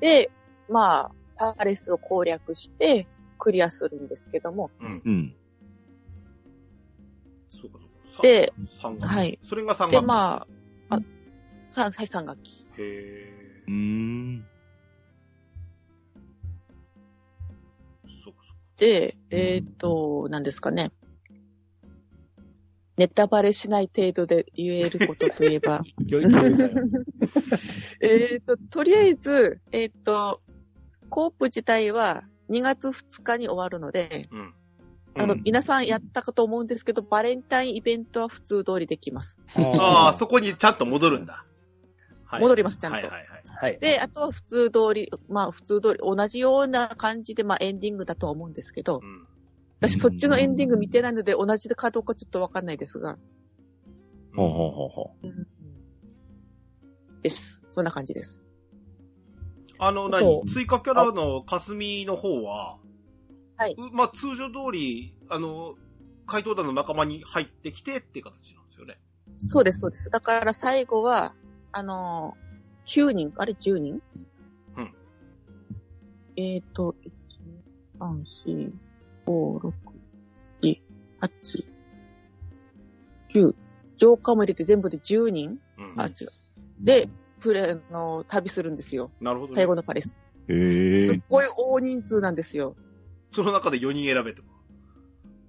[SPEAKER 4] で、まあ、パレスを攻略してクリアするんですけども、
[SPEAKER 1] うん。
[SPEAKER 3] うん。
[SPEAKER 1] そうかそうか。
[SPEAKER 4] で
[SPEAKER 1] さ、3月。
[SPEAKER 4] はい。
[SPEAKER 1] それが3月。
[SPEAKER 4] で、まあ、あ、さはい、3学期。
[SPEAKER 1] へー
[SPEAKER 3] うー。ん。
[SPEAKER 1] そうかそうか。
[SPEAKER 4] で、えっ、と、何ですかね。ネタバレしない程度で言えることとい えば、
[SPEAKER 2] 教育教育だよ
[SPEAKER 4] えっと、とりあえず、えっ、と、コープ自体は2月2日に終わるので、
[SPEAKER 1] うん。
[SPEAKER 4] あの、
[SPEAKER 3] うん
[SPEAKER 4] 皆さんやったかと思うんですけど、バレンタインイベントは普通通りできます。
[SPEAKER 1] ああ、
[SPEAKER 2] そ
[SPEAKER 1] そこにちゃんと戻るんだ。は
[SPEAKER 4] 戻りますちゃんと
[SPEAKER 1] はいはいはい。
[SPEAKER 2] はい。
[SPEAKER 4] で、あとは普通通り、まあ普通通り、同じような感じで、まあエンディングだとは思うんですけど
[SPEAKER 1] う、ん。
[SPEAKER 4] 私そっちのエンディング見てないので、同じかどうかちょっとわかんないですが、
[SPEAKER 3] ほうほうほうほ
[SPEAKER 4] です。そんな感じです。
[SPEAKER 1] あの、
[SPEAKER 2] あと
[SPEAKER 1] 何追加キャラの霞の方は、
[SPEAKER 7] はいう
[SPEAKER 1] まあ、通常通り、あの、怪盗団の仲間に入ってきてっていう形なんですよね。
[SPEAKER 7] そうです、そうです。だから最後は、あのー、9人、あれ10人
[SPEAKER 1] うん。
[SPEAKER 7] えっ、ー、と、1、2、3、4、5、6、7、8、9。浄化も入れて全部で10人、
[SPEAKER 1] うん。
[SPEAKER 7] あ、違う。で、プレ、あのー、旅するんですよ。
[SPEAKER 1] なるほど、
[SPEAKER 7] 最
[SPEAKER 1] ね
[SPEAKER 7] 後。のパレス。
[SPEAKER 3] え
[SPEAKER 7] す
[SPEAKER 3] え
[SPEAKER 7] っごい大人数なんですよ。
[SPEAKER 1] その中で4人選べとか。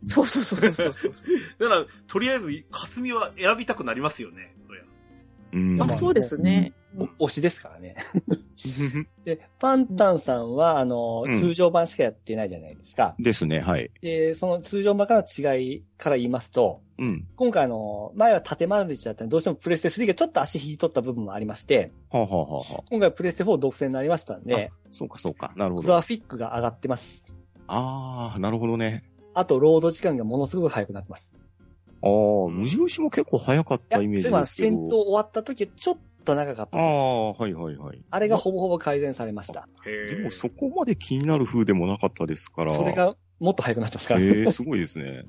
[SPEAKER 7] そうそうそうそう そう。
[SPEAKER 1] だから、とりあえず、霞は選びたくなりますよね。そりゃ
[SPEAKER 3] うん
[SPEAKER 7] まあそうですね。
[SPEAKER 2] 推しですからね。で、パンタンさんは、あの、
[SPEAKER 3] うん
[SPEAKER 2] 通常版しかやってないじゃないですか。
[SPEAKER 3] ですね、はい。
[SPEAKER 2] で、その通常版からの違いから言いますと、
[SPEAKER 3] うん。
[SPEAKER 2] 今回あの、前は縦マルチだったので、どうしてもプレステ3がちょっと足引いとった部分もありまして、
[SPEAKER 3] はあ、はあはあは
[SPEAKER 2] 今回プレステ4独占になりましたんで、
[SPEAKER 3] あ、そうかそうか。なるほ
[SPEAKER 2] グ
[SPEAKER 3] ど。
[SPEAKER 2] ラフィックが上がってます。
[SPEAKER 3] ああ、なるほどね。
[SPEAKER 2] あと、ロード時間がものすごく早くなってます。
[SPEAKER 3] ああ、無印も結構早かっ
[SPEAKER 2] いや
[SPEAKER 3] たイメージ
[SPEAKER 2] つま
[SPEAKER 3] で
[SPEAKER 2] り
[SPEAKER 3] すけ
[SPEAKER 2] 戦闘
[SPEAKER 3] ど。
[SPEAKER 2] 終わった時、ちょっと長かっ
[SPEAKER 3] あ
[SPEAKER 2] た。
[SPEAKER 3] あ、はいはいはい。
[SPEAKER 2] あれがほぼほぼ改善されました。
[SPEAKER 1] へ
[SPEAKER 3] で
[SPEAKER 1] え。
[SPEAKER 3] もそこまで気になる風でもなかったですから。
[SPEAKER 2] それがもっと早くなってますから。
[SPEAKER 3] ええすごいですね。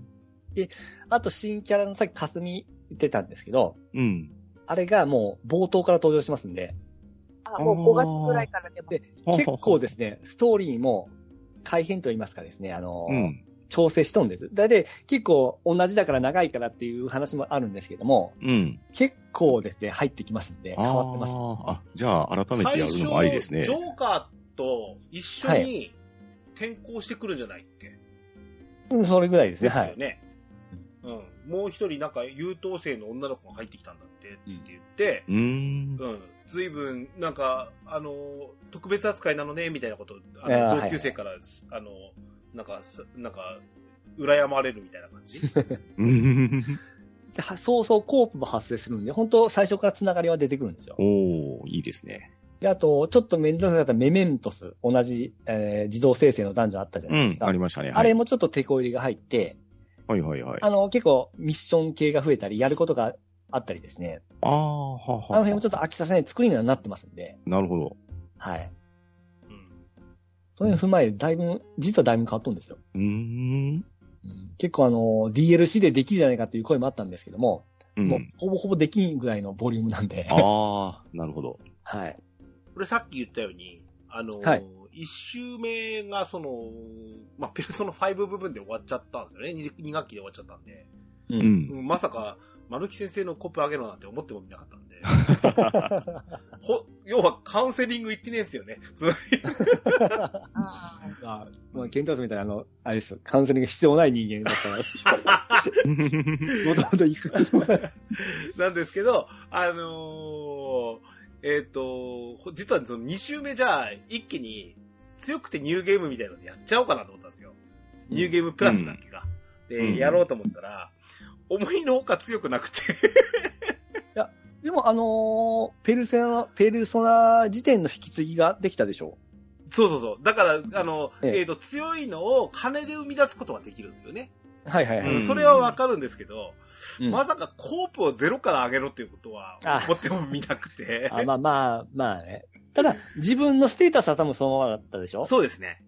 [SPEAKER 2] あと、新キャラのさっき、かすみ言ってたんですけど、
[SPEAKER 3] うん。。
[SPEAKER 2] あれがもう冒頭から登場しますんで、
[SPEAKER 7] あ、もう5月ぐらいから出ます。
[SPEAKER 2] 結構ですすね、ストーリーも改変と言いますかですね、あの、
[SPEAKER 3] うん。
[SPEAKER 2] 調整しとんです。だいたい結構同じだから長いからっていう話もあるんですけども、
[SPEAKER 3] うん。
[SPEAKER 2] 結構ですね、入ってきますんで、変
[SPEAKER 3] あ
[SPEAKER 2] わってます。
[SPEAKER 3] あ、あ、じゃあ改めて
[SPEAKER 1] 最
[SPEAKER 3] や
[SPEAKER 1] 初、
[SPEAKER 3] る
[SPEAKER 1] ジ
[SPEAKER 3] の
[SPEAKER 1] ョ
[SPEAKER 3] もありですね。
[SPEAKER 1] ーカーと一緒
[SPEAKER 2] は
[SPEAKER 1] に転校してくるんじゃないっけ、
[SPEAKER 2] うん、それぐらいですね、
[SPEAKER 1] です
[SPEAKER 2] は
[SPEAKER 1] よ
[SPEAKER 2] い。
[SPEAKER 1] ね。うん。もう一人なんか優等生の女の子が入ってきたんだってって言って、
[SPEAKER 3] うーん。
[SPEAKER 1] うん。随分、なんか、あの、特別扱いなのね、みたいなこと、あ
[SPEAKER 2] あー
[SPEAKER 1] の
[SPEAKER 2] はい
[SPEAKER 1] 同級生から、あの、なんか、すなんか、羨まれるみたいな感 じ
[SPEAKER 3] うん
[SPEAKER 2] ではそうそう、コープも発生するんで、本当最初からつながりは出てくるんですよ。
[SPEAKER 3] おー、いいですね。
[SPEAKER 2] で、あと、ちょっと面倒くさかったメメントス、同じ、えー自動生成の男女あったじゃ
[SPEAKER 3] う
[SPEAKER 2] ないで
[SPEAKER 3] ん
[SPEAKER 2] す、か。
[SPEAKER 3] ありましたね。
[SPEAKER 2] あ
[SPEAKER 3] はい
[SPEAKER 2] れもちょっと手こ入れが入って、
[SPEAKER 3] はいはいはい。
[SPEAKER 2] あの、結構ミッション系が増えたり、やることがあったりですね。
[SPEAKER 3] ああ、はあは
[SPEAKER 2] あの辺もちょっと飽きさせない作りにはなってますんで、
[SPEAKER 3] なるほど。
[SPEAKER 2] はい。
[SPEAKER 1] うん。
[SPEAKER 2] その辺踏まえて、だいぶ、実はだいぶ変わっとんですよ。
[SPEAKER 3] うーん。
[SPEAKER 2] 結構あの、DLC でできるじゃないかっていう声もあったんですけども、
[SPEAKER 3] う。
[SPEAKER 2] もうんほぼほぼできんぐらいのボリュームなんで、
[SPEAKER 3] ああ、なるほど。
[SPEAKER 2] はい。
[SPEAKER 1] これさっき言ったように、あの、
[SPEAKER 2] はい
[SPEAKER 1] 一周目がその、まあ、ペルソナ5部分で終わっちゃったんですよね。2, 学期で終わっちゃったんで。
[SPEAKER 2] う
[SPEAKER 3] うんん。
[SPEAKER 1] うんまさか、丸木先生のコップあげろなんて思ってもみなかったんで。 ほ、要はカウンセリング行ってねえんすよね。つまり
[SPEAKER 7] あー
[SPEAKER 2] あまあ、ケンタウスみたいな、あの、あれですよ、カウンセリングが必要ない人間だったら、もともと行く必要ない。
[SPEAKER 1] なんですけど、あのーえっ、と、ほ実はその2周目じゃあ、一気に強くてニューゲームみたいなのやっちゃおうかなと思ったんですよ。ニューゲームプラスだっけか。
[SPEAKER 3] う
[SPEAKER 1] で、
[SPEAKER 3] ん
[SPEAKER 1] やろうと思ったら、思いのほか強くなくて。
[SPEAKER 2] でも、あのーペルソナ、ペルソナ時点の引き継ぎができたでしょ
[SPEAKER 1] そうそうそう。だから、あの、えっ、
[SPEAKER 2] ええ
[SPEAKER 1] と、強いのを金で生み出すことはできるんですよね。
[SPEAKER 2] うはいはいは
[SPEAKER 1] う
[SPEAKER 2] い。
[SPEAKER 1] ん
[SPEAKER 3] うん
[SPEAKER 1] それはわかるんですけど、
[SPEAKER 2] うん
[SPEAKER 1] まさかコープをゼロから上げろっていうことは
[SPEAKER 2] あ
[SPEAKER 1] 思ってもみなくて。
[SPEAKER 2] あまあまあ、まあね。ただ、自分のステータスは多分そのままだったでしょ
[SPEAKER 1] そうですね。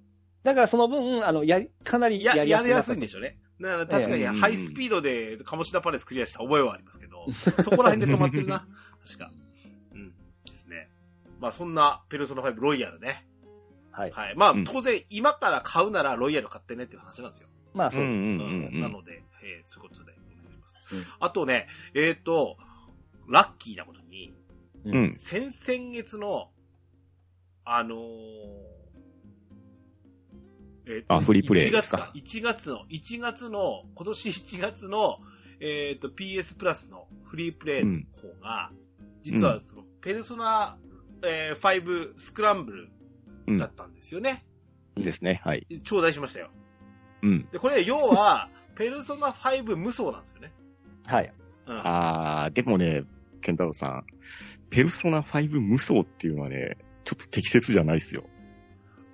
[SPEAKER 2] だからその分、あの、やり、かなり
[SPEAKER 1] や
[SPEAKER 2] やり
[SPEAKER 1] や
[SPEAKER 2] やす
[SPEAKER 1] り
[SPEAKER 2] くな
[SPEAKER 1] や
[SPEAKER 2] っ
[SPEAKER 1] す
[SPEAKER 2] た
[SPEAKER 1] いんでしょうね。だから確かに
[SPEAKER 3] ええ
[SPEAKER 1] ハイスピードで鴨志田パレスクリアした覚えはありますけど、そこら辺で止まってる な。確か。うん。ですね。まあそんなペルソナ5ロイヤルね。
[SPEAKER 2] はい。
[SPEAKER 1] はい。まあ
[SPEAKER 3] うん
[SPEAKER 1] 当然今から買うならロイヤル買ってねっていう話なんですよ。
[SPEAKER 2] まあ、そうう。
[SPEAKER 3] んうんうんう。
[SPEAKER 1] なんので、えーそういうことでお願いします。
[SPEAKER 2] うん
[SPEAKER 1] あとね、えっ、と、ラッキーなことに、
[SPEAKER 3] うん。
[SPEAKER 1] 先々月の、あのー、えっ
[SPEAKER 3] あフリープレ
[SPEAKER 1] 1
[SPEAKER 3] イ
[SPEAKER 1] 月
[SPEAKER 3] ですか
[SPEAKER 1] 1月の、1月の、今年1月の、えっ、と、PS プラスのフリープレイの方が、実はその、ペルソナ、えー、5スクランブ
[SPEAKER 3] うん
[SPEAKER 1] ルだったんですよね。
[SPEAKER 3] ですね。はい。
[SPEAKER 1] 頂戴しましたよ。
[SPEAKER 3] うん。
[SPEAKER 1] で、これ、要 は、ペルソナ5無双なんですよね。
[SPEAKER 2] はい。
[SPEAKER 1] うん。
[SPEAKER 3] ああ、でもね、ケンタロウさん、ペルソナ5無双っていうのはね、ちょっと適切じゃないですよ。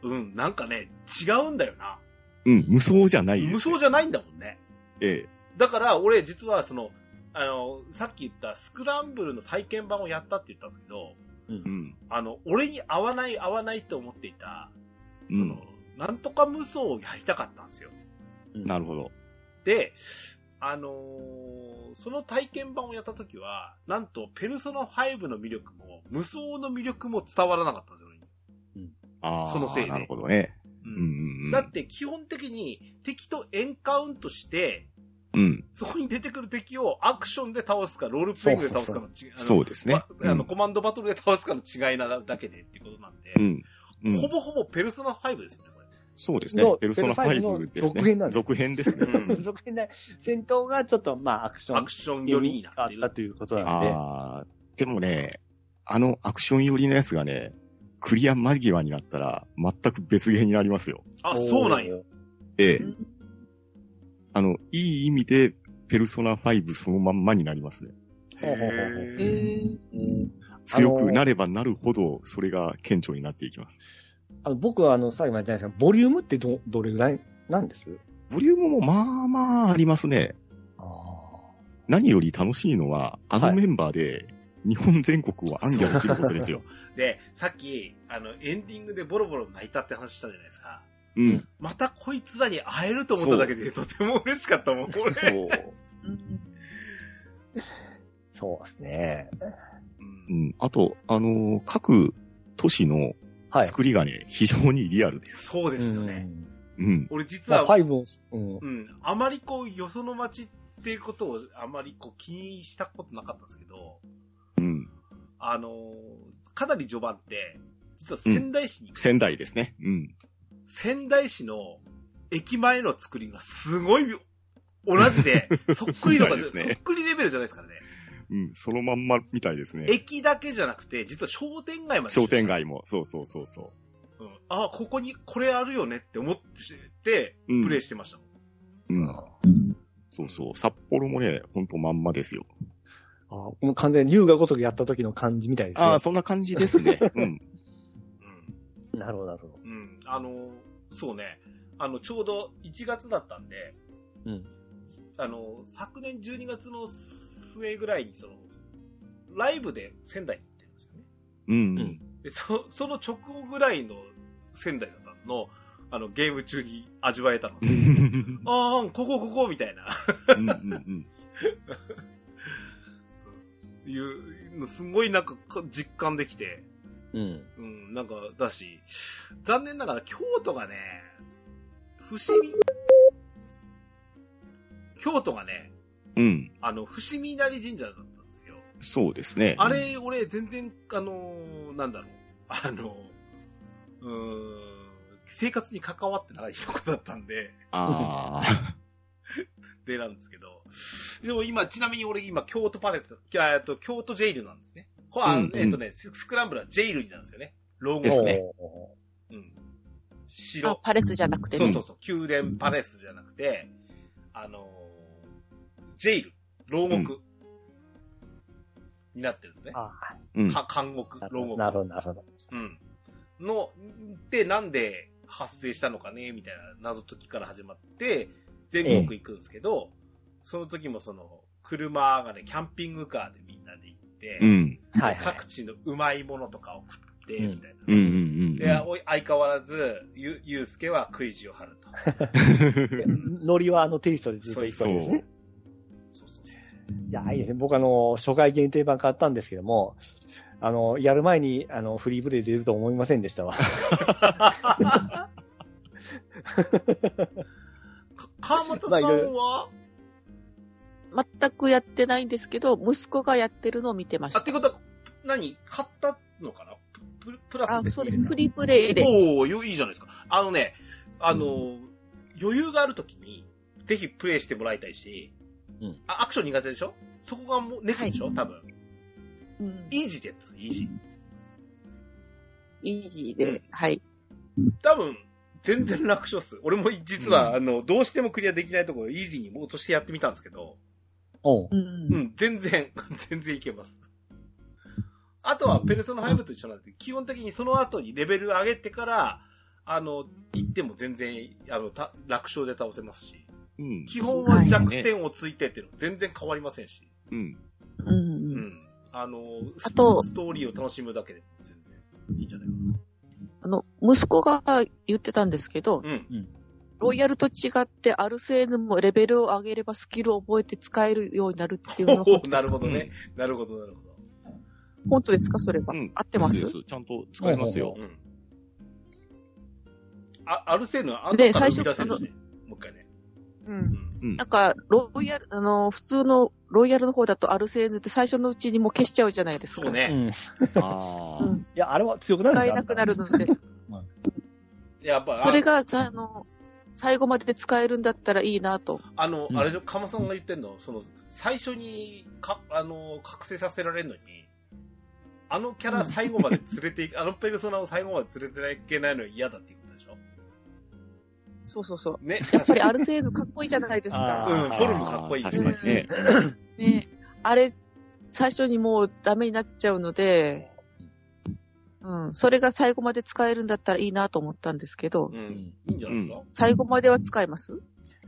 [SPEAKER 1] うん、なんかね、違うんだよな。
[SPEAKER 3] うん、無双じゃない
[SPEAKER 1] 無
[SPEAKER 3] です。
[SPEAKER 1] 双じゃないんだもんね。
[SPEAKER 3] え
[SPEAKER 1] だから、俺、実は、その、あの、さっき言った、スクランブルの体験版をやったって言ったんですけど、
[SPEAKER 3] え。うん。
[SPEAKER 1] あの、俺に合わない合わないと思っていた、
[SPEAKER 3] う
[SPEAKER 1] その、
[SPEAKER 3] ん。
[SPEAKER 1] なんとか無双をやりたかったんですよ。
[SPEAKER 3] なるほど。
[SPEAKER 1] で、あのーその体験版をやった時は、なんと、ペルソナ5の魅力も、無双の魅力も伝わらなかったんですよね。
[SPEAKER 3] ああ、
[SPEAKER 1] そのせいで
[SPEAKER 3] なるほどね。
[SPEAKER 1] う
[SPEAKER 3] うんうんうん。
[SPEAKER 1] だって基本的に敵とエンカウントして、
[SPEAKER 3] うん。
[SPEAKER 1] そこに出てくる敵をアクションで倒すか、ロールプレイングで倒すかの違い。あの
[SPEAKER 3] そうですね
[SPEAKER 1] わ。あの、
[SPEAKER 3] うん
[SPEAKER 1] コマンドバトルで倒すかの違いなだけでっていうことなんで、
[SPEAKER 3] うん。うん
[SPEAKER 1] ほぼほぼペルソナ5ですよね、これ。
[SPEAKER 3] そうですね
[SPEAKER 2] の。
[SPEAKER 3] ペルソナ
[SPEAKER 2] ペルソナ
[SPEAKER 3] 5
[SPEAKER 2] 5
[SPEAKER 3] ですね。
[SPEAKER 2] 続編なんです
[SPEAKER 3] 続編ですね。
[SPEAKER 1] うん
[SPEAKER 2] 続編で戦闘がちょっと、まあ、アクショ
[SPEAKER 1] ア
[SPEAKER 2] ン
[SPEAKER 1] クションよりいいな
[SPEAKER 2] あ
[SPEAKER 1] っ
[SPEAKER 2] って
[SPEAKER 1] いう
[SPEAKER 2] た。ということなんで、
[SPEAKER 3] ああ、でもね、あのアクション寄りのやつがね、クリア間際になったら全く別ゲーになりますよ。
[SPEAKER 1] あ、そうなんや。
[SPEAKER 3] ええ
[SPEAKER 7] うん。
[SPEAKER 3] あの、いい意味で、ペルソナ5そのまんまになりますね。
[SPEAKER 1] へ
[SPEAKER 2] ほうほうほう
[SPEAKER 1] ー
[SPEAKER 2] うん
[SPEAKER 3] 強くなればなるほど、それが顕著になっていきます。
[SPEAKER 2] あの僕はあの、さっきも言ったんですけど、ボリュームってど、どれぐらいなんです
[SPEAKER 3] ボリュームもまあまあありますね。何より楽しいのは、あのメンバーで、日本全国を暗挙することですよ。
[SPEAKER 1] で、さっき、あの、エンディングでボロボロ泣いたって話したじゃないですか。
[SPEAKER 3] うん。
[SPEAKER 1] またこいつらに会えると思っただけで、とても嬉しかったもん、これ。
[SPEAKER 3] そう。
[SPEAKER 2] そうですね。
[SPEAKER 1] うん
[SPEAKER 3] うん。あと、あのー各都市の
[SPEAKER 2] はい。
[SPEAKER 3] 作りがね、非常にリアルです。
[SPEAKER 1] そうですよね。
[SPEAKER 3] うん。
[SPEAKER 1] 俺実
[SPEAKER 2] ま
[SPEAKER 1] は
[SPEAKER 2] あ、、5を、うん。
[SPEAKER 1] うん、あまりこう、よその街っていうことをあまりこう気にしたことなかったんですけど、
[SPEAKER 3] うん。
[SPEAKER 1] あのーかなり序盤って、実は仙台市に、
[SPEAKER 3] 仙。台ですね。うん。
[SPEAKER 1] 仙台市の駅前の作りがすごい同じ で、そっくりとかじゃ、
[SPEAKER 3] みたいですね
[SPEAKER 1] そっくりレベルじゃないですからね。
[SPEAKER 3] うん。そのまんまみたいですね。
[SPEAKER 1] 駅だけじゃなくて、実は商店街まで。
[SPEAKER 3] 商店。街も。そうそうそうそ
[SPEAKER 1] うん。あ、ここにこれあるよねって思って、
[SPEAKER 3] う。うん。
[SPEAKER 1] プレイしてましたもん。
[SPEAKER 3] うん。そうそう。札幌もね、ほんとまんまですよ。
[SPEAKER 2] あもう完全に龍が如くやった時の感じみたいですね。
[SPEAKER 3] ああ、そんな感じですね。 うん。
[SPEAKER 1] うん
[SPEAKER 2] なるほど、なるほど。
[SPEAKER 1] うん。あの、そうね。あの、ちょうど1月だったんで、
[SPEAKER 2] うん
[SPEAKER 1] あの、昨年12月の末ぐらいに、その、ライブで仙台に行ってるんですよね。
[SPEAKER 3] うん。
[SPEAKER 2] うん
[SPEAKER 1] で、そ その直後ぐらいの仙台だったのの、あの、ゲーム中に味わえたの
[SPEAKER 3] う
[SPEAKER 1] で、
[SPEAKER 3] ん
[SPEAKER 1] ああ、ここ、ここ、みたいな、
[SPEAKER 3] うんうん
[SPEAKER 1] いうの、すごいなんかか実感できて、
[SPEAKER 5] うん。
[SPEAKER 1] うん、なんか、だし、残念ながら京都がね、不思議、京都がね、
[SPEAKER 3] うん。
[SPEAKER 1] あの、伏見稲荷神社だったんですよ。
[SPEAKER 3] そうですね。
[SPEAKER 1] あれ、俺、全然、あのーなんだろう、あのうーん、生活に関わってない人だったんで、
[SPEAKER 3] ああ。
[SPEAKER 1] でなんですけど、でも今、ちなみに俺今、京都パレス、きゃえっと、京都ジェイルなんですね。こあ
[SPEAKER 3] うんうん
[SPEAKER 1] えっとね、ススクランブルはジェイルになんですよね。老後
[SPEAKER 3] ですね
[SPEAKER 1] うん。
[SPEAKER 7] あ
[SPEAKER 1] 城。
[SPEAKER 7] パレスじゃなくて
[SPEAKER 1] そう
[SPEAKER 7] ね
[SPEAKER 1] そう。そう、宮殿パレスじゃなくて、あのージェイル、牢獄、になってるんですね。
[SPEAKER 2] あ
[SPEAKER 3] うん。
[SPEAKER 1] か監獄
[SPEAKER 2] あ、、なる
[SPEAKER 1] 牢
[SPEAKER 2] ほど、
[SPEAKER 1] 獄。
[SPEAKER 2] なるほどなるほど。
[SPEAKER 1] うん。の、で、なんで発生したのかねみたいな謎解きから始まって、全国行くんですけど、その時もその、車がね、キャンピングカーでみんなで行って、
[SPEAKER 3] うん。
[SPEAKER 2] はい、はい。
[SPEAKER 1] 各地のうまいものとかを食って、みたいな。
[SPEAKER 3] うんうんうん
[SPEAKER 1] で、おい相変わらず、ゆ、ゆうすけは食い地を張ると。
[SPEAKER 3] うん。
[SPEAKER 2] ノリはあのテイストでずっと一緒ですね。
[SPEAKER 1] そうそうそうそう。
[SPEAKER 2] いや、いいですね。僕、あの、初回限定版買ったんですけども、あの、やる前に、あの、フリーブレイ出ると思いませんでしたわ。
[SPEAKER 1] か川又
[SPEAKER 2] まあい
[SPEAKER 1] さん
[SPEAKER 2] ろい
[SPEAKER 1] は、
[SPEAKER 7] 全くやってないんですけど、息子がやってるのを見てまし
[SPEAKER 1] あ、
[SPEAKER 7] た。
[SPEAKER 1] ってことは、何買ったのかなプププラス
[SPEAKER 7] あ
[SPEAKER 1] で
[SPEAKER 7] そうです。フリープレイで。
[SPEAKER 1] おおいいじゃないですか。あのね、あのー、余裕があるときに、ぜひプレイしてもらいたいし、
[SPEAKER 5] うん
[SPEAKER 1] あアクション苦手でしょそこがもうネックでしょ、
[SPEAKER 7] はい
[SPEAKER 1] 多分。
[SPEAKER 7] うん
[SPEAKER 1] イージーでやったんです、イージー。
[SPEAKER 7] イージー
[SPEAKER 1] う
[SPEAKER 7] で
[SPEAKER 1] ん。
[SPEAKER 7] はい。
[SPEAKER 1] 多分、全然楽勝っす。俺も実は、あの、どうしてもクリアできないところ、イージーにもう落としてやってみたんですけど、
[SPEAKER 2] おう
[SPEAKER 7] うん
[SPEAKER 1] うん、全然、 全然いけます。あとは、ペルソナ5と一緒なんで、基本的にその後にレベル上げてから、あの、行っても全然、あの、た楽勝で倒せますし。
[SPEAKER 3] うん。
[SPEAKER 1] 基本は弱点をついてっていうの全然変わりませんし。
[SPEAKER 3] うん。
[SPEAKER 7] う。
[SPEAKER 1] うんん。あの、
[SPEAKER 7] あと
[SPEAKER 1] ストーリーを楽しむだけでも全然いいんじゃないか
[SPEAKER 7] あの、息子が言ってたんですけど、
[SPEAKER 1] うん。
[SPEAKER 7] ロイヤルと違って、アルセーヌもレベルを上げればスキルを覚えて使えるようになるっていうのは本
[SPEAKER 1] ほう
[SPEAKER 7] 当 です
[SPEAKER 1] なる
[SPEAKER 7] か
[SPEAKER 1] ほどね。なるほど、なるほど。
[SPEAKER 7] 本当ですかそれは。
[SPEAKER 3] うん
[SPEAKER 7] 合ってます
[SPEAKER 3] そうですちゃんと使えますよ。
[SPEAKER 1] うん。あ、アルセーヌは後
[SPEAKER 7] で
[SPEAKER 1] から
[SPEAKER 7] 最初
[SPEAKER 1] 生み出せるしね。もう一回ね。
[SPEAKER 7] う。
[SPEAKER 1] うんん。
[SPEAKER 7] なんか、ロイヤル、あの、普通のロイヤルの方だとアルセーヌって最初のうちにもう消しちゃうじゃないですか。
[SPEAKER 1] そう。
[SPEAKER 5] う
[SPEAKER 1] ね。
[SPEAKER 5] ん。
[SPEAKER 3] あ
[SPEAKER 7] う
[SPEAKER 3] あ。
[SPEAKER 7] ん。
[SPEAKER 2] いや、あれは強くなるん
[SPEAKER 7] 使えなくなるので、
[SPEAKER 1] やっぱ、
[SPEAKER 7] それが、あの、最後まで使えるんだったらいいなと。
[SPEAKER 1] あの、
[SPEAKER 5] うん
[SPEAKER 1] あれで、かまさんが言ってんの、その、最初に、か、あの、覚醒させられるのに、あのキャラ最後まで連れてい、あのペルソナを最後まで連れていけないのは嫌だっていうことでしょ
[SPEAKER 7] そうそうそう。
[SPEAKER 1] ね。
[SPEAKER 7] やっぱりアルセーヌかっこいいじゃないですか。
[SPEAKER 2] あ
[SPEAKER 1] うん、フォルムかっこいい。
[SPEAKER 3] あー確かにね。
[SPEAKER 7] ね。あれ、最初にもうダメになっちゃうので、うん。それが最後まで使えるんだったらいいなと思ったんですけど、
[SPEAKER 1] う。
[SPEAKER 5] うんん
[SPEAKER 1] いいんじゃないですか、
[SPEAKER 7] 最後までは使えます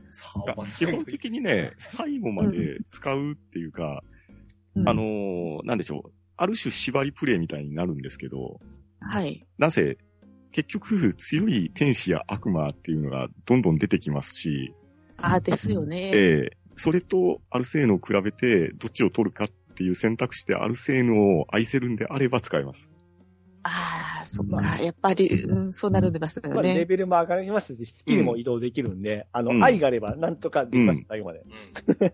[SPEAKER 1] さ
[SPEAKER 3] いや
[SPEAKER 1] あ、まあ
[SPEAKER 3] 基本的にね、最後まで使うっていうか、
[SPEAKER 7] うん
[SPEAKER 3] あのーなんでしょう。ある種縛りプレイみたいになるんですけど、
[SPEAKER 7] はい。
[SPEAKER 3] なぜ、結局強い天使や悪魔っていうのがどんどん出てきますし、
[SPEAKER 7] ああ、ですよね。
[SPEAKER 3] ええそれとアルセーヌを比べてどっちを取るかっていう選択肢でアルセーヌを愛せるんであれば使えます。
[SPEAKER 7] ああ、そっ
[SPEAKER 2] ま
[SPEAKER 7] か。やっぱり、うん、そうなるんですよ
[SPEAKER 2] まあ、レ
[SPEAKER 7] ね。
[SPEAKER 2] ベルも上がりますし、スキルも移動できるんで、あの、
[SPEAKER 3] うん
[SPEAKER 2] 愛があればなんとかできます、
[SPEAKER 3] うん
[SPEAKER 2] 最後まで。
[SPEAKER 1] うん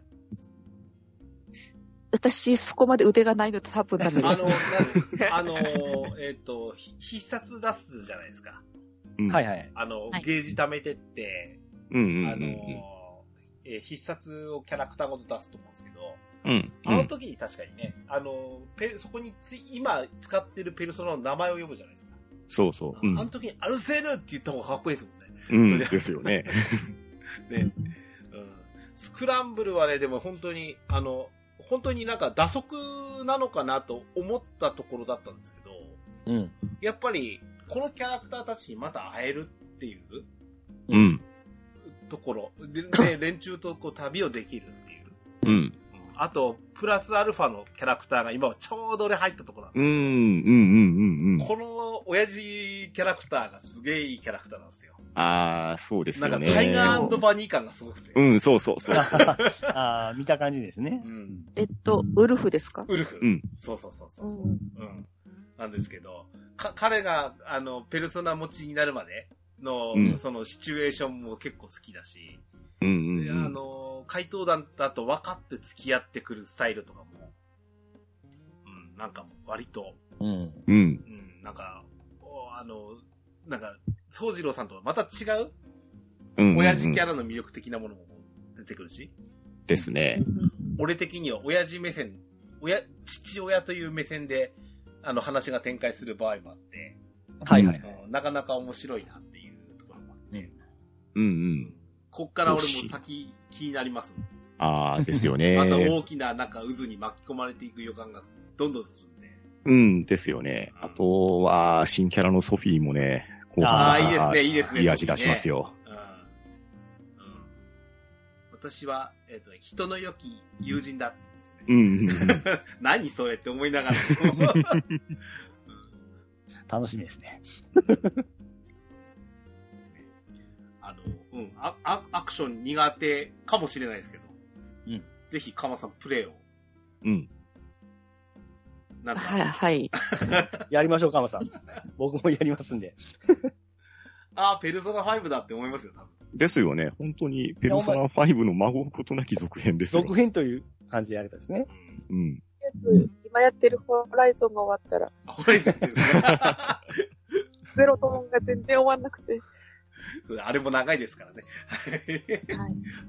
[SPEAKER 7] 私、そこまで腕がないので多分ダメで
[SPEAKER 1] あ
[SPEAKER 7] す。
[SPEAKER 1] の、なあの、えっ、と、ひ必殺出すじゃないですか。
[SPEAKER 3] うん、
[SPEAKER 2] はい
[SPEAKER 3] い。
[SPEAKER 2] はい。
[SPEAKER 1] あの、
[SPEAKER 7] はい
[SPEAKER 1] ゲージ貯めてって、
[SPEAKER 3] うんうんうん、
[SPEAKER 1] あの、えー必殺をキャラクターごと出すと思うんですけど、
[SPEAKER 3] うん。うん。
[SPEAKER 1] あの時に確かにね、あの、ペそこについ今使ってるペルソナの名前を呼ぶじゃないですか。
[SPEAKER 3] そうそう。う
[SPEAKER 1] あの
[SPEAKER 3] ん。
[SPEAKER 1] 時にアルセーヌって言った方がかっこいいですもんね。
[SPEAKER 3] うん。ですよね。
[SPEAKER 1] ね。うん。スクランブルはね、でも本当に、あの、本当になんか打足なのかなと思ったところだったんですけど、
[SPEAKER 5] うん。
[SPEAKER 1] やっぱり、このキャラクターたちにまた会えるっていう
[SPEAKER 3] うん。
[SPEAKER 1] ところ。で、で 連中とこう旅をできるっていう。
[SPEAKER 3] う
[SPEAKER 1] う
[SPEAKER 3] ん。
[SPEAKER 1] んあと、プラスアルファのキャラクターが今はちょうど俺入ったところなん
[SPEAKER 3] う
[SPEAKER 1] ですよ。
[SPEAKER 3] ん、うん、うん、うん、うん。
[SPEAKER 1] この親父キャラクターがすげえいいキャラクターなんですよ。
[SPEAKER 3] ああ、そうです
[SPEAKER 1] なん
[SPEAKER 3] よ
[SPEAKER 1] か
[SPEAKER 3] ね。
[SPEAKER 1] タイガーバニー感がすごくて。
[SPEAKER 3] うん、そうそうそう。
[SPEAKER 2] ああ、見た感じですね
[SPEAKER 1] う。ん。
[SPEAKER 7] えっと、ウルフですか
[SPEAKER 1] ウルフ。
[SPEAKER 3] うん
[SPEAKER 1] そうそうそうそうう。
[SPEAKER 7] ん。
[SPEAKER 1] うん。なんですけど、か、彼が、あの、ペルソナ持ちになるまでの、
[SPEAKER 3] うん
[SPEAKER 1] そのシチュエーションも結構好きだし、
[SPEAKER 3] うん、うん
[SPEAKER 1] であ
[SPEAKER 3] うん。
[SPEAKER 1] の、怪盗団だと分かって付き合ってくるスタイルとかも、うん、なんか割と、
[SPEAKER 5] うん。
[SPEAKER 3] うん、
[SPEAKER 1] うん、なんか、おあの、なんか、宗次郎さんとはまた違う、
[SPEAKER 3] うん。
[SPEAKER 1] 親父キャラ
[SPEAKER 3] ラ。
[SPEAKER 1] の魅力的なものも出てくるし、
[SPEAKER 3] ですね。
[SPEAKER 1] 俺的には親父目線、親、父親という目線で、あの話が展開する場合もあって、
[SPEAKER 5] はいはい。
[SPEAKER 1] うんなかなか面白いなっていうところもあって、
[SPEAKER 3] うん、うん。
[SPEAKER 1] こっから俺も
[SPEAKER 3] 惜しい
[SPEAKER 1] 先気になります。
[SPEAKER 3] ああ、ですよ
[SPEAKER 1] また
[SPEAKER 3] ね。
[SPEAKER 1] 大きななんか渦に巻き込まれていく予感がどんどんするんで。
[SPEAKER 3] うん、ですよね。あとは、新キャラのソフィーもね、後
[SPEAKER 1] あ
[SPEAKER 3] 半
[SPEAKER 1] ーいいですねいいですね
[SPEAKER 3] いい味出しますよ。
[SPEAKER 1] うん。うん。私は、えっ、と、人の良き友人だって言うんですよね。
[SPEAKER 3] うん、うんうん。
[SPEAKER 1] 何それって思いながらでも。
[SPEAKER 2] 楽しみですね。
[SPEAKER 1] ですね。あの、うん、ああアクション苦手かもしれないですけど、
[SPEAKER 5] うん
[SPEAKER 1] ぜひ、かまさん、プレイを。
[SPEAKER 3] うん。
[SPEAKER 1] なんか、
[SPEAKER 7] はい、はい。
[SPEAKER 2] やりましょう、カマさん。 僕もやりますんで。
[SPEAKER 1] ああ、ペルソナ5だって思いますよ、多分。
[SPEAKER 3] ですよね。本当に、ペルソナ5の孫ことなき続編ですよ
[SPEAKER 2] 続。編という感じでやればですね。
[SPEAKER 1] うん。
[SPEAKER 3] うん。
[SPEAKER 4] 今やってるホライゾンが終わったら、
[SPEAKER 1] あホライゾンですね。
[SPEAKER 4] ゼロトーンが全然終わんなくて、
[SPEAKER 1] そう あれも長いですからね。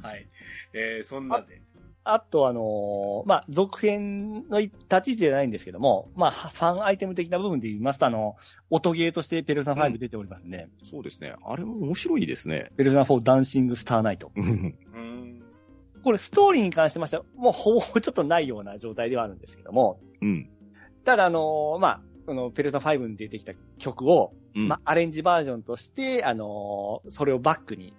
[SPEAKER 4] はい
[SPEAKER 1] はい。えー、そんなんで。
[SPEAKER 2] あと、あのーまあ、続編の立ち位置じゃないんですけども、まあ、ファンアイテム的な部分で言いますと、あの、音ゲーとしてペルソナ
[SPEAKER 3] うん
[SPEAKER 2] 5出ておりますんで、
[SPEAKER 3] そうですね。あれも面白いですね。
[SPEAKER 2] ペルソナ4ダンシングスターナイト。
[SPEAKER 3] うん。
[SPEAKER 1] うーん。
[SPEAKER 2] これ、ストーリーに関してましては、もうほぼほぼちょっとないような状態ではあるんですけども、
[SPEAKER 3] うん。
[SPEAKER 2] ただ、あのーまあ、このペルソナ5に出てきた曲を、
[SPEAKER 3] うん
[SPEAKER 2] まあ、アレンジバージョンとして、あのーそれをバックに、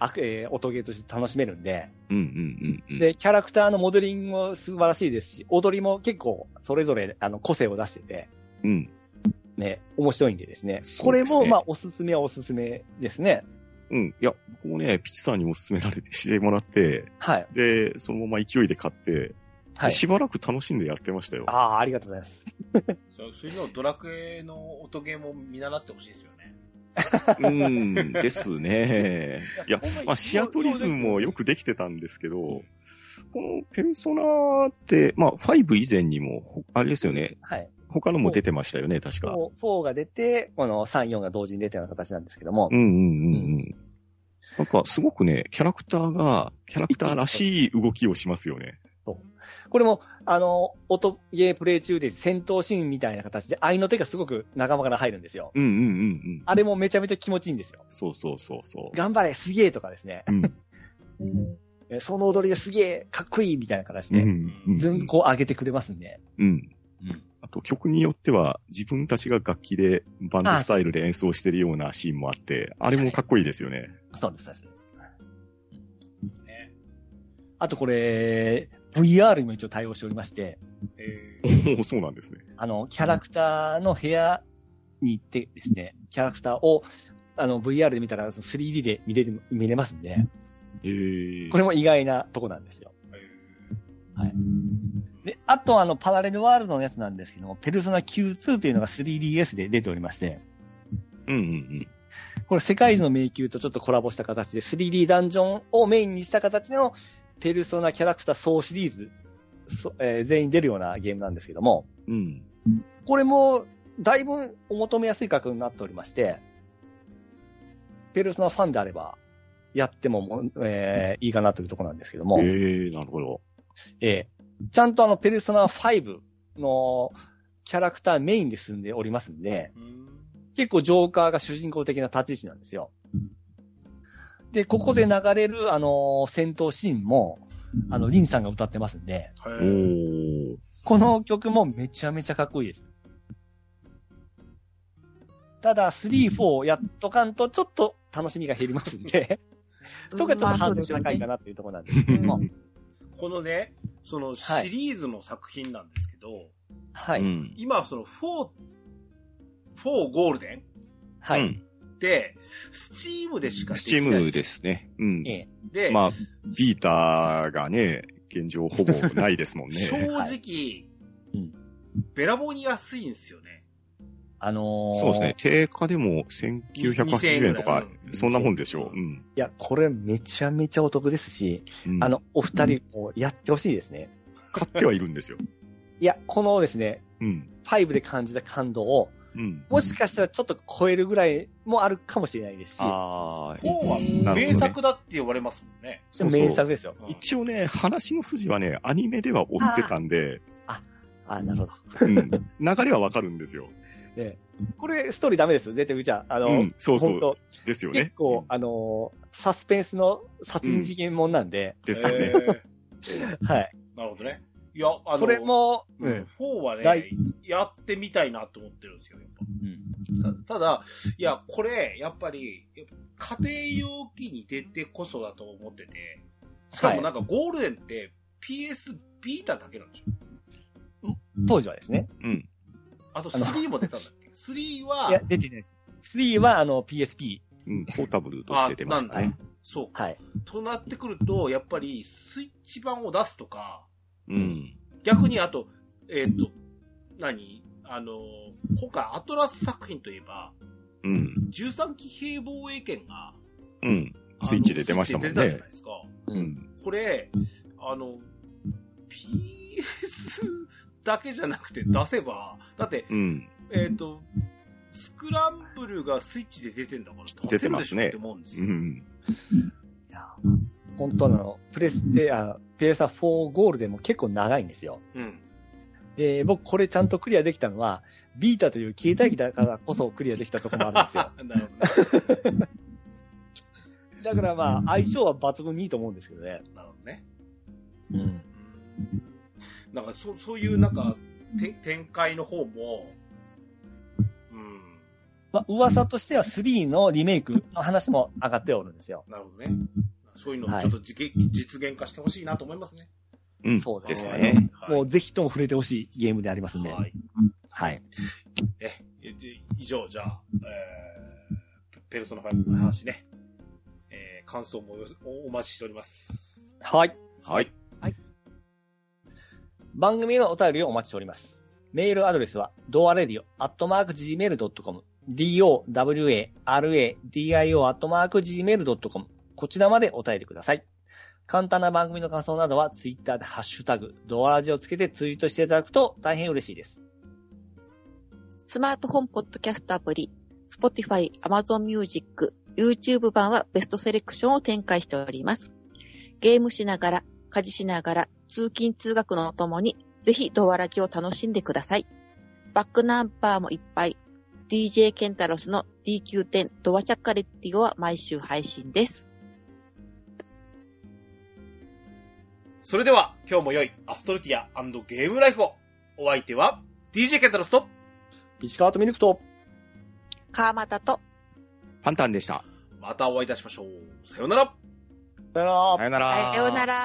[SPEAKER 2] あえー音ゲーとして楽しめるんで、
[SPEAKER 3] うん、うん、うん。
[SPEAKER 2] で、キャラクターのモデリングも素晴らしいですし、踊りも結構それぞれあの個性を出してて、
[SPEAKER 3] うん。
[SPEAKER 2] ね、面白いんでですね。
[SPEAKER 3] すね
[SPEAKER 2] これも、まあ、おすすめはおすすめですね。
[SPEAKER 3] うん。いや、僕もね、ピチさんにも勧められてしてもらって、
[SPEAKER 2] はい。
[SPEAKER 3] で、そのまま勢いで買って、
[SPEAKER 2] はい。
[SPEAKER 3] しばらく楽しんでやってましたよ。
[SPEAKER 2] ああ、ありがとうございます。
[SPEAKER 1] そうそういうのをドラクエの音ゲーも見習ってほしいですよね。
[SPEAKER 3] うん、ですね。 いや、まあ、シアトリズムもよくできてたんですけど、このペルソナって、まあ、5以前にも、ほあれですよね、
[SPEAKER 2] はい。
[SPEAKER 3] 他のも出てましたよね、確か。
[SPEAKER 2] 4, 4が出て、この3、4が同時に出たような形なんですけども
[SPEAKER 3] う。んうんうんうん。なんか、すごくね、キャラクターが、キャラクターらしい動きをしますよね。
[SPEAKER 2] これも、あの、音ゲープレイ中で戦闘シーンみたいな形で、愛の手がすごく仲間から入るんですよ。
[SPEAKER 3] うんうんうんうん。
[SPEAKER 2] あれもめちゃめちゃ気持ちいいんですよ。
[SPEAKER 3] そうそうそうそ
[SPEAKER 2] 頑張れ、すげえとかですね。
[SPEAKER 3] う。うん。
[SPEAKER 2] えその踊りがすげえ、かっこいいみたいな形
[SPEAKER 3] うんう
[SPEAKER 2] で、
[SPEAKER 3] んうん
[SPEAKER 2] 全部こう上げてくれますんで。
[SPEAKER 3] うん。
[SPEAKER 1] うん
[SPEAKER 3] あと曲によっては自分たちが楽器でバンドスタイルで演奏してるようなシーンもあって、あれもかっこいいですよね。
[SPEAKER 2] そうです、そうです。
[SPEAKER 1] ね。
[SPEAKER 2] あとこれ、VR にも一応対応しておりまして、
[SPEAKER 1] え
[SPEAKER 3] お
[SPEAKER 1] ー、
[SPEAKER 3] ーそうなんですね。
[SPEAKER 2] あの、キャラクターの部屋に行ってですね、キャラクターを、あの、VR で見たら、その 3D で見れる、見れますんで、
[SPEAKER 3] ええ
[SPEAKER 2] これも意外なとこなんですよ。
[SPEAKER 1] え
[SPEAKER 2] で、あとあの、パラレルワールドのやつなんですけども、ペルソナ Q2 というのが 3DS で出ておりまして、
[SPEAKER 3] うんうん
[SPEAKER 2] これ世界一の迷宮とちょっとコラボした形で 3D ダンジョンをメインにした形のペルソナキャラクター総シリーズ、そえー全員出るようなゲームなんですけども、
[SPEAKER 3] うん。うん。
[SPEAKER 2] これもだいぶお求めやすい価格になっておりまして、ペルソナファンであれば、やってももう、えーいいかなというところなんですけども、
[SPEAKER 3] え
[SPEAKER 2] え
[SPEAKER 3] えなるほど。
[SPEAKER 2] ーちゃんとあの、ペルソナ5のキャラクターメインで進んでおりますんで、
[SPEAKER 1] うん。
[SPEAKER 2] 結構ジョーカーが主人公的な立ち位置なんですよ。で、ここで流れる、あの、戦闘シーンも、あの、リンさんが歌ってますんで、
[SPEAKER 1] は
[SPEAKER 3] お
[SPEAKER 1] い。
[SPEAKER 3] ー
[SPEAKER 2] この曲もめちゃめちゃかっこいいです。ただ、3、4やっとかんと、ちょっと楽しみが減りますんで、そこがちょっとハードル高いかなっていうところなんですけども、
[SPEAKER 1] このね、その
[SPEAKER 2] はい
[SPEAKER 1] シリーズの作品なんですけど、
[SPEAKER 2] は
[SPEAKER 3] う
[SPEAKER 2] い、
[SPEAKER 3] ん。
[SPEAKER 1] 今その4、4ゴールデン
[SPEAKER 2] はい、
[SPEAKER 3] うん
[SPEAKER 1] って、スチームでしか。
[SPEAKER 3] スチームですすね。うん
[SPEAKER 2] え。え
[SPEAKER 1] で、
[SPEAKER 3] まあ、ビーターがね、現状ほぼないですもん
[SPEAKER 1] 正
[SPEAKER 3] ね。
[SPEAKER 1] 直、
[SPEAKER 2] はうん
[SPEAKER 1] べらぼうに安いんですよね。
[SPEAKER 2] あのー
[SPEAKER 3] そうですね。。定価でも1980円とか
[SPEAKER 1] 2000円ぐらい、うん
[SPEAKER 3] そんなもんでしょう。うん。
[SPEAKER 2] いや、これめちゃめちゃお得ですし、
[SPEAKER 3] うん
[SPEAKER 2] あ、の、お二人もやってほしいですね。
[SPEAKER 3] 買ってはいるんですよ。
[SPEAKER 2] いや、このですね、
[SPEAKER 3] うん。
[SPEAKER 2] 5で感じた感動を、
[SPEAKER 3] うん。
[SPEAKER 2] もしかしたらちょっと超えるぐらいもあるかもしれないですし、
[SPEAKER 3] ああ、
[SPEAKER 1] 4は
[SPEAKER 3] なるほどね
[SPEAKER 1] 名作だって言われますもんね。
[SPEAKER 2] でも名作ですよ。
[SPEAKER 1] うん
[SPEAKER 3] 一応ね、話の筋はね、アニメでは追ってたんで、
[SPEAKER 2] あ、なるほど。
[SPEAKER 3] うん、流れはわかるんですよ。
[SPEAKER 2] これ、ストーリーダメですよ、絶対、うちは。あの、
[SPEAKER 3] うん、そうそ
[SPEAKER 2] 本
[SPEAKER 3] う。
[SPEAKER 2] 当
[SPEAKER 3] ですよね。
[SPEAKER 2] 結構、あのーサスペンスの殺人事件もんなんで、
[SPEAKER 3] ですよ
[SPEAKER 1] え
[SPEAKER 3] ね。
[SPEAKER 1] ー
[SPEAKER 2] はい。
[SPEAKER 1] なるほどね。いや、あの、
[SPEAKER 2] これも、
[SPEAKER 1] う
[SPEAKER 2] うんん、
[SPEAKER 1] 4はね
[SPEAKER 2] 大、
[SPEAKER 1] やってみたいなと思ってるんですよ、やっぱ。たただ、いや、これ、やっぱり、やっぱ家庭用機に出てこそだと思ってて、しかもなんかゴールデンって PS ビータだけなんでしょ
[SPEAKER 2] 当時はですね。
[SPEAKER 3] うん。
[SPEAKER 1] あと
[SPEAKER 2] あの
[SPEAKER 1] 3も出たんだっ け ?3
[SPEAKER 2] いや
[SPEAKER 1] は、、
[SPEAKER 2] 出てないです。3は、あの、PSP。
[SPEAKER 3] うん、ポータブルとして出ました
[SPEAKER 1] あなん
[SPEAKER 3] ね
[SPEAKER 1] だ。そうか。
[SPEAKER 2] はい。
[SPEAKER 1] となってくると、やっぱりスイッチ版を出すとか、
[SPEAKER 3] うん。
[SPEAKER 1] 逆にあと、えっ、と、何あの、今回アトラス作品といえば、
[SPEAKER 3] うん。
[SPEAKER 1] 13機兵防衛権が、
[SPEAKER 3] うん。
[SPEAKER 1] あの
[SPEAKER 3] スイッチで出ましたもん
[SPEAKER 1] スイッチで出たじゃ
[SPEAKER 3] ね
[SPEAKER 1] な。いですか。
[SPEAKER 3] うん。
[SPEAKER 1] これ、あの、PS だけじゃなくて出せば、だって、
[SPEAKER 3] うん。
[SPEAKER 1] えっ、と、スクランブルがスイッチで出てんだから出せ
[SPEAKER 3] 出て
[SPEAKER 1] る
[SPEAKER 3] ま
[SPEAKER 1] でし
[SPEAKER 3] す
[SPEAKER 1] ょ
[SPEAKER 3] ね
[SPEAKER 1] って思うんです
[SPEAKER 3] う
[SPEAKER 1] よ。
[SPEAKER 3] ん。
[SPEAKER 2] いや本当あの、プレステ、あ、ペーサー4ゴールでも結構長いんですよ。
[SPEAKER 1] うん。
[SPEAKER 2] で、僕これちゃんとクリアできたのは、ビータという携帯機だからこそクリアできたところもあるんです
[SPEAKER 1] なるほ
[SPEAKER 2] よ。
[SPEAKER 1] どね
[SPEAKER 2] だからまあ、相性は抜群にいいと思うんですけどね。
[SPEAKER 1] なるほどね。
[SPEAKER 2] うん。
[SPEAKER 1] うんなんかそ、そういうなんか、て展開の方も、うん、
[SPEAKER 2] まあ、噂としては3のリメイクの話も上がっておるんですよ。
[SPEAKER 1] なるほどね。そういうのをちょっと実現,、実現化してほしいなと思いますね。
[SPEAKER 3] うん。
[SPEAKER 2] そう
[SPEAKER 3] で
[SPEAKER 2] ですすね
[SPEAKER 3] ね。
[SPEAKER 1] はい
[SPEAKER 2] もうぜひとも触れてほしいゲームでありますんで。
[SPEAKER 1] はい。
[SPEAKER 2] はい。
[SPEAKER 1] え、ええで以上、じゃあ、えー、ペルソナ5の話ね、えー、感想もよおお待ちしております。
[SPEAKER 2] はい。
[SPEAKER 3] はい。
[SPEAKER 2] 番組へのお便りをお待ちしております。メールアドレスは、ドアレディオ、アットマーク Gmail.com、dowaradio、アットマーク Gmail.com、こちらまでお便りください。簡単な番組の感想などは、ツイッターでハッシュタグ、ドアラジをつけてツイートしていただくと大変嬉しいです。
[SPEAKER 4] スマートフォンポッドキャストアプリ、Spotify、Amazon Music、YouTube 版はベストセレクションを展開しております。ゲームしながら、家事しながら、通勤通学のともに、ぜひドアラジを楽しんでください。バックナンバーもいっぱい。DJ ケンタロスの DQ10 ドアチャッカレッティオは毎週配信です。
[SPEAKER 1] それでは、今日も良いアストルティアゲームライフを。お相手は、DJ ケンタロスと、
[SPEAKER 2] ピチカートミルクと、
[SPEAKER 4] 川又と、
[SPEAKER 3] パンタンでした。
[SPEAKER 1] またお会いいたしましょう。さようなら
[SPEAKER 2] さよなら
[SPEAKER 3] さよなら。
[SPEAKER 4] さようなら。